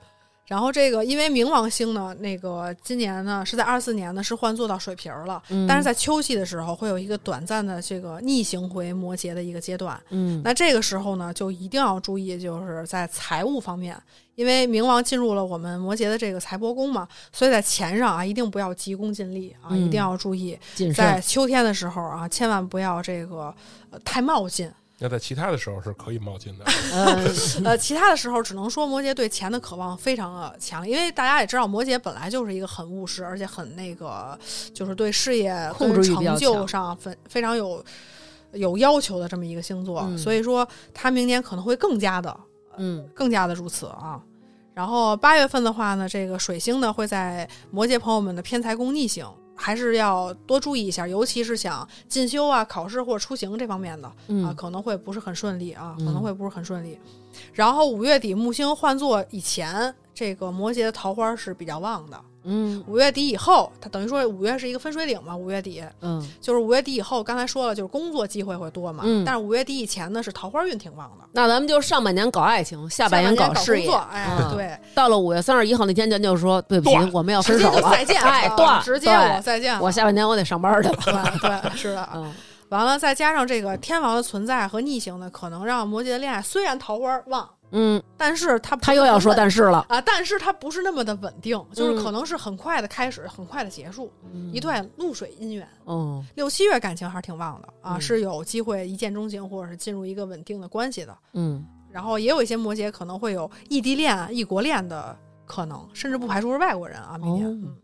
Speaker 3: 然后这个因为冥王星呢，那个今年呢是在二四年呢是换座到水瓶儿了，
Speaker 1: 嗯
Speaker 3: 但是在秋季的时候会有一个短暂的这个逆行回摩羯的一个阶段。
Speaker 1: 嗯
Speaker 3: 那这个时候呢，就一定要注意，就是在财务方面，因为冥王进入了我们摩羯的这个财帛宫嘛，所以在钱上啊，一定不要急功近利啊，
Speaker 1: 嗯
Speaker 3: 一定要注意，
Speaker 1: 谨
Speaker 3: 在
Speaker 1: 慎，
Speaker 3: 秋天的时候啊，千万不要这个、呃太 冒进。
Speaker 4: 那在其他的时候是可以冒进的。
Speaker 1: 嗯
Speaker 3: 呃，其他的时候只能说摩羯对钱的渴望非常的强烈，因为大家也知道摩羯本来就是一个很务实，而且很那个，就是对事业
Speaker 1: 控制欲
Speaker 3: 对
Speaker 1: 比较
Speaker 3: 成就
Speaker 1: 强
Speaker 3: 上非非常有有要求的这么一个星座，
Speaker 1: 嗯
Speaker 3: 所以说他明年可能会更加的
Speaker 1: 嗯
Speaker 3: 更加的如此啊。然后八月份的话呢，这个水星呢会在摩羯朋友们的偏财宫逆行，还是要多注意一下，尤其是想进修啊、考试或者出行这方面的。 啊，
Speaker 1: 嗯
Speaker 3: 可能会不是很顺利啊，
Speaker 1: 嗯
Speaker 3: 可能会不是很顺利。然后五月底木星换座以前，这个摩羯的桃花是比较旺的。
Speaker 1: 嗯
Speaker 3: 五月底以后，它等于说五月是一个分水岭嘛，五月底
Speaker 1: 嗯，
Speaker 3: 就是五月底以后，刚才说了，就是工作机会会多嘛。
Speaker 1: 嗯
Speaker 3: 但是五月底以前呢，是桃花运挺旺的。
Speaker 1: 那咱们就上半年搞爱情，下
Speaker 3: 下半
Speaker 1: 年
Speaker 3: 搞
Speaker 1: 事
Speaker 3: 工作
Speaker 1: 业。
Speaker 3: 哎，
Speaker 1: 嗯
Speaker 3: 对，
Speaker 1: 到了五月三十一号那天，咱就说对不起
Speaker 4: 断，
Speaker 1: 我们要
Speaker 3: 哦直
Speaker 1: 分
Speaker 3: 接
Speaker 1: 手
Speaker 3: 就
Speaker 1: 了，
Speaker 3: 再见了，
Speaker 1: 哎，断，
Speaker 3: 直接
Speaker 1: 对
Speaker 3: 我啊再见了，
Speaker 1: 我下半年我得上班去了。
Speaker 3: 对对是的，
Speaker 1: 嗯
Speaker 3: 完了，再加上这个天王的存在和逆行呢，可能让摩羯的恋爱虽然桃花旺，
Speaker 1: 嗯，
Speaker 3: 但是它不
Speaker 1: 他又要说
Speaker 3: 是很稳
Speaker 1: 但是了，
Speaker 3: 啊，但是它不是那么的稳定，就是
Speaker 1: 嗯
Speaker 3: 可能是很快的开始，很快的结束，嗯一段露水姻缘。
Speaker 1: 嗯
Speaker 3: 六七月感情还是挺旺的啊，
Speaker 1: 嗯
Speaker 3: 是有机会一见钟情，或者是进入一个稳定的关系的。
Speaker 1: 嗯
Speaker 3: 然后也有一些摩羯可能会有异地恋、啊异国恋的可能，甚至不排除是外国人啊。明年、
Speaker 1: 哦
Speaker 3: 嗯、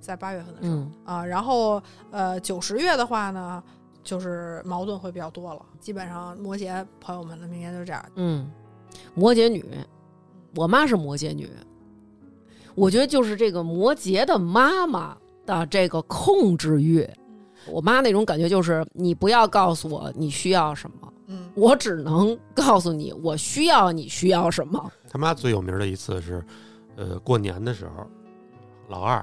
Speaker 3: 在八月份的时候、
Speaker 1: 嗯，
Speaker 3: 啊，然后呃九十月的话呢，就是矛盾会比较多了。基本上摩羯朋友们的明年就是这样。
Speaker 1: 嗯，摩羯女，我妈是摩羯女，我觉得就是这个摩羯的妈妈的这个控制欲，
Speaker 3: 嗯
Speaker 1: 我妈那种感觉就是你不要告诉我你需要什么，
Speaker 3: 嗯，
Speaker 1: 我只能告诉你我需要你需要什么。
Speaker 2: 他妈最有名的一次是，呃，过年的时候，老二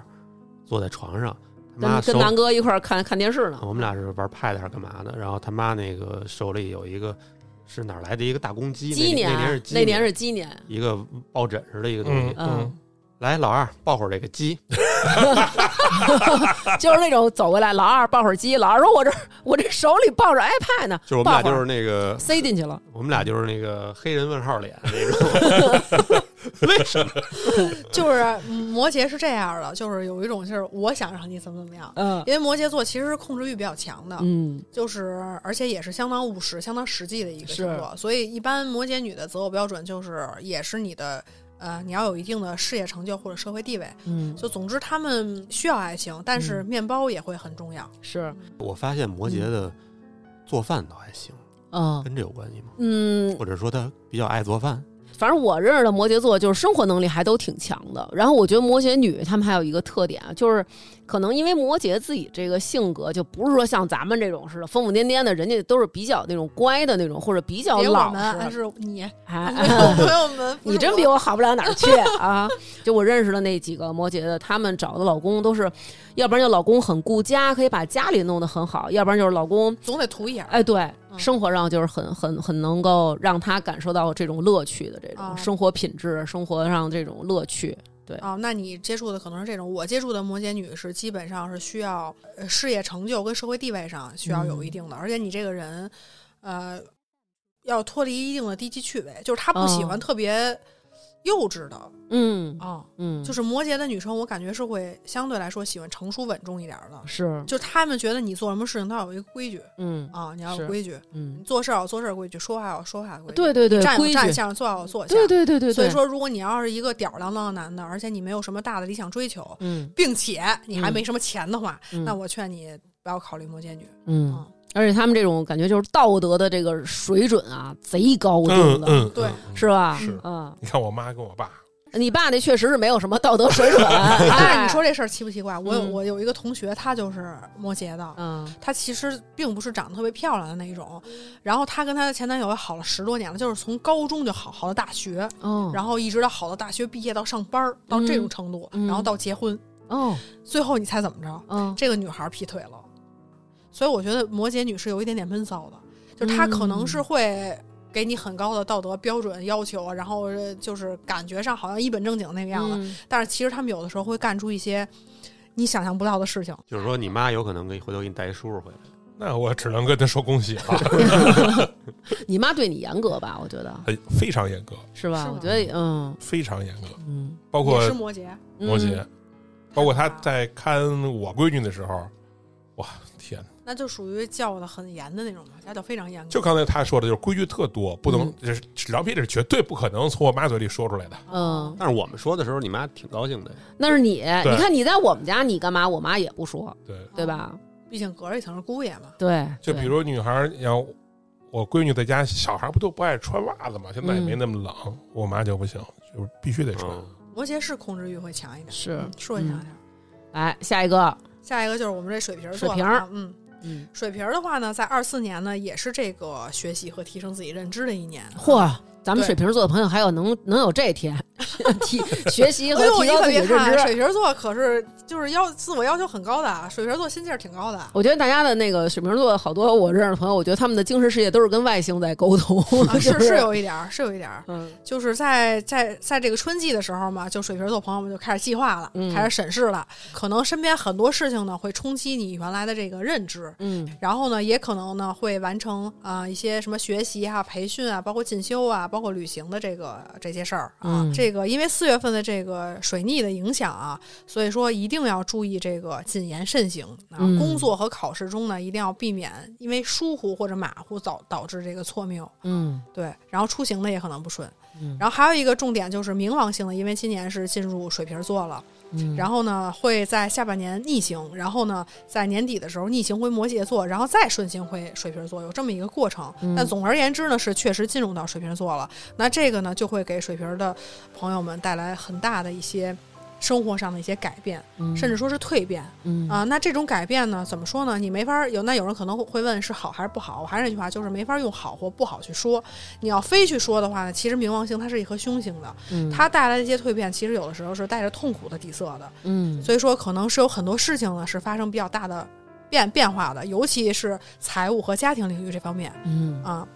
Speaker 2: 坐在床上，他妈
Speaker 1: 跟跟
Speaker 2: 手，
Speaker 1: 南哥一块儿看看电视呢，
Speaker 2: 啊我们俩是玩 pad 还是干嘛的？然后他妈那个手里有一个是哪儿来的一个大公鸡，
Speaker 1: 鸡
Speaker 2: 那那年是
Speaker 1: 年
Speaker 2: 鸡，
Speaker 1: 那年是鸡年，
Speaker 2: 一个抱枕似的一个东
Speaker 4: 嗯
Speaker 2: 西。
Speaker 1: 嗯
Speaker 4: 嗯，
Speaker 2: 来，老二抱会儿这个鸡，
Speaker 1: 就是那种走过来，老二抱会儿鸡，老二说我这我这手里抱着 iPad 呢，
Speaker 2: 就是我们
Speaker 1: 抱
Speaker 2: 俩
Speaker 1: 会
Speaker 2: 就
Speaker 1: 儿
Speaker 2: 是那个，
Speaker 1: 塞进去了。
Speaker 2: 我们俩就是那个黑人问号脸 那种。为什么？
Speaker 3: 就是嗯摩羯是这样的，就是有一种就是我想让你怎么怎么样，
Speaker 1: 嗯
Speaker 3: 因为摩羯座其实是控制欲比较强的，
Speaker 1: 嗯，
Speaker 3: 就是而且也是相当务实、相当实际的一个星座，所以一般摩羯女的择偶标准就是也是你的呃，你要有一定的事业成就或者社会地位。
Speaker 1: 嗯，
Speaker 3: 就总之，他们需要爱情，但是面包也会很重要。
Speaker 1: 是，
Speaker 2: 我发现摩羯的做饭倒还行，
Speaker 1: 嗯
Speaker 2: 跟这有关系吗？
Speaker 1: 嗯，
Speaker 2: 或者说他比较爱做饭？
Speaker 1: 反正我认识的摩羯座就是生活能力还都挺强的。然后我觉得摩羯女她们还有一个特点啊，就是可能因为摩羯自己这个性格，就不是说像咱们这种似的疯疯癫癫的，人家都是比较那种乖的那种，或者比较
Speaker 3: 别我
Speaker 1: 老
Speaker 3: 们还
Speaker 1: 实。
Speaker 3: 是 你，
Speaker 1: 哎，
Speaker 3: 没有
Speaker 1: 哎
Speaker 3: 没有我们，不
Speaker 1: 你
Speaker 3: 是
Speaker 1: 真比我好不了哪儿去啊！ 就我认识的那几个摩羯的，他们找的老公都是，要不然就老公很顾家，可以把家里弄得很好；要不然就是老公
Speaker 3: 总得图一眼儿。
Speaker 1: 哎，对，
Speaker 3: 嗯
Speaker 1: 生活上就是很很很能够让他感受到这种乐趣的这
Speaker 3: 啊
Speaker 1: 种生活品质，生活上这种乐趣。
Speaker 3: 哦，那你接触的可能是这种，我接触的摩羯女是基本上是需要呃事业成就跟社会地位上需要有
Speaker 1: 嗯
Speaker 3: 一定的，而且你这个人，呃，要脱离一定的低级趣味，就是她不喜
Speaker 1: 哦
Speaker 3: 欢特别幼稚的啊、
Speaker 1: 嗯嗯，
Speaker 3: 就是摩羯的女生，我感觉是会相对来说喜欢成熟稳重一点儿的，
Speaker 1: 是
Speaker 3: 就她们觉得你做什么事情都要有一个规矩
Speaker 1: 嗯
Speaker 3: 啊，你要
Speaker 1: 是
Speaker 3: 有规矩，你
Speaker 1: 嗯，
Speaker 3: 做事儿要有做事儿规矩，说话要有说话规矩，
Speaker 1: 对对对，
Speaker 3: 站有
Speaker 1: 规
Speaker 3: 站
Speaker 1: 矩，
Speaker 3: 相，坐要有坐相。
Speaker 1: 对对对对对，
Speaker 3: 所以说，如果你要是一个吊儿郎当的男的，而且你没有什么大的理想追求，
Speaker 1: 嗯，
Speaker 3: 并且你还
Speaker 1: 嗯
Speaker 3: 没什么钱的话，
Speaker 1: 嗯
Speaker 3: 那我劝你不要考虑摩羯女。
Speaker 1: 嗯，
Speaker 3: 嗯，
Speaker 1: 而且他们这种感觉就是道德的这个水准啊，贼高
Speaker 4: 嗯
Speaker 1: 定的，
Speaker 4: 嗯，
Speaker 3: 对
Speaker 4: 嗯
Speaker 1: 是吧？
Speaker 4: 是
Speaker 1: 嗯，
Speaker 4: 你看我妈跟我爸，
Speaker 1: 你爸那确实是没有什么道德水 准，
Speaker 3: 但是
Speaker 1: 哎
Speaker 3: 你说，这事儿奇不奇怪？我有
Speaker 1: 嗯
Speaker 3: 我有一个同学，她就是摩羯的，
Speaker 1: 嗯
Speaker 3: 她其实并不是长得特别漂亮的那一种，然后她跟她的前男友也好了十多年了，就是从高中就好好到大学，
Speaker 1: 哦，
Speaker 3: 然后一直到好到大学毕业到上班儿到这种程度，
Speaker 1: 嗯
Speaker 3: 然后到结婚，
Speaker 1: 哦
Speaker 3: 最后你猜怎么着？
Speaker 1: 哦，
Speaker 3: 这个女孩儿劈腿了，所以我觉得摩羯女是有一点点闷骚的，就是她可能是
Speaker 1: 嗯
Speaker 3: 会给你很高的道德标准要求，然后呃就是感觉上好像一本正经那个样子，
Speaker 1: 嗯
Speaker 3: 但是其实他们有的时候会干出一些你想象不到的事情。
Speaker 2: 就是说你妈有可能给你回头给你带一叔叔回来。
Speaker 4: 那我只能跟她说恭喜啊了，
Speaker 3: 嗯
Speaker 1: 你妈对你严格吧？我觉得
Speaker 4: 很非常严格，
Speaker 1: 是吧？
Speaker 3: 是
Speaker 1: 我
Speaker 3: 吗
Speaker 1: 觉得嗯
Speaker 4: 非常严格，
Speaker 1: 嗯，
Speaker 4: 包括
Speaker 3: 也是摩羯，
Speaker 4: 摩羯，
Speaker 1: 嗯
Speaker 4: 包括她在看我闺女的时候，哇天哪！
Speaker 3: 那就属于教的很严的那种吧，家教非常严格。
Speaker 4: 就刚才她说的，就是规矩特多，不能，这是凉皮，这是绝对不可能从我妈嘴里说出来的。
Speaker 1: 嗯，
Speaker 2: 但是我们说的时候，你妈挺高兴的。
Speaker 1: 那是你，哎你看你在我们家，你干嘛？我妈也不
Speaker 3: 哦
Speaker 1: 说，
Speaker 4: 对，
Speaker 1: 对？吧？
Speaker 3: 嗯毕竟隔着一层是姑爷嘛。
Speaker 1: 对，
Speaker 4: 就
Speaker 1: 对
Speaker 4: 比如女孩儿，你要我闺女在家，小孩儿不都不爱穿袜子吗？现在也
Speaker 1: 嗯
Speaker 4: 没那么冷，我妈就不行，就是必须得穿。
Speaker 2: 嗯，
Speaker 3: 摩羯是控制欲会强一点，
Speaker 1: 是
Speaker 3: 嗯说一下点。
Speaker 1: 来下一个，
Speaker 3: 下一个就是我们这水瓶座
Speaker 1: 水瓶
Speaker 3: 了啊，嗯，
Speaker 1: 嗯，
Speaker 3: 水瓶儿的话呢，在二四年呢，也是这个学习和提升自己认知的一年。啊
Speaker 1: 嚯，咱们
Speaker 3: 对
Speaker 1: 水瓶座的朋友还有能能有这 天， 提学习和
Speaker 3: 哎呦，
Speaker 1: 提
Speaker 3: 你
Speaker 1: 高
Speaker 3: 可
Speaker 1: 自己
Speaker 3: 别
Speaker 1: 认
Speaker 3: 看
Speaker 1: 知。啊
Speaker 3: 水瓶座，可是就是要自我要求很高的啊，水瓶座心劲儿挺 高的啊。
Speaker 1: 我觉得大家的那个水瓶座好多我认识的朋友，我觉得他们的精神世界都是跟外星在沟通，
Speaker 3: 啊
Speaker 1: 就是
Speaker 3: 是，有一点儿，是有一点儿，
Speaker 1: 嗯
Speaker 3: 就是在在在这个春季的时候嘛，就水瓶座朋友们就开始计划了，
Speaker 1: 嗯
Speaker 3: 开始审视了，可能身边很多事情呢会冲击你原来的这个认知，
Speaker 1: 嗯
Speaker 3: 然后呢，也可能呢会完成啊、呃一些什么学习啊、培训啊，包括进修啊，包括旅行的这个这些事儿啊。
Speaker 1: 嗯
Speaker 3: 这个因为四月份的这个水逆的影响啊，所以说一定要注意这个谨言慎行啊。
Speaker 1: 嗯
Speaker 3: 工作和考试中呢，一定要避免因为疏忽或者马虎导导致这个错谬。
Speaker 1: 嗯
Speaker 3: 对，然后出行呢也可能不顺。
Speaker 1: 嗯
Speaker 3: 然后还有一个重点就是冥王星呢，因为今年是进入水瓶座了，
Speaker 1: 嗯，
Speaker 3: 然后呢，会在下半年逆行，然后呢，在年底的时候逆行回摩羯座，然后再顺行回水瓶座，有这么一个过程。
Speaker 1: 嗯
Speaker 3: 但总而言之呢，是确实进入到水瓶座了。那这个呢，就会给水瓶的朋友们带来很大的一些生活上的一些改变，
Speaker 1: 嗯
Speaker 3: 甚至说是蜕变
Speaker 1: 嗯
Speaker 3: 啊、那这种改变呢，怎么说呢？你没法儿有，那有人可能会问是好还是不好？我还是那句话，就是没法儿用好或不好去说。你要非去说的话呢，其实冥王星它是一颗凶星的，
Speaker 1: 嗯
Speaker 3: 它带来的一些蜕变，其实有的时候是带着痛苦的底色的。
Speaker 1: 嗯
Speaker 3: 所以说可能是有很多事情呢是发生比较大的变变化的，尤其是财务和家庭领域这方面
Speaker 1: 嗯
Speaker 3: 啊。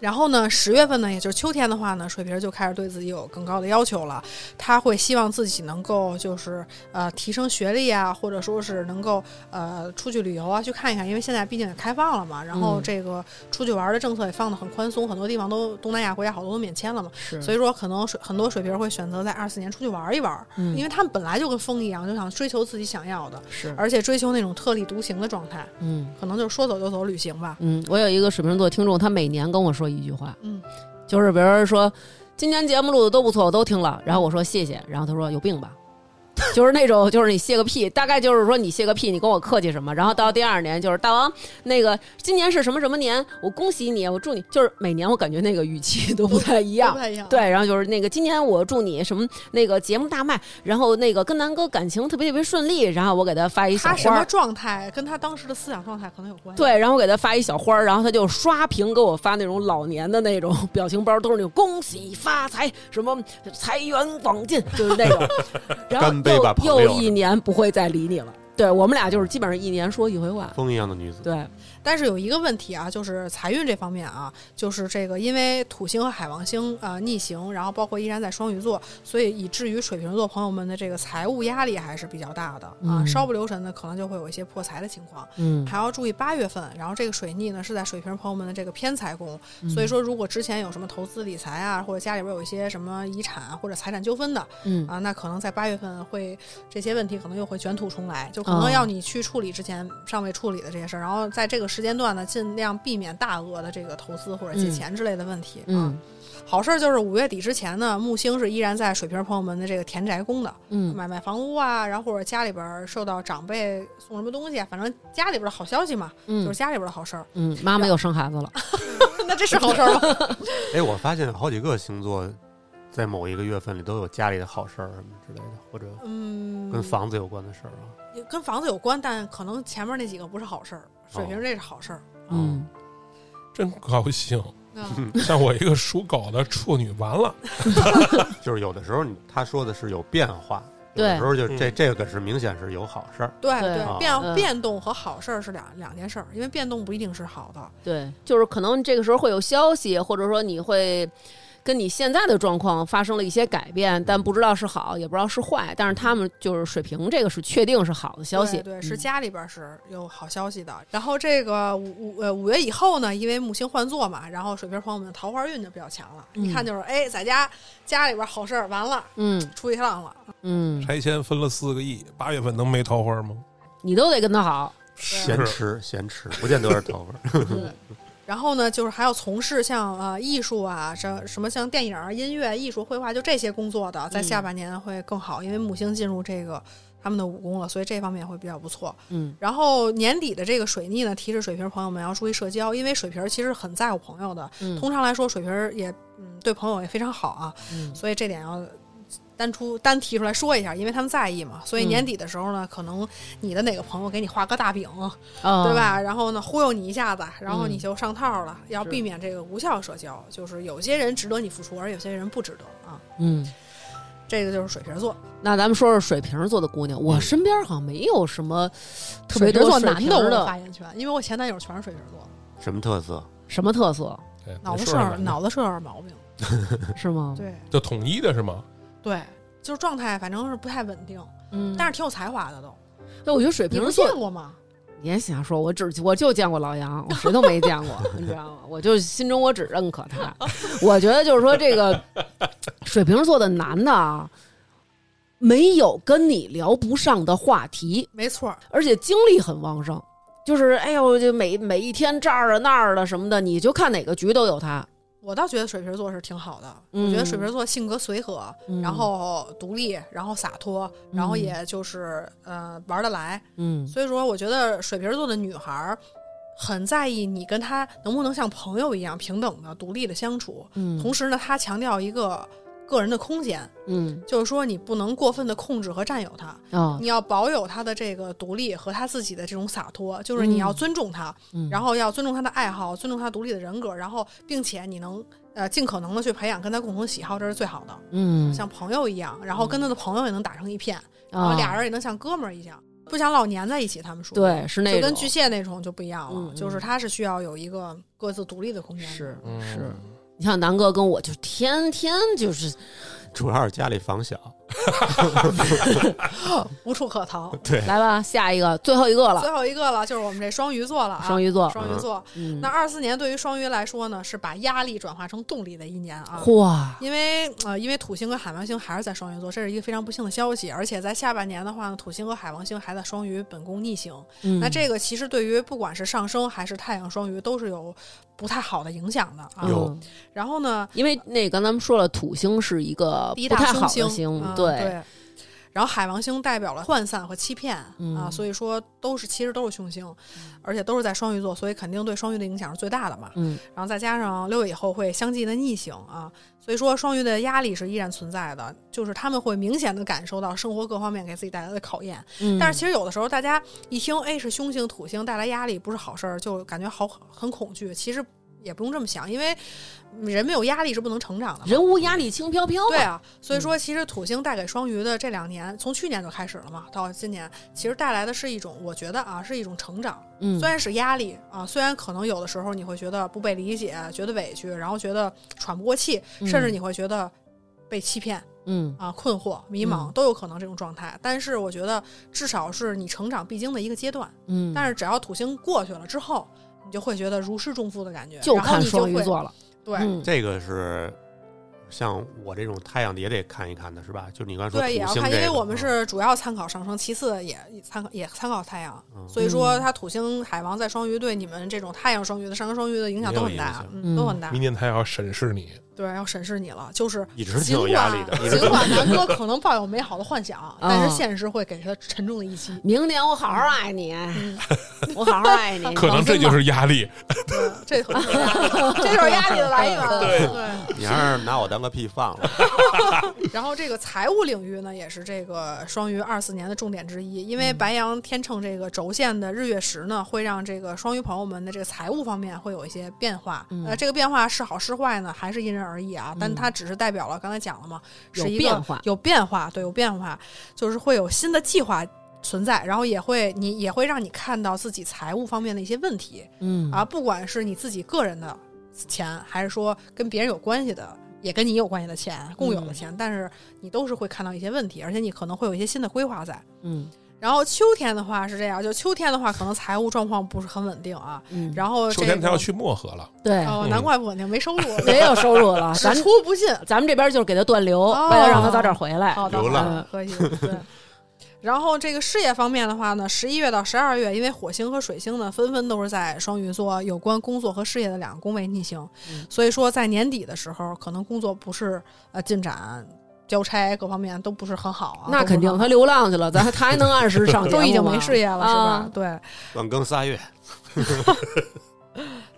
Speaker 3: 然后呢，十月份呢，也就是秋天的话呢，水瓶就开始对自己有更高的要求了。他会希望自己能够就是呃提升学历啊，或者说是能够呃出去旅游啊，去看一看，因为现在毕竟也开放了嘛。然后
Speaker 1: 嗯
Speaker 3: 这个出去玩的政策也放得很宽松，很多地方都东南亚国家好多都免签了嘛。
Speaker 1: 是
Speaker 3: 所以说，可能水很多水瓶会选择在二四年出去玩一玩，
Speaker 1: 嗯
Speaker 3: 因为他们本来就跟风一样，就想追求自己想要的，
Speaker 1: 是
Speaker 3: 而且追求那种特立独行的状态，
Speaker 1: 嗯
Speaker 3: 可能就是说走就走旅行吧。
Speaker 1: 嗯，我有一个水瓶座听众，他每年跟我说一句话，
Speaker 3: 嗯，
Speaker 1: 就是别人说今年节目录的都不错，我都听了，然后我说谢谢，然后他说有病吧。 就是那种，就是你谢个屁，大概就是说你谢个屁，你跟我客气什么？然后到第二年就是大王，那个今年是什么什么年？我恭喜你，我祝你。就是每年我感觉那个语气都不太一 样
Speaker 3: 不，太一样。
Speaker 1: 对，然后就是那个今年我祝你什么那个节目大卖，然后那个跟南哥感情特别特别顺利，然后我给他发一小
Speaker 3: 他什
Speaker 1: 花
Speaker 3: 么
Speaker 1: 儿，
Speaker 3: 状态跟他当时的思想状态可能有关系。，
Speaker 1: 对，然后我给他发一小花儿，然后他就刷屏给我发那种老年的那种 表情包，都是那种恭喜发财，什么财源广进，就是那 种。然
Speaker 2: 干杯吧
Speaker 1: 后
Speaker 2: 朋
Speaker 1: 又
Speaker 2: 友
Speaker 1: 又一年不会再理你了。对我们俩就是基本上一年说一回话。
Speaker 2: 风一样的女子，
Speaker 1: 对，
Speaker 3: 但是有一个问题啊，就是财运这方面啊，就是这个因为土星和海王星呃逆行，然后包括依然在双鱼座，所以以至于水瓶座朋友们的这个财务压力还是比较大的啊，
Speaker 1: 嗯
Speaker 3: 稍不留神呢，可能就会有一些破财的情况。
Speaker 1: 嗯，
Speaker 3: 还要注意八月份，然后这个水逆呢是在水瓶朋友们的这个偏财宫，
Speaker 1: 嗯
Speaker 3: 所以说如果之前有什么投资理财啊，或者家里边有一些什么遗产啊或者财产纠纷的，
Speaker 1: 嗯
Speaker 3: 啊，那可能在八月份会这些问题可能又会卷土重来，就可能
Speaker 1: 哦
Speaker 3: 要你去处理之前尚未处理的这些事儿，然后在这个时间段呢，尽量避免大额的这个投资或者借
Speaker 1: 嗯
Speaker 3: 钱之类的问题。啊，
Speaker 1: 嗯
Speaker 3: 好事儿就是五月底之前呢，木星是依然在水瓶朋友们的这个田宅宫的，
Speaker 1: 嗯
Speaker 3: 买卖房屋啊，然后或者家里边儿受到长辈送什么东西啊，反正家里边儿的好消息嘛，就是
Speaker 1: 嗯
Speaker 3: 家里边儿的好 事儿。
Speaker 1: 嗯，妈妈又生孩子了。
Speaker 3: 那这是好事 儿吧？
Speaker 2: 哎，我发现好几个星座在某一个月份里都有家里的好事儿什么之类的，或者
Speaker 3: 嗯，
Speaker 2: 跟房子有关的事儿啊。
Speaker 3: 也跟房子有关，但可能前面那几个不是好事儿，水瓶这是好事儿。
Speaker 2: 哦
Speaker 1: 嗯，
Speaker 4: 真高兴。
Speaker 3: 啊
Speaker 4: 像我一个属狗的处女，完了，
Speaker 2: 就是有的时候你他说的是有变化，有
Speaker 1: 对
Speaker 2: 的时候就这
Speaker 4: 嗯
Speaker 2: 这个是明显是有好事儿。
Speaker 3: 对
Speaker 1: 对
Speaker 3: 对，
Speaker 2: 啊
Speaker 3: 变
Speaker 1: 嗯
Speaker 3: 变动和好事儿是两两件事儿，因为变动不一定是好的。
Speaker 1: 对，就是可能这个时候会有消息，或者说你会跟你现在的状况发生了一些改变，但不知道是好，也不知道是坏。但是他们就是水平，这个是确定是好的消息。
Speaker 3: 对对，是
Speaker 1: 嗯
Speaker 3: 家里边儿是有好消息的。然后这个五五呃五月以后呢，因为木星换座嘛，然后水瓶朋友们的桃花运就比较强了。
Speaker 1: 嗯
Speaker 3: 一看就是哎，在家家里边儿好事儿完了，
Speaker 1: 嗯
Speaker 3: 出去浪了。
Speaker 1: 嗯，
Speaker 4: 拆迁分了四个亿，八月份能没桃花吗？
Speaker 1: 你都得跟他好。
Speaker 2: 闲吃闲吃，不见得是头发。
Speaker 3: 然后呢，就是还要从事像呃艺术啊，什什么像电影啊、音乐、艺术、绘画，就这些工作的，在下半年会更好，因为木星进入这个他们的五宫了，所以这方面会比较不错。
Speaker 1: 嗯
Speaker 3: 然后年底的这个水逆呢，提示水瓶朋友们要注意社交，因为水瓶其实很在乎朋友的。
Speaker 1: 嗯
Speaker 3: 通常来说，水瓶也嗯对朋友也非常好啊，
Speaker 1: 嗯
Speaker 3: 所以这点要单出单提出来说一下，因为他们在意嘛。所以年底的时候呢，可能你的哪个朋友给你画个大饼，
Speaker 1: 啊，
Speaker 3: 对？吧？然后呢忽悠你一下子，然后你
Speaker 1: 嗯
Speaker 3: 就上套了。要
Speaker 1: 是
Speaker 3: 避免这个无效社交，就是有些人值得你付出，而有些人不值得啊。
Speaker 1: 嗯，
Speaker 3: 这个就是水瓶座，
Speaker 1: 那咱们说说水瓶座的姑娘，我身边好像没有什么特别
Speaker 3: 水瓶
Speaker 1: 多
Speaker 3: 座
Speaker 1: 水
Speaker 3: 男
Speaker 1: 瓶
Speaker 3: 的我有
Speaker 1: 的
Speaker 3: 发言权，因为我前男友全是水瓶座，
Speaker 2: 什么特色？
Speaker 1: 什么特色
Speaker 4: 哎
Speaker 3: 脑子
Speaker 4: 没
Speaker 3: 是
Speaker 4: 事儿了
Speaker 3: 脑子是有点毛病，
Speaker 1: 是吗？
Speaker 3: 对。
Speaker 4: 就统一的是吗？
Speaker 3: 对，就是状态反正是不太稳定，
Speaker 1: 嗯，但
Speaker 3: 但是挺有才华的都。
Speaker 1: 是对我觉得水
Speaker 3: 你
Speaker 1: 瓶
Speaker 3: 不
Speaker 1: 座
Speaker 3: 见过吗？
Speaker 1: 你别瞎说，我只我就见过老杨，我谁都没见过，你知道吗？我就心中我只认可他。我觉得就是说，这个水瓶座的男的啊，没有跟你聊不上的话题，
Speaker 3: 没错儿，
Speaker 1: 而且精力很旺盛，就是哎呦，就每每一天这儿啊那儿的什么的，你就看哪个局都有他。
Speaker 3: 我倒觉得水瓶座是挺好的。
Speaker 1: 嗯
Speaker 3: 我觉得水瓶座性格随和，
Speaker 1: 嗯
Speaker 3: 然后独立，然后洒脱，然后
Speaker 1: 嗯
Speaker 3: 也就是呃玩得来。
Speaker 1: 嗯
Speaker 3: 所以说，我觉得水瓶座的女孩儿很在意你跟她能不能像朋友一样平等的、独立的相处。
Speaker 1: 嗯
Speaker 3: 同时呢，她强调一个个人的空间，
Speaker 1: 嗯
Speaker 3: 就是说你不能过分的控制和占有她。
Speaker 1: 啊
Speaker 3: 你要保有他的这个独立和他自己的这种洒脱，就是
Speaker 1: 嗯
Speaker 3: 你要尊重他，
Speaker 1: 嗯
Speaker 3: 然后要尊重他的爱好，尊重他独立的人格，然后并且你能呃尽可能的去培养跟他共同喜好，这是最好的，
Speaker 1: 嗯
Speaker 3: 像朋友一样，然后跟他的朋友也能打成一片，然后
Speaker 1: 啊
Speaker 3: 俩人也能像哥们儿一样。不想老粘在一起。他们说，，
Speaker 1: 对，是那
Speaker 3: 就
Speaker 1: 种
Speaker 3: 跟巨蟹那种就不一样了，
Speaker 1: 嗯
Speaker 3: 就是它是需要有一个各自独立的空间的。
Speaker 1: 是
Speaker 2: 嗯
Speaker 1: 是，你像南哥跟我就天天就是
Speaker 2: 主要是家里房小，
Speaker 3: 无处可逃。
Speaker 2: 对，
Speaker 1: 来吧，下一个最后一个了
Speaker 3: 最，后一个了，就是我们这双鱼座了啊，
Speaker 1: 双鱼座，
Speaker 3: 双鱼座。
Speaker 1: 嗯
Speaker 3: 那，二四年对于双鱼来说呢，是把压力转化成动力的一年啊。
Speaker 1: 哇，
Speaker 3: 因为呃，因为土星和海王星还是在双鱼座，这是一个非常不幸的消息。而且在下半年的话呢，土星和海王星还在双鱼本宫逆行，
Speaker 1: 嗯
Speaker 3: 那这个其实对于不管是上升还是太阳双鱼都是有不太好的影响的啊。
Speaker 2: 有
Speaker 1: 嗯
Speaker 3: 然后呢，
Speaker 1: 因为那刚咱们说了，土星是一个
Speaker 3: 第一
Speaker 1: 不
Speaker 3: 大
Speaker 1: 太好的
Speaker 3: 星
Speaker 1: 星，
Speaker 3: 嗯
Speaker 1: 对，
Speaker 3: 然后海王星代表了涣散和欺骗、啊，
Speaker 1: 嗯
Speaker 3: 所以说都是其实都是凶星，而且都是在双鱼座，所以肯定对双鱼的影响是最大的嘛。
Speaker 1: 嗯
Speaker 3: 然后再加上六月以后会相继的逆行啊，所以说双鱼的压力是依然存在的，就是他们会明显的感受到生活各方面给自己带来的考验。
Speaker 1: 嗯，
Speaker 3: 但是其实有的时候大家一听，哎，是凶星、土星带来压力，不是好事儿，就感觉好很恐惧。其实也不用这么想，因为人没有压力是不能成长的嘛。
Speaker 1: 人无压力轻飘飘嘛，
Speaker 3: 对啊，
Speaker 1: 嗯
Speaker 3: 所以说其实土星带给双鱼的这两年，从去年就开始了嘛，到今年，其实带来的是一种，我觉得啊，是一种成长。
Speaker 1: 嗯，
Speaker 3: 虽然是压力啊，虽然可能有的时候你会觉得不被理解，觉得委屈，然后觉得喘不过气，甚至你会觉得被欺骗
Speaker 1: 嗯
Speaker 3: 啊、困惑、迷茫
Speaker 1: 嗯
Speaker 3: 都有可能这种状态。但是我觉得至少是你成长必经的一个阶段。
Speaker 1: 嗯，
Speaker 3: 但
Speaker 1: 是
Speaker 3: 是只要土星过去了之后，你就会觉得如释重负的感觉，
Speaker 1: 就
Speaker 3: 然后
Speaker 1: 看
Speaker 3: 你
Speaker 1: 双鱼
Speaker 3: 会
Speaker 1: 座了，
Speaker 3: 对。
Speaker 1: 嗯
Speaker 2: 这个是像我这种太阳的也得看一看的，是吧？就你刚才说
Speaker 3: 对，也
Speaker 2: 土
Speaker 3: 要
Speaker 2: 星
Speaker 3: 看，
Speaker 2: 这个，
Speaker 3: 因为我们
Speaker 2: 嗯
Speaker 3: 是主要参考上升，其次也参考也参考太阳，
Speaker 2: 嗯
Speaker 3: 所以说它土星、海王在双鱼对你们这种太阳双鱼的上升双鱼的影响都很
Speaker 2: 也有
Speaker 3: 大
Speaker 2: 影，
Speaker 1: 嗯
Speaker 3: 嗯，都很大
Speaker 4: 明。年他要审视你，
Speaker 3: 对，要审视你了，就是
Speaker 2: 一直挺
Speaker 3: 尽
Speaker 2: 有
Speaker 3: 管
Speaker 2: 压力的，一直
Speaker 3: 尽管南哥可能抱有美好的幻想，但
Speaker 1: 啊
Speaker 3: 是现实会给他沉重的一击。
Speaker 1: 明年我好好爱你，
Speaker 3: 嗯，
Speaker 1: 我好好爱你，
Speaker 4: 可能这就是压力。
Speaker 3: 对，这很这就是压力的来源。
Speaker 1: 对
Speaker 3: 对，
Speaker 2: 你还是拿我当个屁放了，
Speaker 3: 然后这个财务领域呢，也是这个双鱼二四年的重点之一，因为
Speaker 1: 嗯
Speaker 3: 白羊天秤这个轴线的日月食呢，会让这个双鱼朋友们的这个财务方面会有一些变化。
Speaker 1: 嗯
Speaker 3: 呃，这个变化是好是坏呢，还是因人而异啊。但它只是代表了刚才讲了嘛，
Speaker 1: 有
Speaker 3: 是一个
Speaker 1: 变化
Speaker 3: 有变化，对，有变化，就是会有新的计划。存在，然后也会你也会让你看到自己财务方面的一些问题，
Speaker 1: 嗯
Speaker 3: 啊，，不管是你自己个人的钱，还是说跟别人有关系的，也跟你有关系的钱，共
Speaker 1: 嗯
Speaker 3: 有的钱，但是你都是会看到一些问题，而且你可能会有一些新的规划在。
Speaker 1: 嗯
Speaker 3: 然后秋天的话是这样，就秋天的话，可能财务状况不是很稳定啊。
Speaker 1: 嗯，
Speaker 3: 然后、这
Speaker 4: 秋天他要
Speaker 3: 个
Speaker 4: 去漠河了，
Speaker 1: 对，
Speaker 3: 哦，
Speaker 4: 嗯
Speaker 3: 难怪不稳定，没收入，
Speaker 1: 没有收入 了，咱
Speaker 3: 只出不进。
Speaker 1: 咱们这边就是给他断流，
Speaker 3: 哦
Speaker 1: 为了让他早点回来，
Speaker 3: 好的，
Speaker 2: 流浪
Speaker 3: 好的可以。对。然后这个事业方面的话呢，十一月到十二月，因为火星和水星呢纷纷都是在双鱼座有关工作和事业的两个宫位逆行，
Speaker 1: 嗯
Speaker 3: 所以说在年底的时候，可能工作不是呃进展、交差各方面都不是很好啊。
Speaker 1: 那
Speaker 3: 都不是
Speaker 1: 肯定
Speaker 3: 很好
Speaker 1: 他流浪去了，咱他还能按时 上节目
Speaker 3: 都已经
Speaker 1: 吗
Speaker 3: 没事业了，是吧
Speaker 1: 啊？
Speaker 3: 对
Speaker 2: 断更仨月，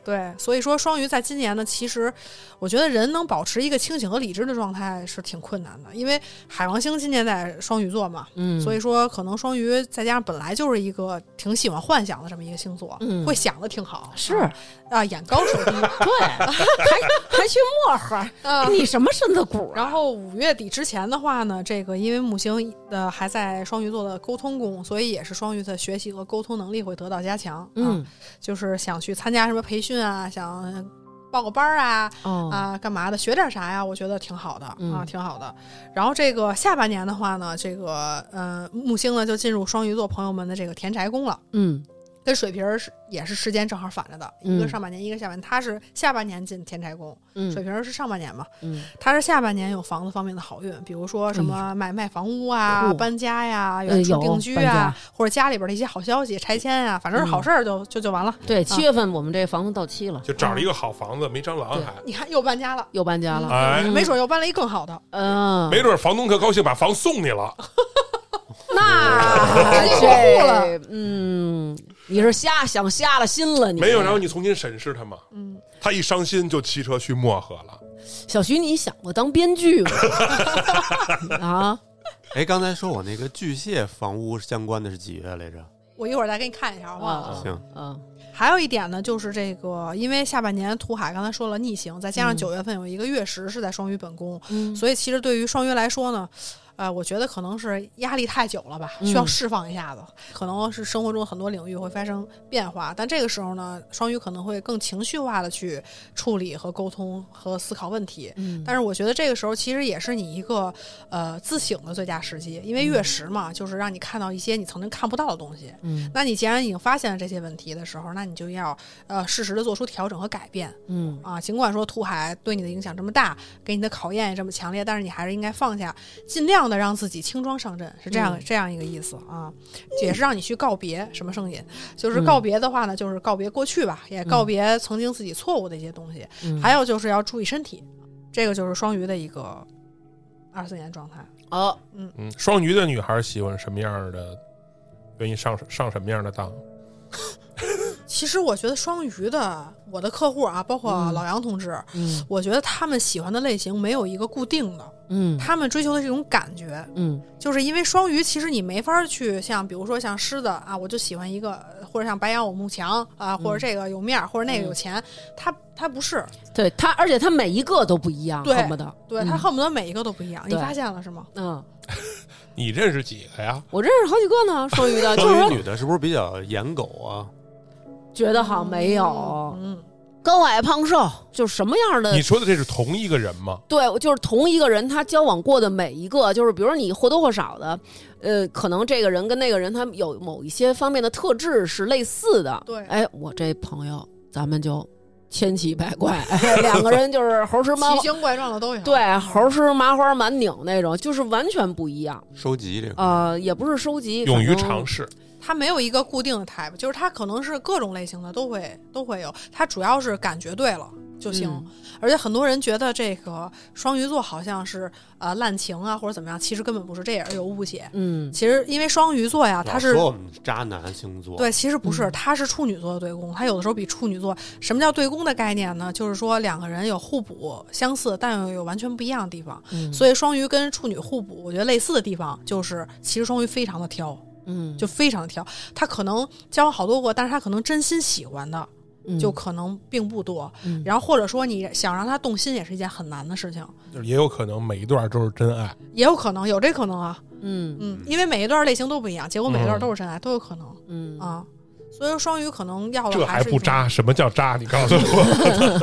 Speaker 3: 对，所以说双鱼在今年呢，其实我觉得人能保持一个清醒和理智的状态是挺困难的，因为海王星今年在双鱼座嘛，
Speaker 1: 嗯，
Speaker 3: 所
Speaker 1: 以
Speaker 3: 以说，可能双鱼再加上本来就是一个挺喜欢幻想的这么一个星座，
Speaker 1: 嗯
Speaker 3: 会想的挺好，
Speaker 1: 是
Speaker 3: 啊、眼高手 低
Speaker 1: 对，还还去漠河，
Speaker 3: 啊。
Speaker 1: 你什么身子骨啊？
Speaker 3: 然后五月底之前的话呢，这个因为木星呃还在双鱼座的沟通宫，所以也是双鱼的学习和沟通能力会得到加强。啊，
Speaker 1: 嗯，
Speaker 3: 就是想去参加什么培训啊，想报个班儿啊，
Speaker 1: 哦，
Speaker 3: 啊，干嘛的？学点啥呀？我觉得挺好的、
Speaker 1: 嗯
Speaker 3: 啊，挺好的。然后这个下半年的话呢，这个呃木星呢就进入双鱼座朋友们的这个田宅宫了，
Speaker 1: 嗯
Speaker 3: 跟水瓶儿是也是时间正好反着的，一
Speaker 1: 嗯
Speaker 3: 个上半年，一个下半年。他是下半年进田宅宫，
Speaker 1: 嗯，
Speaker 3: 水瓶儿是上半年嘛，
Speaker 1: 嗯
Speaker 3: 他是下半年有房子方面的好运，比如说什
Speaker 1: 哎
Speaker 3: 么买卖房屋
Speaker 1: 嚯
Speaker 3: 啊、搬家呀、
Speaker 1: 呃
Speaker 3: 远处
Speaker 1: 有
Speaker 3: 定居
Speaker 1: 哦搬
Speaker 3: 啊
Speaker 1: 家，嗯
Speaker 3: 或者家里边的一些好消息、拆迁呀，反正是好事儿就就就完了。
Speaker 1: 对，七月份我们这房子到期了，
Speaker 4: 就找了一个好房子，没蟑螂还。
Speaker 3: 你看又搬家了，
Speaker 1: 又搬家了，
Speaker 4: 哎，
Speaker 3: 没准又搬了一更好的。
Speaker 1: 嗯，
Speaker 4: 啊没准房东可高兴，把房送你了。
Speaker 3: 嗯
Speaker 1: 那
Speaker 3: 直接过户了
Speaker 1: 这，嗯，你是瞎想瞎了心了，你
Speaker 4: 没有，然后你重新审视他嘛。
Speaker 3: 嗯，
Speaker 4: 他一伤心就骑车去漠河了。
Speaker 1: 小徐，你想过当编剧 吗？啊，
Speaker 2: 哎，刚才说我那个巨蟹房屋相关的是几月来着？
Speaker 3: 我一会儿再给你看一下，好不好？
Speaker 1: 啊
Speaker 2: 行，
Speaker 1: 嗯
Speaker 3: 还有一点呢，就是这个，因为下半年土海刚才说了逆行，再加上
Speaker 1: 嗯
Speaker 3: 九月份有一个月食是在双鱼本宫，
Speaker 1: 嗯
Speaker 3: 所以其实对于双鱼来说呢，呃，我觉得可能是压力太久了吧，
Speaker 1: 嗯
Speaker 3: 需要释放一下子。可能是生活中很多领域会发生变化，但这个时候呢，双鱼可能会更情绪化的去处理和沟通和思考问题。
Speaker 1: 嗯
Speaker 3: 但是我觉得这个时候其实也是你一个呃自省的最佳时机，
Speaker 1: 嗯
Speaker 3: 因为月食嘛，就是让你看到一些你曾经看不到的东西。
Speaker 1: 嗯
Speaker 3: 那你既然已经发现了这些问题的时候，那你就要呃适时的做出调整和改变
Speaker 1: 嗯
Speaker 3: 啊。尽管说土海对你的影响这么大，给你的考验也这么强烈，但是你还是应该放下，尽量的让自己轻装上阵，是这样、
Speaker 1: 嗯
Speaker 3: 这样一个意思啊。也是让你去告别什么圣隐，就是
Speaker 1: 嗯
Speaker 3: 告别的话呢，就是告别过去吧，也告
Speaker 1: 嗯
Speaker 3: 别曾经自己错误的一些东西。
Speaker 1: 嗯，
Speaker 3: 还有就是要注意身体，这个就是双鱼的一个二四年状态。
Speaker 1: 哦，
Speaker 4: 嗯，双鱼的女孩喜欢什么样的？愿意上上什么样的当？
Speaker 3: 其实我觉得双鱼的我的客户啊，包括
Speaker 1: 嗯
Speaker 3: 老杨同志，
Speaker 1: 嗯
Speaker 3: 我觉得他们喜欢的类型没有一个固定的，
Speaker 1: 嗯
Speaker 3: 他们追求的是一种感觉，
Speaker 1: 嗯
Speaker 3: 就是因为双鱼其实你没法去像比如说像狮子啊，我就喜欢一个，或者像白羊我慕强
Speaker 1: 嗯
Speaker 3: 啊，或者这个有面儿，或者那个有钱，他他不是，
Speaker 1: 对他，而且他每一个都不一样，
Speaker 3: 对
Speaker 1: 恨不得
Speaker 3: 对
Speaker 1: 嗯
Speaker 3: 他恨不得每一个都不一样，你
Speaker 1: 对
Speaker 3: 发现了是吗？
Speaker 1: 嗯，
Speaker 4: 你认识几个呀？
Speaker 1: 我认识好几个呢，双鱼的，啊就是
Speaker 2: 双鱼
Speaker 1: 说
Speaker 2: 女的是不是比较颜狗啊？
Speaker 1: 觉得好像没有
Speaker 3: 嗯，
Speaker 1: 高矮胖瘦，就是什么样
Speaker 3: 呃
Speaker 1: 的
Speaker 4: 你说的这是同一个人吗？
Speaker 1: 对，我就是同一个人，他交往过的每一个，就是比如说你或多或少的，呃，可能这个人跟那个人他有某一些方面的特质是类似的。
Speaker 3: 对
Speaker 1: 哎，我这朋友，咱们就千奇百怪， 哎、两个人就是猴吃蛮
Speaker 3: 奇
Speaker 1: 花，
Speaker 3: 形怪状的都有，嗯
Speaker 1: 对，猴吃麻花满拧那种，就是完全不一样。
Speaker 2: 收集这个，
Speaker 1: 呃，也不是收集，
Speaker 4: 勇于
Speaker 1: 可能
Speaker 4: 尝。试，
Speaker 3: 它没有一个固定的 type，就是它可能是各种类型的都会都会有，它主要是感觉对了就行。
Speaker 1: 嗯
Speaker 3: 而且很多人觉得这个双鱼座好像是呃滥情啊或者怎么样，其实根本不是，这也是有误解。
Speaker 1: 嗯
Speaker 3: 其实因为双鱼座呀，它
Speaker 2: 老
Speaker 3: 是
Speaker 2: 说我们渣男星座，
Speaker 3: 对，其实不是，
Speaker 1: 嗯
Speaker 3: 它是处女座的对宫，它有的时候比处女座。什么叫对宫的概念呢？就是说两个人有互补相似，但又有完全不一样的地方。
Speaker 1: 嗯，
Speaker 3: 所以双鱼跟处女互补，我觉得类似的地方就是，其实双鱼非常的挑。
Speaker 1: 嗯
Speaker 3: 就非常挑。他可能交往好多个，但是他可能真心喜欢的就可能并不多。
Speaker 1: 嗯
Speaker 3: 然后或者说你想让他动心，也是一件很难的事情，
Speaker 4: 就是也有可能每一段都是真爱。
Speaker 3: 也有可能有这可能啊。
Speaker 1: 嗯
Speaker 3: 嗯，因为每一段类型都不一样，结果每一段都是真爱，都有可能
Speaker 1: 嗯
Speaker 3: 啊。所以说双鱼可能要
Speaker 4: 这
Speaker 3: 的
Speaker 4: 还
Speaker 3: 哦是
Speaker 4: 不渣？什么叫渣？你告诉我，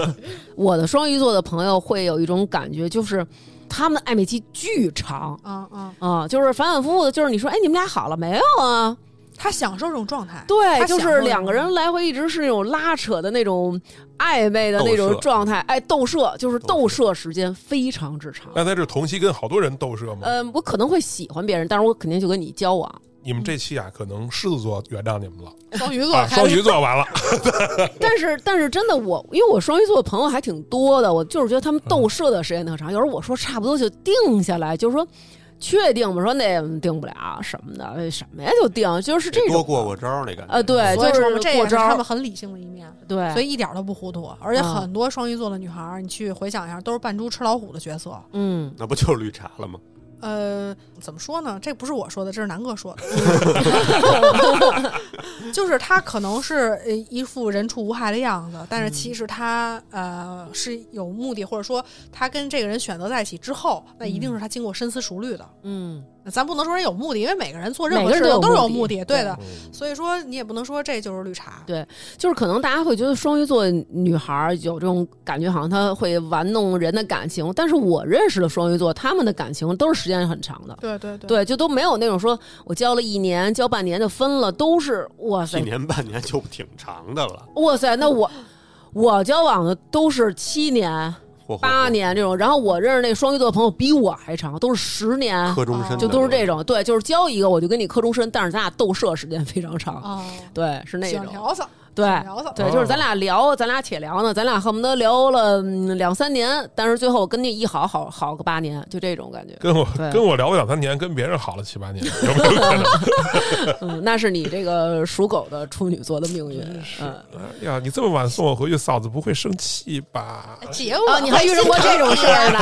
Speaker 1: 我的双鱼座的朋友会有一种感觉，就是他们的暧昧期巨长。
Speaker 3: 啊啊！
Speaker 1: 啊、就是反反复复的，就是你说，哎，你们俩好了没有啊？
Speaker 3: 他享受这种状态，
Speaker 1: 对，
Speaker 3: 他
Speaker 1: 就
Speaker 3: 享受
Speaker 1: 是两个人来回一直是那种拉扯的那种暧昧的那
Speaker 2: 斗
Speaker 1: 种
Speaker 2: 射
Speaker 1: 状态，哎，斗射就是斗
Speaker 2: 斗
Speaker 1: 射时间非常之长。
Speaker 4: 那他是同期跟好多人斗射吗？
Speaker 1: 嗯、我可能会喜欢别人，但是我肯定就跟你交往。
Speaker 4: 你们这期啊，可能狮子座原谅你们了，
Speaker 3: 双鱼座
Speaker 4: 啊，
Speaker 3: 开
Speaker 4: 双
Speaker 3: 始
Speaker 4: 鱼座完了，
Speaker 1: 但是，但是真的我，因为我双鱼座的朋友还挺多的，我就是觉得他们斗射的时间特长。有时候我说差不多就定下来，就是说确定吧，说那嗯定不了什么的，哎什么呀就定，就是这
Speaker 2: 得
Speaker 1: 种
Speaker 2: 多过过嗯招儿那感觉。
Speaker 1: 呃，对，
Speaker 3: 所以
Speaker 1: 就
Speaker 3: 说嘛，这也
Speaker 1: 过
Speaker 3: 是
Speaker 1: 招
Speaker 3: 他
Speaker 1: 儿
Speaker 3: 们，很理性的一面，
Speaker 1: 对，
Speaker 3: 所以一点都不糊涂。而且
Speaker 1: 嗯
Speaker 3: 很多双鱼座的女孩儿，你去回想一下，都是扮猪吃老虎的角色。
Speaker 1: 嗯，
Speaker 2: 那不就是绿茶了吗？
Speaker 3: 呃，怎么说呢？这不是我说的，这是南哥说 的。就是他可能是呃一副人畜无害的样子，
Speaker 1: 嗯
Speaker 3: 但是其实他呃是有目的，或者说他跟这个人选择在一起之后，那一定是他经过深思熟虑的。
Speaker 1: 嗯，
Speaker 3: 咱不能说人有目的，因为每个人做任
Speaker 1: 每
Speaker 3: 何
Speaker 1: 个
Speaker 3: 事
Speaker 1: 人都
Speaker 3: 情
Speaker 1: 有
Speaker 3: 都是有
Speaker 1: 目
Speaker 3: 目
Speaker 1: 的
Speaker 3: 的，对的。
Speaker 1: 嗯
Speaker 3: 所以说你也不能说这就是绿茶。
Speaker 1: 对就是可能大家会觉得双鱼座女孩儿有这种感觉，好像她会玩弄人的感情。但是我认识的双鱼座，他们的感情都是时间很长的，
Speaker 3: 对对对
Speaker 1: 对，就都没有那种说我交了一年、交半年就分了，都是哇
Speaker 2: 一
Speaker 1: 塞，
Speaker 2: 年半年就挺长的了，
Speaker 1: 哇塞，那我我交往的都是七年、
Speaker 2: 嚯嚯嚯
Speaker 1: 八年这种，然后我认识那双鱼座的朋友比我还长，都是十年，
Speaker 2: 磕终身的
Speaker 1: 啊就都是这种，对，就是交一个我就跟你磕终身，但是咱俩斗射时间非常长，
Speaker 3: 啊，
Speaker 1: 对，是那
Speaker 3: 喜欢
Speaker 1: 种，
Speaker 3: 聊骚，
Speaker 1: 对，
Speaker 3: 喜欢聊骚。
Speaker 1: 对，就是咱俩聊，咱俩且聊呢，咱俩恨不得聊了、嗯两三年，但是最后我跟那一好好好个八年，就这种感觉。
Speaker 4: 跟我
Speaker 1: 对
Speaker 4: 跟我聊过两三年，跟别人好了七八年，有没有 可能？
Speaker 1: 嗯，那是你这个属狗的处女座的命运。嗯，
Speaker 4: 哎呀，你这么晚送我回去，嫂子不会生气吧？
Speaker 3: 姐
Speaker 1: 哦
Speaker 3: 我，？
Speaker 1: 你还遇上过这种事儿呢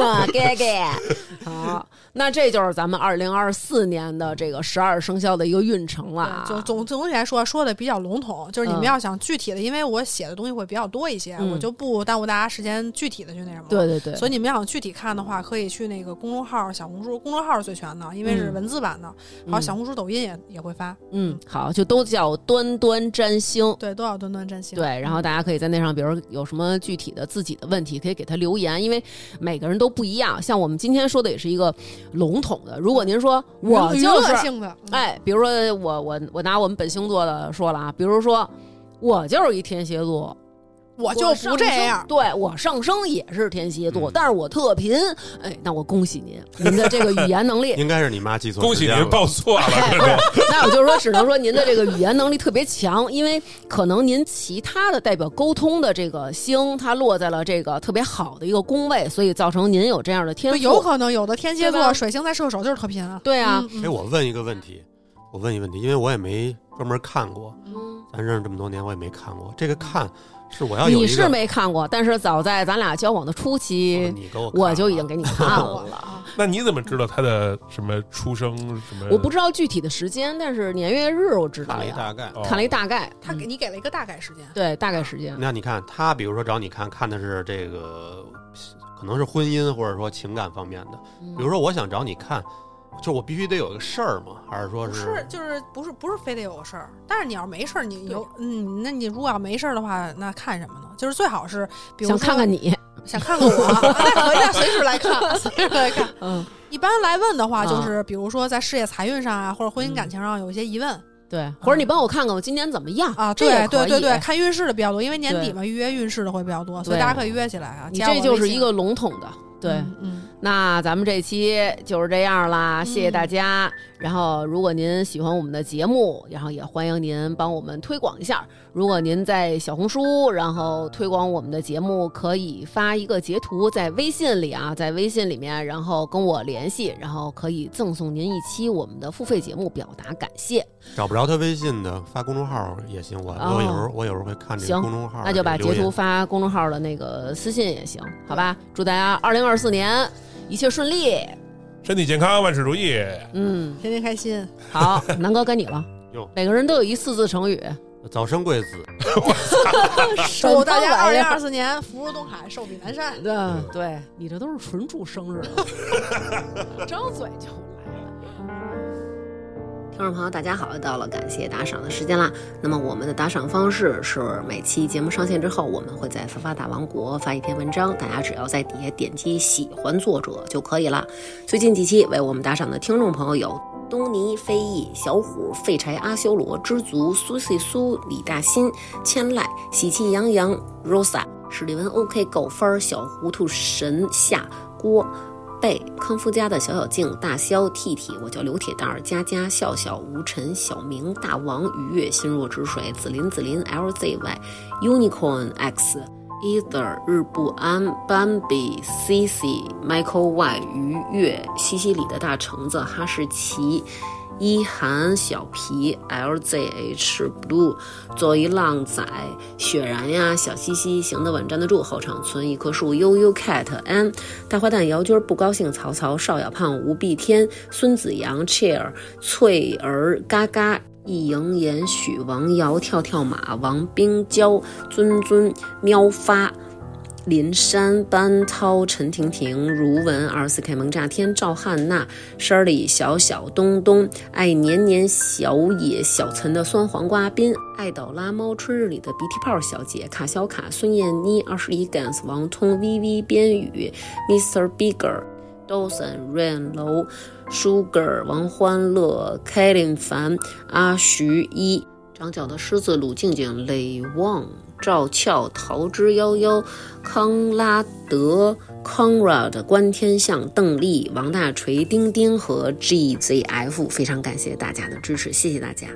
Speaker 1: 啊哥哥，好，那这就是咱们二零二四年的这个十二生肖的一个运程了啊。
Speaker 3: 嗯对，总总总体来说说的比较笼统，就是你们
Speaker 1: 嗯
Speaker 3: 要想具体的，因为我写的东西会比较多一些，
Speaker 1: 嗯
Speaker 3: 我就不耽误大家时间具体的去那什么。
Speaker 1: 对。对对，
Speaker 3: 所以
Speaker 1: 以
Speaker 3: 你们要想具体看的话，可以去那个公众号、小红书。公众号是最全的，因为是
Speaker 1: 嗯
Speaker 3: 文字版的。还有小红书、抖音也也会发，
Speaker 1: 嗯，好，就都叫端端占星。
Speaker 3: 对，都要端端占星。
Speaker 1: 对，然后大家可以在那上，比如有什么具体的自己的问题，可以给他留言，因为每个人都不一样。像我们今天说的也是一个笼统的。如果您说
Speaker 3: 娱乐，
Speaker 1: 我
Speaker 3: 嗯娱
Speaker 1: 就
Speaker 3: 乐
Speaker 1: 是，
Speaker 3: 性的，嗯，
Speaker 1: 哎，比如说我我我拿我们本星座的说了啊，比如说我就是一天蝎座，
Speaker 3: 我就不这
Speaker 1: 我
Speaker 3: 样
Speaker 1: 上升。对我上升也是天蝎座，
Speaker 2: 嗯
Speaker 1: 但是我特贫。哎，那我恭喜您，您的这个语言能力
Speaker 2: 应该是你妈记错
Speaker 4: 恭喜
Speaker 2: 时间
Speaker 4: 您
Speaker 2: 了，
Speaker 4: 报错了，
Speaker 1: 那我就是说，只能说您的这个语言能力特别强，因为可能您其他的代表沟通的这个星，它落在了这个特别好的一个宫位，所以造成您有这样的天
Speaker 3: 就
Speaker 1: 赋。
Speaker 3: 有可能有的天蝎
Speaker 1: 对吧
Speaker 3: 座水星在射手就是特贫啊。
Speaker 1: 对啊，
Speaker 3: 嗯，嗯
Speaker 2: 哎，我问一个问题，我问一个问题，因为我也没专门看过，咱认识这么多年，我也没看过。这个看是我要有
Speaker 1: 嗯
Speaker 2: 一
Speaker 1: 你
Speaker 2: 个，
Speaker 1: 是没看过，但是早在咱俩交往的初
Speaker 2: 哦
Speaker 1: 期，
Speaker 2: 你给我看啊
Speaker 1: 我就已
Speaker 2: 了
Speaker 1: 经给你看
Speaker 3: 我
Speaker 1: 了。
Speaker 3: 了啊
Speaker 4: 那你怎么知道他的什么出生什么？
Speaker 1: 我不知道具体的时间，但是年月日我知
Speaker 2: 嗯看
Speaker 1: 道
Speaker 2: 了一
Speaker 1: 呀，
Speaker 2: 大概。
Speaker 4: 哦
Speaker 1: 看了一大概，嗯
Speaker 3: 他给你给了一个大概时间。
Speaker 1: 对大概时间。
Speaker 2: 那你看他，比如说找你看看的是这个，可能是婚姻或者说情感方面的。
Speaker 1: 嗯
Speaker 2: 比如说，我想找你看，就我必须得有一个事儿嘛，还是说
Speaker 3: 不是，就是不是不是非得有个事儿，但是你要没事儿，你有嗯，那你如果要没事儿的话，那看什么呢？就是最好是，比如
Speaker 1: 想
Speaker 3: 说
Speaker 1: 看看你，
Speaker 3: 想看看我，啊 那可以，那随时来看，随时来看。
Speaker 1: 嗯，
Speaker 3: 一般来问的话，
Speaker 1: 啊嗯
Speaker 3: 就是比如说在事业财运上啊，或者婚姻感情上有一些疑问
Speaker 1: 对，或者你帮我看看我今年怎么样
Speaker 3: 嗯啊，
Speaker 1: 这也
Speaker 3: 对
Speaker 1: 可
Speaker 3: 对
Speaker 1: 以
Speaker 3: 对对，看运势的比较多，因为年
Speaker 1: 对
Speaker 3: 底嘛，预约运势的会比较多，所以
Speaker 1: 对
Speaker 3: 大家可以约起来啊。
Speaker 1: 你
Speaker 3: 加我
Speaker 1: 这就是
Speaker 3: 微信
Speaker 1: 一个笼统的，对。
Speaker 3: 嗯嗯，
Speaker 1: 那咱们这期就是这样啦，
Speaker 3: 嗯
Speaker 1: 谢谢大家。然后，如果您喜欢我们的节目，然后也欢迎您帮我们推广一下。如果您在小红书，然后推广我们的节目，可以发一个截图在微信里啊，在微信里面，然后跟我联系，然后可以赠送您一期我们的付费节目，表达感谢。
Speaker 2: 找不着他微信的，发公众号也行。我、我有时候我有时候会看这个
Speaker 1: 哦行
Speaker 2: 公众号，
Speaker 1: 那就把截
Speaker 2: 留言
Speaker 1: 图发公众号的那个私信也行，好吧？祝大家二零二四年一切顺利。
Speaker 4: 身体健康，万事如意。
Speaker 1: 嗯，
Speaker 3: 天天 开心。
Speaker 1: 好，南哥该你了
Speaker 2: 哟。
Speaker 1: 每个人都有一四字成 语，
Speaker 2: 早生贵子。
Speaker 3: 祝大家
Speaker 1: 什
Speaker 3: 二
Speaker 1: 么玩意
Speaker 3: 零
Speaker 1: 儿
Speaker 3: 二四年福如东海，寿比南山。
Speaker 1: 嗯，对你这都是纯祝生日， 张嘴就来了。听众朋友，大家好，又到了感谢打赏的时间啦。那么我们的打赏方式是，每期节目上线之后，我们会在发发大王国发一篇文章，大家只要在底下点击喜欢作者就可以了。最近几期为我们打赏的听众朋友有。东尼、飞翼、小虎、废柴、阿修罗、知足、苏西苏、李大新、千濑、喜气洋洋、Rosa、史蒂文、OK、狗番儿、小糊涂神夏、郭。贝、康夫家的小小静、大肖、T T，我叫刘铁蛋儿、佳佳、笑笑、吴晨、小明、大王、愉悦、心若止水、紫林、紫林、L Z Y、Unicorn X、Either、日不安、Bambi、C C、Michael Y、愉悦、西西里的大橙子、哈士奇。一涵、小皮、LZH、Blue、作为浪仔、雪然呀、小西西、行得稳站得住、后场村一棵树、悠悠 cat、安、大花旦、姚军儿不高兴、曹操、邵小胖、吴碧天、孙子阳、Chair、翠儿、嘎嘎。易莹言、许王瑶、跳跳马、王冰娇、尊尊、喵发、林珊、班涛、陈婷婷、如文、二四 K 萌炸天、赵汉娜、Shirley、小小、东东、爱年年、小野、小岑的酸黄瓜冰、爱倒拉猫、春日里的鼻涕泡小姐、卡小卡、孙燕妮、二十一 Gans、王通、VV、边宇、Mr. Bigger、Dawson、Rain 楼、Sugar、王欢乐、开林凡、阿徐一、长角的狮子、鲁静静、磊旺、赵俏、桃之夭夭、康拉德、Conrad、关天象、邓丽、王大锤、丁丁和 GZF，非常感谢大家的支持，谢谢大家。